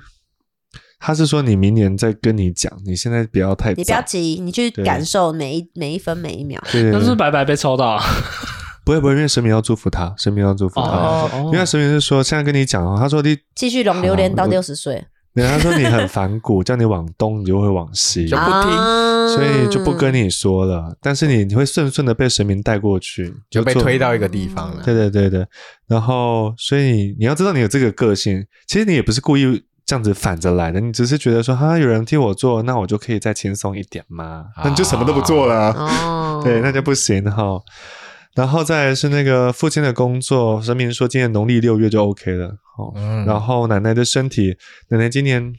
Speaker 2: 他是说你明年再跟你讲，你现在不要太
Speaker 1: 你不要
Speaker 2: 早
Speaker 1: 急，你去
Speaker 2: 对
Speaker 1: 感受每一每一分每一秒。
Speaker 2: 对，
Speaker 4: 那是白白被抽到。
Speaker 2: 不会不会，因为神明要祝福他，神明要祝福他。
Speaker 4: 哦哦
Speaker 2: 因为神明是说，现在跟你讲哦，他说你，
Speaker 1: 继续龙榴莲到六十岁，
Speaker 2: 人家说你很反骨，叫你往东，你就会往西，
Speaker 3: 就不听
Speaker 1: 啊
Speaker 2: 所以就不跟你说了。但是你你会顺顺的被神明带过去，
Speaker 3: 就被
Speaker 2: 做
Speaker 3: 推到一个地方了。
Speaker 2: 对对对对，然后所以你要知道你有这个个性，其实你也不是故意这样子反着来的，你只是觉得说哈有人替我做，那我就可以再轻松一点嘛，那你就什么都不做了啊，
Speaker 1: 哦
Speaker 2: 对，那就不行哈。然后再来是那个父亲的工作，神明说今年农历六月就 OK 了，哦，
Speaker 3: 嗯
Speaker 2: 然后奶奶的身体，奶奶今年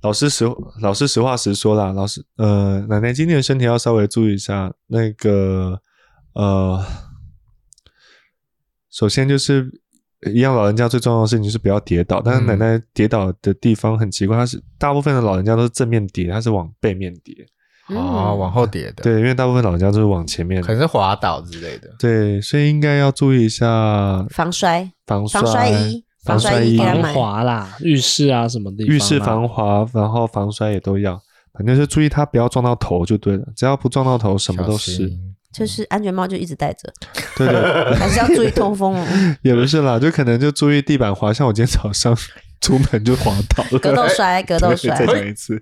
Speaker 2: 老师实老师实话实说啦，老师呃，奶奶今年身体要稍微注意一下。那个呃，首先就是一样，老人家最重要的事情就是不要跌倒。但是
Speaker 3: 嗯
Speaker 2: 奶奶跌倒的地方很奇怪，她是大部分的老人家都是正面跌，她是往背面跌。
Speaker 1: 嗯
Speaker 3: 哦，往后跌的，，
Speaker 2: 对，因为大部分老人家都是往前面
Speaker 3: 可。能是滑倒之类的。
Speaker 2: 对，所以应该要注意一下
Speaker 1: 防摔，
Speaker 2: 防
Speaker 1: 防摔衣，
Speaker 2: 防
Speaker 1: 摔
Speaker 2: 摔衣
Speaker 1: 给他
Speaker 4: 防
Speaker 1: 买。
Speaker 4: 滑啦，浴室啊什么地方、啊，
Speaker 2: 浴室防滑，然后防摔也都要，反正就注意它不要撞到头就对了。只要不撞到头，什么都
Speaker 3: 小
Speaker 2: 是。
Speaker 3: 心
Speaker 1: 就是安全帽就一直戴着，
Speaker 2: 对对，
Speaker 1: 还是要注意通风哦。
Speaker 2: 也不是啦，就可能就注意地板滑。像我今天早上出门就滑倒了，
Speaker 1: 格斗摔，格斗
Speaker 2: 对
Speaker 1: 摔
Speaker 2: 再，讲一次。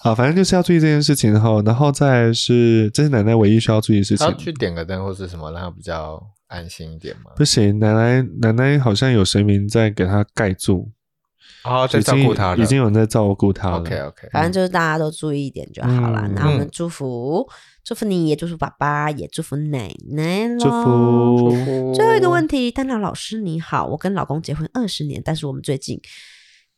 Speaker 2: 好，反正就是要注意这件事情然后，然后再来是这是奶奶唯一需要注意的事
Speaker 3: 他
Speaker 2: 情
Speaker 3: 要。去点个灯或是什么，让他比较安心一点嘛。
Speaker 2: 不行，奶奶奶奶好像有神明在给她盖住，
Speaker 3: 哦，在
Speaker 2: 已
Speaker 3: 照
Speaker 2: 经
Speaker 3: 顾他了，
Speaker 2: 已经有人在照顾她了。
Speaker 3: OK OK，
Speaker 1: 反正就是大家都注意一点就好啦。
Speaker 2: 嗯
Speaker 1: 那我们
Speaker 3: 嗯
Speaker 1: 祝福，祝福你，也祝福爸爸，也祝福奶奶咯
Speaker 2: 祝
Speaker 1: 哦
Speaker 2: 福。
Speaker 1: 最后一个问题，丹老老师你好，我跟老公结婚二十年，但是我们最近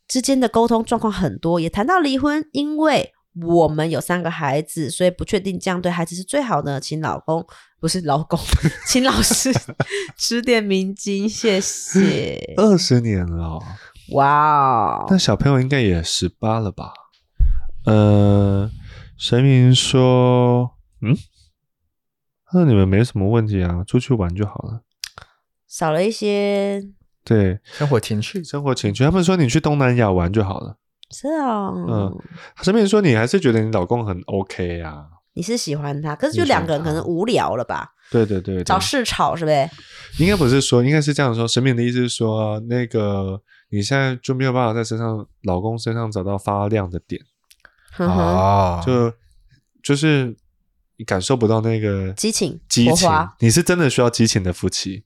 Speaker 1: 之间的沟通状况很多，也谈到离婚，因为我们有三个孩子，所以不确定这样对孩子是最好的，请老公不是老公， 请老 师指点迷津，谢谢。
Speaker 2: 二十年了哦、
Speaker 1: 哇哦，
Speaker 2: 那小朋友应该也十八了吧？呃，神明说，嗯，他说你们没什么问题啊，出去玩就好了。
Speaker 1: 少了一些，
Speaker 2: 对，
Speaker 3: 生活情趣，
Speaker 2: 生活情趣，他们说你去东南亚玩就好了。
Speaker 1: 是哦，
Speaker 2: 嗯神明说你还是觉得你老公很 OK 啊。
Speaker 1: 你是喜欢他，可是
Speaker 2: 你
Speaker 1: 就
Speaker 2: 喜
Speaker 1: 两
Speaker 2: 欢
Speaker 1: 个人可
Speaker 2: 他
Speaker 1: 能无聊了吧，
Speaker 2: 对对对对
Speaker 1: 找事吵是嗯呗？
Speaker 2: 应该不是说，应该是这样说。神明的意思是说，那个你现在就没有办法在身上老公身上找到发亮的点，
Speaker 1: 嗯哼哼，
Speaker 3: 哦，
Speaker 2: 就就是你感受不到那个
Speaker 1: 激情，
Speaker 2: 激
Speaker 1: 火
Speaker 2: 情
Speaker 1: 花，
Speaker 2: 你是真的需要激情的 夫妻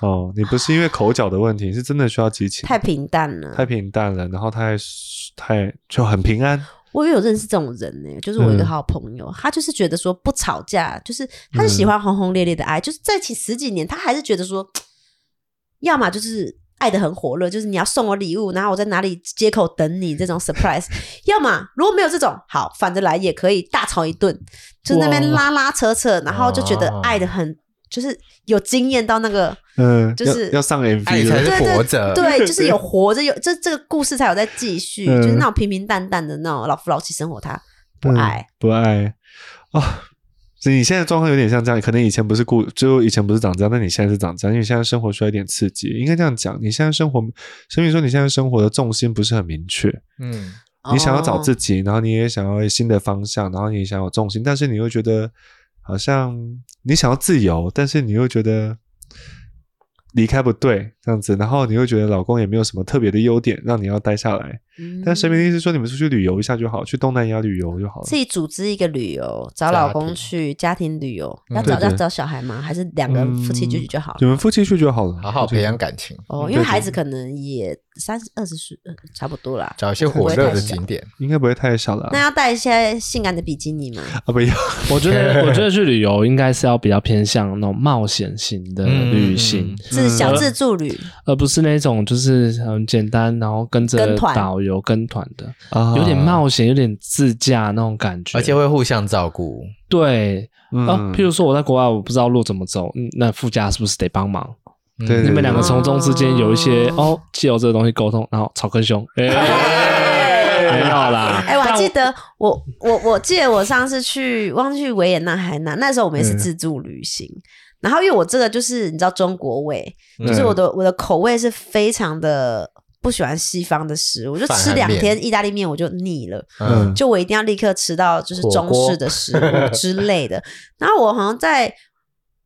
Speaker 2: 哦，你不是因为口角的问题，是真的需要激情，
Speaker 1: 太平淡了，
Speaker 2: 太平淡了，然后太太就很平安，
Speaker 1: 我也有认识这种人呢、就是我一个
Speaker 2: 嗯
Speaker 1: 好朋友，他就是觉得说不吵架，就是他就喜欢轰轰烈烈的爱，就是在一起十几年，他还是觉得说，要么就是爱的很火热，就是你要送我礼物，然后我在哪里街口等你这种 surprise；要么如果没有这种，好反着来也可以大吵一顿，就是那边
Speaker 4: 哇
Speaker 1: 拉拉扯扯，然后就觉得
Speaker 3: 哦
Speaker 1: 爱的很，就是有惊艳到那个，
Speaker 2: 嗯，
Speaker 1: 就是
Speaker 2: 要要上
Speaker 3: 爱
Speaker 2: MV
Speaker 3: 才
Speaker 2: 了
Speaker 3: 是。
Speaker 1: 对对
Speaker 3: 活着，
Speaker 1: 对，就是有活着，有这这个故事才有在继续，
Speaker 2: 嗯
Speaker 1: 就是那种平平淡淡的那种老夫老妻生活，他不
Speaker 2: 嗯
Speaker 1: 爱。
Speaker 2: 不爱啊。所以你现在状况有点像这样，可能以前不是故，就以前不是长这样，那你现在是长这样，因为你现在生活需要一点刺激，应该这样讲。你现在生活，神明说你现在生活的重心不是很明确，
Speaker 3: 嗯，
Speaker 2: 你想要找
Speaker 1: 哦
Speaker 2: 自己，然后你也想要新的方向，然后你也想要有重心，但是你又觉得好像你想要自由，但是你又觉得离开不对这样子，然后你又觉得老公也没有什么特别的优点让你要待下来。但神明的意思是说，你们出去旅游一下就好，去东南亚旅游就好了
Speaker 1: 嗯自。己组织一个旅游，找
Speaker 3: 家
Speaker 1: 老公
Speaker 3: 庭
Speaker 1: 去家庭旅游，
Speaker 3: 嗯
Speaker 1: 要找
Speaker 2: 对
Speaker 1: 要
Speaker 2: 对
Speaker 1: 找小孩吗？还是两个夫妻聚聚就好
Speaker 2: 你
Speaker 1: 了？
Speaker 2: 们夫妻去就好了，
Speaker 3: 好好
Speaker 2: 我觉得
Speaker 3: 培养感情，
Speaker 1: 哦，
Speaker 2: 嗯
Speaker 1: 因为
Speaker 2: 对对
Speaker 1: 孩子可能也三十二十岁，呃差不多啦。
Speaker 3: 找一些火热的景点，
Speaker 2: 应该不会太小了
Speaker 1: 那
Speaker 2: 啊，
Speaker 1: 要带一些性感的比基尼吗？
Speaker 2: 啊不 要，
Speaker 4: 我觉得，我觉得去旅游应该是要比较偏向那种冒险型的旅行，
Speaker 1: 自小自助旅，
Speaker 4: 而不是那种就是很简单，然后跟
Speaker 1: 跟
Speaker 4: 着
Speaker 1: 团
Speaker 4: 导游跟团的，
Speaker 2: 啊
Speaker 4: 有点，冒险，有点自驾那种感觉。
Speaker 3: 而且会互相照顾，
Speaker 4: 对
Speaker 2: 嗯
Speaker 4: 啊，譬如说我在国外，我不知道路怎么走，嗯那副驾是不是得帮忙？
Speaker 3: 嗯
Speaker 2: 对对
Speaker 4: 你们两个
Speaker 1: 从
Speaker 4: 从中之间有一些
Speaker 1: 哦
Speaker 4: 哦，借由这个东西沟通，然后吵更凶。哎
Speaker 1: 哎
Speaker 4: 没有啦。
Speaker 1: 哎、我还记得我我我记得我上次去忘记去维也纳还南，那时候我们也是
Speaker 3: 嗯
Speaker 1: 自助旅行。然后因为我这个就是你知道中国味，就是我的
Speaker 3: 嗯
Speaker 1: 我的口味是非常的不喜欢西方的食物，就
Speaker 3: 饭
Speaker 1: 吃
Speaker 3: 和
Speaker 1: 两
Speaker 3: 面
Speaker 1: 天意大利面我就腻了。
Speaker 2: 嗯
Speaker 1: 就我一定要立刻吃到就是中式的食物 之类的。然后我好像在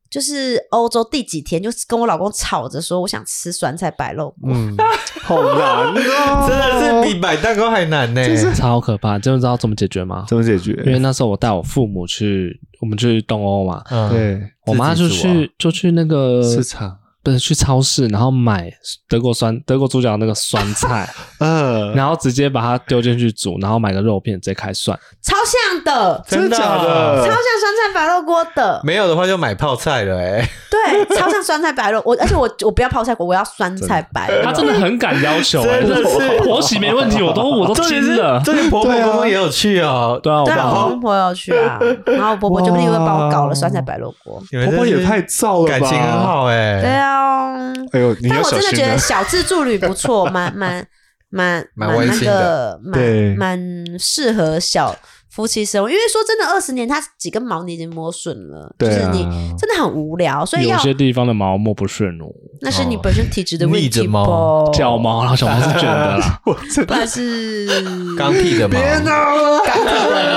Speaker 1: 就是欧洲第几天，就是跟我老公吵着说我想吃酸菜白肉锅。
Speaker 2: 嗯， 好难 哦，
Speaker 3: 真的是比买蛋糕还难呢、
Speaker 4: 超可怕，真的知道怎么解决吗？
Speaker 2: 怎么解
Speaker 4: 因为
Speaker 2: 决？
Speaker 4: 那时候我带我父母去，我们去东欧嘛，
Speaker 3: 嗯，
Speaker 2: 对，
Speaker 4: 我妈
Speaker 3: 自
Speaker 4: 就
Speaker 3: 己
Speaker 4: 去就去那个
Speaker 2: 啊市场，
Speaker 4: 不是去超市，然后买德国酸德国猪脚那个酸 菜，
Speaker 2: 呃，
Speaker 4: 然后直接把它丢进去煮，然后买个肉片直接开涮。
Speaker 1: 超像的，
Speaker 3: 真的
Speaker 2: 假
Speaker 1: 超像
Speaker 2: 的
Speaker 1: 酸菜白肉锅的，
Speaker 3: 没有的话就买泡菜了哎、
Speaker 1: 对，超像酸菜白肉。我而且我我不要泡菜锅，我要酸菜白肉。
Speaker 4: 他真的很敢要求、欸，
Speaker 3: 真的是
Speaker 4: 我洗没问题，我都我都
Speaker 3: 重点
Speaker 4: 惊
Speaker 3: 是
Speaker 4: 了，。
Speaker 3: 这里婆婆
Speaker 2: 对啊
Speaker 3: 公公也有去哦。
Speaker 4: 对啊，我
Speaker 1: 对啊，
Speaker 4: 爸
Speaker 1: 我
Speaker 4: 妈
Speaker 1: 公婆有去啊，然后我婆婆就立刻帮我搞了酸菜白肉锅。
Speaker 3: 你们
Speaker 2: 婆婆
Speaker 3: 真
Speaker 2: 也
Speaker 3: 是
Speaker 2: 太燥了吧，
Speaker 3: 感情很。好哎、
Speaker 1: 对啊，
Speaker 2: 哎呦，你
Speaker 1: 但
Speaker 2: 要
Speaker 1: 我
Speaker 2: 小
Speaker 1: 真的
Speaker 2: 心
Speaker 1: 觉得
Speaker 2: 啊！
Speaker 1: 小自助旅不错，蛮蛮蛮
Speaker 3: 蛮温
Speaker 1: 那
Speaker 3: 馨的
Speaker 1: 个，蛮
Speaker 2: 对
Speaker 1: 蛮适合小夫妻生活。因为说真的，二十年它几根毛你已经摸顺了，就
Speaker 2: 对
Speaker 1: 是
Speaker 2: 啊
Speaker 1: 你真的很无聊，所以
Speaker 4: 有
Speaker 1: 要
Speaker 4: 些地方的毛摸不顺路，
Speaker 1: 那是你
Speaker 3: 哦
Speaker 1: 本身体质的问
Speaker 3: 逆着
Speaker 1: 题
Speaker 3: 毛
Speaker 1: 不？
Speaker 4: 脚，毛然后小毛是卷的啦。
Speaker 2: 我真
Speaker 1: 不
Speaker 2: 的
Speaker 1: 然是
Speaker 3: 刚剃的嘛，
Speaker 2: 别闹了，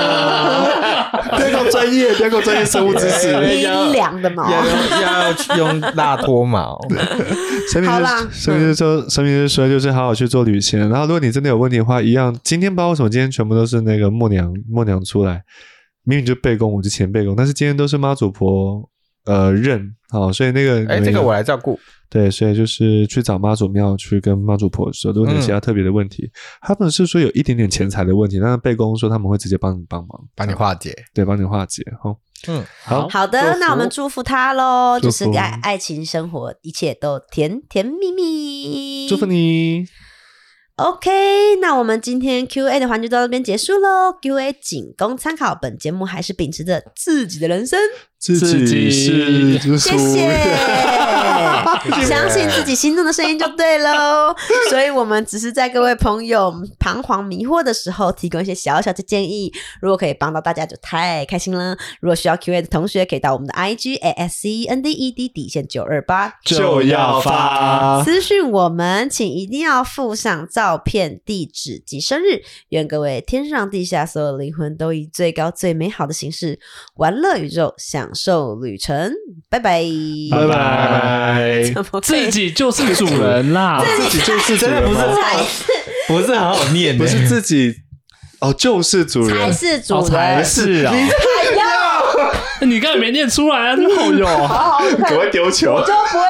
Speaker 2: 不要搞专业，不要搞专业生物知识。
Speaker 1: 冰凉的毛。
Speaker 3: 要用要用大脱毛，
Speaker 2: 神 明
Speaker 1: 好啦嗯
Speaker 2: 是神明是说，神明是说，就是好好去做旅行。然后，如果你真的有问题的话，一样。今天不知道为什么，今天全部都是那个默娘默娘出来，明明就背供，我之前背供，但是今天都是妈祖婆呃认好，所以那个
Speaker 3: 哎、
Speaker 2: 你们
Speaker 3: 这个我来照顾。
Speaker 2: 对，所以就是去找妈祖庙去跟妈祖婆说，如果你
Speaker 3: 嗯
Speaker 2: 有其他特别的问题，他们是说有一点点钱财的问题，但是背公说他们会直接帮你帮忙，
Speaker 3: 帮你化解。
Speaker 2: 对，帮你化解。哦，
Speaker 3: 嗯，
Speaker 2: 好，
Speaker 1: 好的，那我们祝福他喽，
Speaker 2: 祝
Speaker 1: 就是
Speaker 2: 福
Speaker 1: 爱爱情生活一切都甜甜蜜蜜，
Speaker 2: 祝福你，
Speaker 1: OK，那我们今天 Q&A 的环节就到这边结束喽。Q&A 仅供参考，本节目还是秉持着自己的人生。
Speaker 2: 自
Speaker 4: 自
Speaker 2: 己
Speaker 4: 己
Speaker 2: 是之
Speaker 1: 谢
Speaker 2: 属。
Speaker 1: 谢，相信自己心中的声音就对喽。所以，我们只是在各位朋友彷徨迷惑的时候，提供一些小小的建议。如果可以帮到大家，就太开心了。如果需要 Q&A 的同学，可以到我们的 IG a s c n d e d 底线九二八
Speaker 4: 就要发。
Speaker 1: 私讯我们，请一定要附上照片、地址及生日。愿各位天上地下所有灵魂都以最高最美好的形式玩乐宇宙，享受旅程。拜拜，
Speaker 2: 拜拜
Speaker 4: 拜
Speaker 1: 怎么可以
Speaker 4: 自己就是主人 啦，
Speaker 2: 自己就是主
Speaker 3: 真的
Speaker 2: 人
Speaker 3: 不是
Speaker 2: 吗，
Speaker 1: 才
Speaker 3: 不是很好念、欸，
Speaker 2: 不是自己，哦，就是主
Speaker 1: 才
Speaker 2: 人。哎
Speaker 1: 是主
Speaker 4: 才
Speaker 1: 人？
Speaker 4: 是啊。你刚才没念出来啊，真好用。
Speaker 1: 好好看，
Speaker 2: 赶快丢球！
Speaker 1: 就不会。